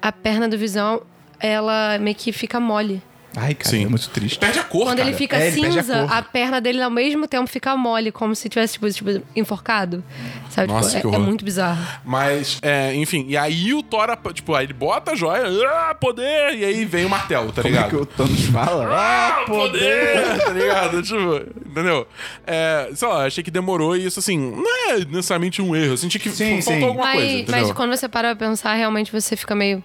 a perna do Visão, ela meio que fica mole. Ai, cara, Sim. é muito triste. Perde a cor, Quando cara. ele fica É, ele perde a cinza, cor. a, perna dele ao mesmo tempo fica mole, como se tivesse, tipo, tipo, enforcado. Sabe? Tipo, Nossa, é- que é, horror. muito bizarro. Mas, é, enfim, e aí o Thor, apa- tipo, aí ele bota a joia, ah, poder, e aí vem o martelo, tá Como é ligado? que o Thanos fala? é Ah, poder! tá ligado? Tipo, entendeu? É, sei lá, achei que demorou e isso, assim, não é necessariamente um erro. Eu senti que Sim, f- faltou sim. alguma Mas, coisa, entendeu? mas quando você para pra pensar, realmente você fica meio.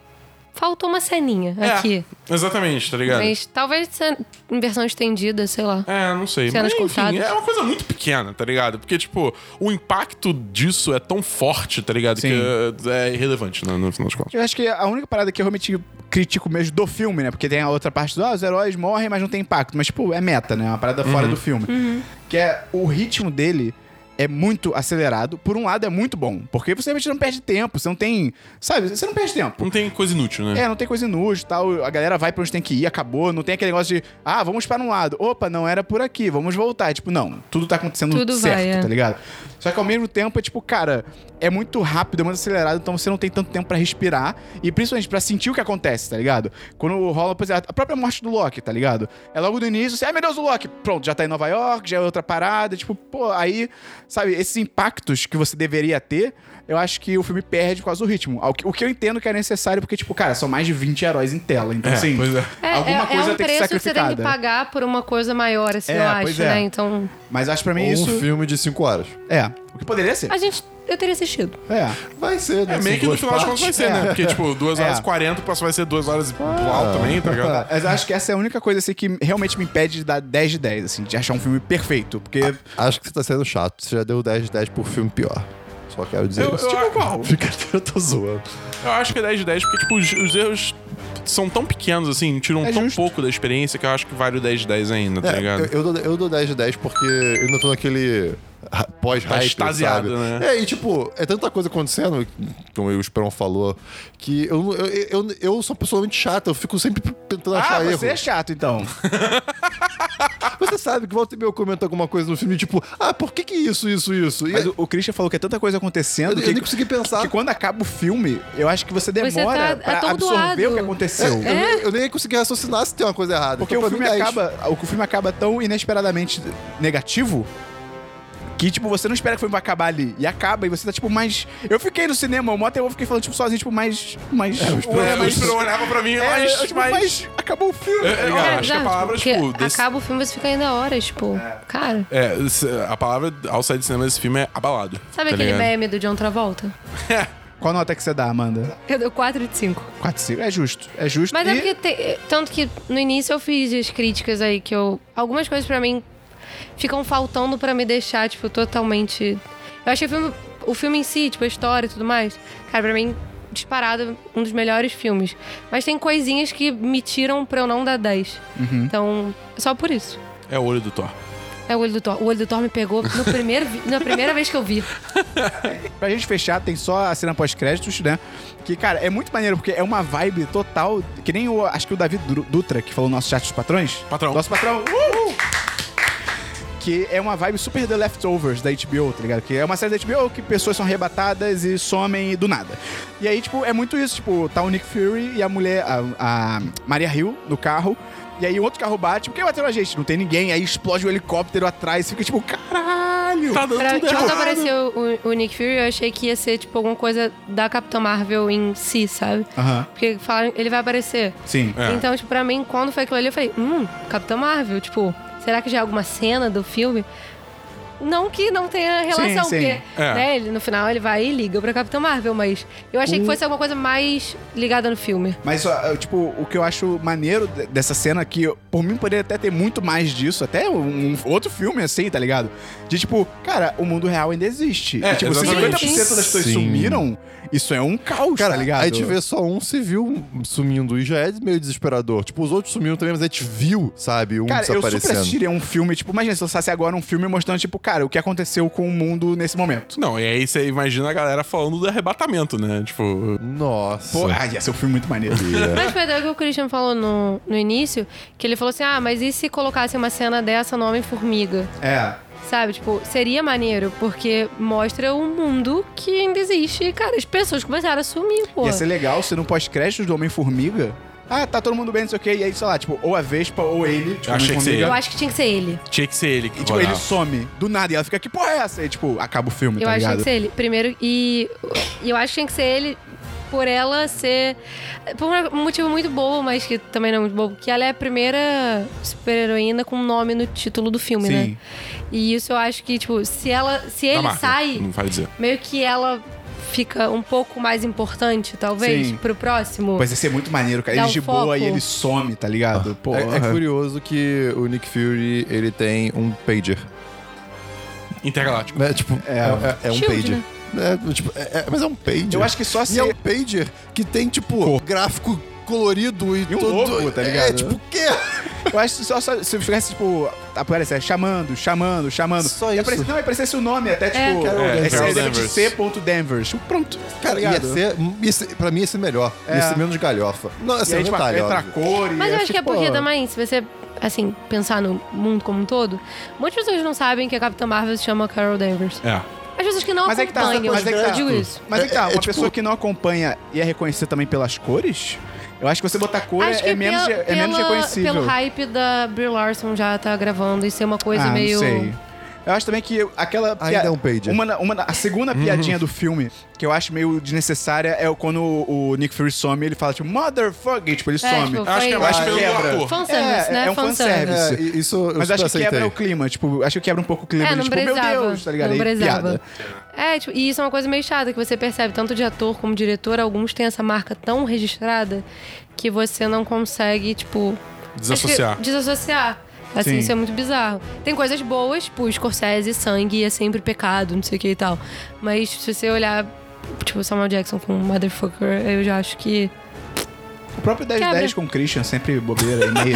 Faltou uma ceninha É, aqui. Exatamente, tá ligado? Mas talvez se- em versão estendida, sei lá. É, não sei. Cenas Mas, enfim, cortadas. é uma coisa muito pequena, tá ligado? Porque, tipo, o impacto disso é tão forte, tá ligado? Sim. Que é, é irrelevante, né, no final das contas. Eu acho que a única parada que eu realmente critico mesmo do filme, né? Porque tem a outra parte do, ah, os heróis morrem, mas não tem impacto. Mas, tipo, é meta, né? É uma parada fora do filme. Uhum. Que é o ritmo dele é muito acelerado. Por um lado, é muito bom. Porque você realmente não perde tempo. Você não tem. Sabe? Você não perde tempo. Não tem coisa inútil, né? É, não tem coisa inútil e tal. A galera vai pra onde tem que ir, acabou. Não tem aquele negócio de, ah, vamos para um lado. Opa, não era por aqui, vamos voltar. É, tipo, não, tudo tá acontecendo Tudo certo, vai, é. tá ligado? Só que ao mesmo tempo é tipo, cara, é muito rápido, é muito acelerado, então você não tem tanto tempo pra respirar e principalmente pra sentir o que acontece, tá ligado? Quando rola, por exemplo, a própria morte do Loki, tá ligado? É logo no início, você, ai meu Deus, o Loki, pronto, já tá em Nova York, já é outra parada, tipo, pô, aí, sabe, esses impactos que você deveria ter, eu acho que o filme perde por causa do ritmo. Ao que- O que eu entendo que é necessário, porque, tipo, cara, são mais de 20 heróis em tela, então, assim, pois é. É, alguma é- é coisa um tem que ser preço que, você tem que sacrificada. pagar por uma coisa maior, assim, É, eu acho, pois é. né? Então. Mas acho pra mim Ou isso. um filme de 5 horas. É. O que poderia ser. A gente. Eu teria assistido. É. Vai ser, né? É, São meio que no duas final das contas partes. vai ser, né? Porque, tipo, 2 Assim, É. horas e 40, o próximo vai ser 2 horas e plau também, tá ligado? Mas eu acho que essa é a única coisa assim, que realmente me impede de dar 10 de 10, assim, de achar um filme perfeito. Porque. Acho que você tá sendo chato. Você já deu 10 de 10 por filme pior. Só quero dizer Eu- isso. eu- Fica, eu tô zoando. Eu acho que é 10 de 10, porque, tipo, os, os erros são tão pequenos, assim, tiram É tão justo. pouco da experiência que eu acho que vale o 10 de 10 ainda, tá É, ligado? eu, eu dou, eu dou 10 de 10 porque eu ainda tô naquele ra- pós-hype, Tá extasiado, sabe? né? É, e tipo, é tanta coisa acontecendo, como o Esperão falou, que eu, eu, eu, eu sou uma pessoa muito chata, eu fico sempre tentando Ah, achar erro. você é chato, então. Você sabe que volta e meia eu comento alguma coisa no filme, tipo, ah, por que que isso, isso, isso? E Mas o, o Christian falou que é tanta coisa acontecendo. Eu- eu que, nem consegui pensar. Que quando acaba o filme, eu acho que você demora tá pra atordoado. absorver o que é, eu, aconteceu. eu nem, eu nem consegui raciocinar se tem uma coisa errada. Porque Então, o pra mim, filme, 10. acaba, o filme acaba tão inesperadamente negativo que, tipo, você não espera que o filme vai acabar ali. E acaba, e você tá, tipo, mais... Eu fiquei no cinema, o mó tempo eu fiquei falando, tipo, sozinho, tipo, mais... mais... É, O Esperon olhava pra mim, mas, eu, tipo, mas- mas acabou o filme. tá É, ligado? acho que a bizarro, palavra, porque tipo, desse- acaba o filme e você fica ainda horas, tipo. Cara. É, se- a palavra outside cinema desse filme é abalado. Sabe tá aquele ligado? meme do John Travolta? é. Qual nota que você dá, Amanda? Eu dou 4 de 5. 4, 5. É justo. É justo. Mas e... é porque. tem- tanto que no início eu fiz as críticas aí, que eu. Algumas coisas pra mim ficam faltando pra me deixar, tipo, totalmente. Eu achei o filme, o filme em si, tipo, a história e tudo mais. Cara, pra mim, disparado, um dos melhores filmes. Mas tem coisinhas que me tiram pra eu não dar 10. Uhum. Então, só por isso. É o olho do Thor. É o olho do Thor. O olho do Thor me pegou no primeiro vi- na primeira vez que eu vi. Pra gente fechar, tem só a cena pós-créditos, né? Que, cara, é muito maneiro, porque é uma vibe total. Que nem o. Acho que o David Dru- Dutra, que falou no nosso chat dos patrões. Patrão. Nosso patrão. Uhul! Que é uma vibe super The Leftovers da HBO, tá ligado? Que é uma série da HBO que pessoas são arrebatadas e somem do nada. E aí, tipo, é muito isso. Tipo, tá o Nick Fury e a mulher, a, a Maria Hill, no carro. E aí, um outro carro bate. Quem bateu na gente? Não tem ninguém. Aí explode o helicóptero atrás. Fica tipo, caralho! Tá dando Pra, tudo quando errado. apareceu o, o Nick Fury, eu achei que ia ser, tipo, alguma coisa da Capitã Marvel em si, sabe? Aham. Porque falaram, ele vai aparecer. Sim. É. Então, tipo, pra mim, quando foi aquilo ali, eu falei, hum, Capitão Marvel, tipo, será que já é alguma cena do filme? Não que não tenha relação, sim. porque É. né, ele, no final ele vai e liga pra Capitão Marvel, mas eu achei que fosse alguma coisa mais ligada no filme. Mas, ó, eu, tipo, o que eu acho maneiro de- dessa cena é que, eu- por mim, poderia até ter muito mais disso. Até um, um outro filme, assim, tá ligado? De, tipo, cara, o mundo real ainda existe. É, e, tipo, exatamente. 50% das pessoas Sim. sumiram, isso é um caos, Cara, tá ligado? a gente vê só um civil sumindo e já é meio desesperador. Tipo, os outros sumiram também, mas a gente viu, sabe, um Cara, eu super desaparecendo. assistiria um filme, tipo, imagina se lançasse agora um filme mostrando, tipo, cara, o que aconteceu com o mundo nesse momento. Não, e aí você imagina a galera falando do arrebatamento, né? Tipo. Nossa. Pô, ah, ia ser um filme muito maneiro. Mas foi até o que o Christian falou no, no início, que ele falou assim, ah, mas e se colocasse uma cena dessa no Homem-Formiga? é. Sabe, tipo, seria maneiro, porque mostra um mundo que ainda existe e, cara, as pessoas começaram a sumir, pô. Ia ser legal se no pós-créditos do Homem-Formiga ah, tá todo mundo bem, não sei o quê. E aí, sei lá, tipo, ou a Vespa ou ele. Tipo, achei uma que seria formiga, Eu acho que tinha que ser ele. Tinha que ser ele que E, tipo, rodava. ele some do nada e ela fica, que porra é essa? E, tipo, acaba o filme, eu tá acho que ligado? tinha que ser ele. Primeiro, e e eu acho que tinha que ser ele por ela ser. Por um motivo muito bom, mas que também não é muito bobo, que ela é a primeira super-heroína com nome no título do filme, Sim. né? E isso eu acho que, tipo, se ela. Se Da ele marca, sai, Não vai dizer. meio que ela fica um pouco mais importante, talvez, Sim. pro próximo. Mas ia é ser muito maneiro, cara. Dá Ele um de boa foco. e ele some, tá ligado? Pô, É, é curioso que o Nick Fury, ele tem um pager. Intergaláctico. Né? Tipo, é, é- é um Shield, pager. né? É, tipo, é- é- mas é um pager. Eu acho que só se- E é um pager que tem, tipo, gráfico colorido e, um todo... logo, tá ligado? É, tipo, o quê? Eu acho que só, só se ficasse, tipo, aparecesse chamando, chamando, chamando. Só E isso. aparece- não, aparecesse o nome até, tipo, Carol é, Danvers. esse é, Carol de Danvers. C.Danvers. Tipo, Pronto. Tá Cara, ia ser, ia ser- Pra mim ia ser melhor. É. Ia ser menos galhofa. Não, ia E ser aí, um tipo, detalhe, entra a óbvio. cor e Mas eu acho que é tipo, porque também, se você, assim, pensar no mundo como um todo, muitas pessoas não sabem que a Capitã Marvel se chama Carol Danvers. É. As pessoas que não Mas é que tá, acompanham, mas é que tá. eu digo isso. Mas é que tá, É- uma é, tipo- pessoa que não acompanha e é reconhecida também pelas cores, eu acho que você botar cor Acho que é, menos, pela- é menos pela- reconhecível. Pelo hype da Brie Larson já tá gravando e ser uma coisa ah, meio. não sei. Eu acho também que aquela... Ainda é um pager. Uhum. Uma, na- uma, na- a segunda piadinha do filme, que eu acho meio desnecessária, é o- quando o, o Nick Fury some, ele fala tipo, motherfucker, tipo, ele some. tipo, Eu acho Foi- que é mais Ah, pelo quebra. ator. Fanservice, É, né? é um fanservice. É, e- isso eu Mas super acho que aceitei. quebra o clima, tipo, acho que quebra um pouco o clima. É, de, não tipo, prezava. meu Deus, tá ligado? Não Aí, prezava. piada. É, tipo, e isso é uma coisa meio chata que você percebe, tanto de ator como diretor, alguns têm essa marca tão registrada que você não consegue, tipo. Desassociar. acho que- Desassociar. Assim, Sim. isso é muito bizarro. Tem coisas boas, tipo, Scorsese, sangue é sempre pecado, não sei o que e tal. Mas se você olhar, tipo, Samuel Jackson com Motherfucker, eu já acho que. O próprio 10 Quebra. 10 com o Christian, sempre bobeira e meio.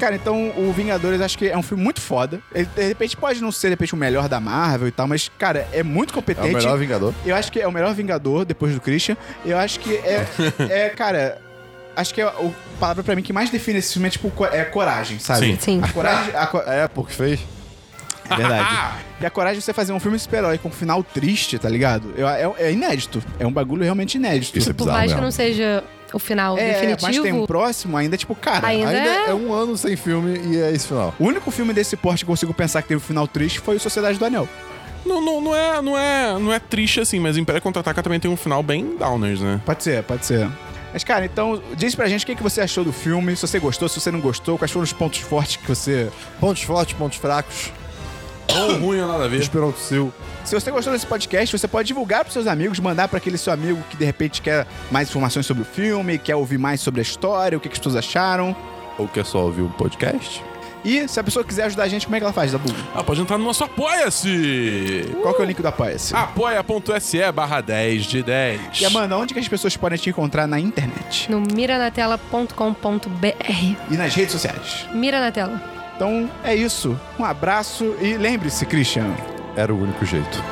Cara, então o Vingadores acho que é um filme muito foda. Ele, de repente pode não ser, de repente, o melhor da Marvel e tal, mas, cara, é muito É o competente. melhor Vingador. Eu acho que é o melhor Vingador depois do Christian. Eu acho que é. é cara. Acho que é o- a palavra pra mim que mais define esse filme é, tipo, co- é coragem, sabe? Sim. Sim. A coragem. a co- É, porque fez. É verdade. e a coragem de você fazer um filme de super-herói com um final triste, tá ligado? Eu- É, é inédito. É um bagulho realmente inédito. Isso é Por bizarro mais que mesmo. não seja o final É, mas tem um definitivo. próximo, ainda, tipo, cara. Ainda- Ainda é- é um ano sem filme e é esse final. O único filme desse porte que eu consigo pensar que teve um final triste foi o Sociedade do Anel. Não, não, não, é, não, é, não é triste assim, mas Império Contra-Ataca também tem um final bem downers, né? Pode ser, pode ser. Mas, cara, então, diz pra gente o que, que você achou do filme, se você gostou, se você não gostou, quais foram os pontos fortes que você. Pontos fortes, pontos fracos. Ou ruim ou nada a ver. Esperou o seu. Se você gostou desse podcast, você pode divulgar pros seus amigos, mandar pra aquele seu amigo que de repente quer mais informações sobre o filme, quer ouvir mais sobre a história, o que, que as pessoas acharam. Ou quer só ouvir o podcast? E se a pessoa quiser ajudar a gente, como é que ela faz, Dabu? Ah, pode entrar no nosso Apoia-se! Qual que é o link do Apoia-se? apoia.se barra 10 de 10. E Amanda, onde que as pessoas podem te encontrar na internet? No miranatela.com.br. E nas redes sociais. Mira na tela. Então é isso. Um abraço e lembre-se, Christian. Era o único jeito.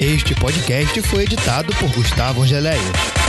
Este podcast foi editado por Gustavo Angeléia.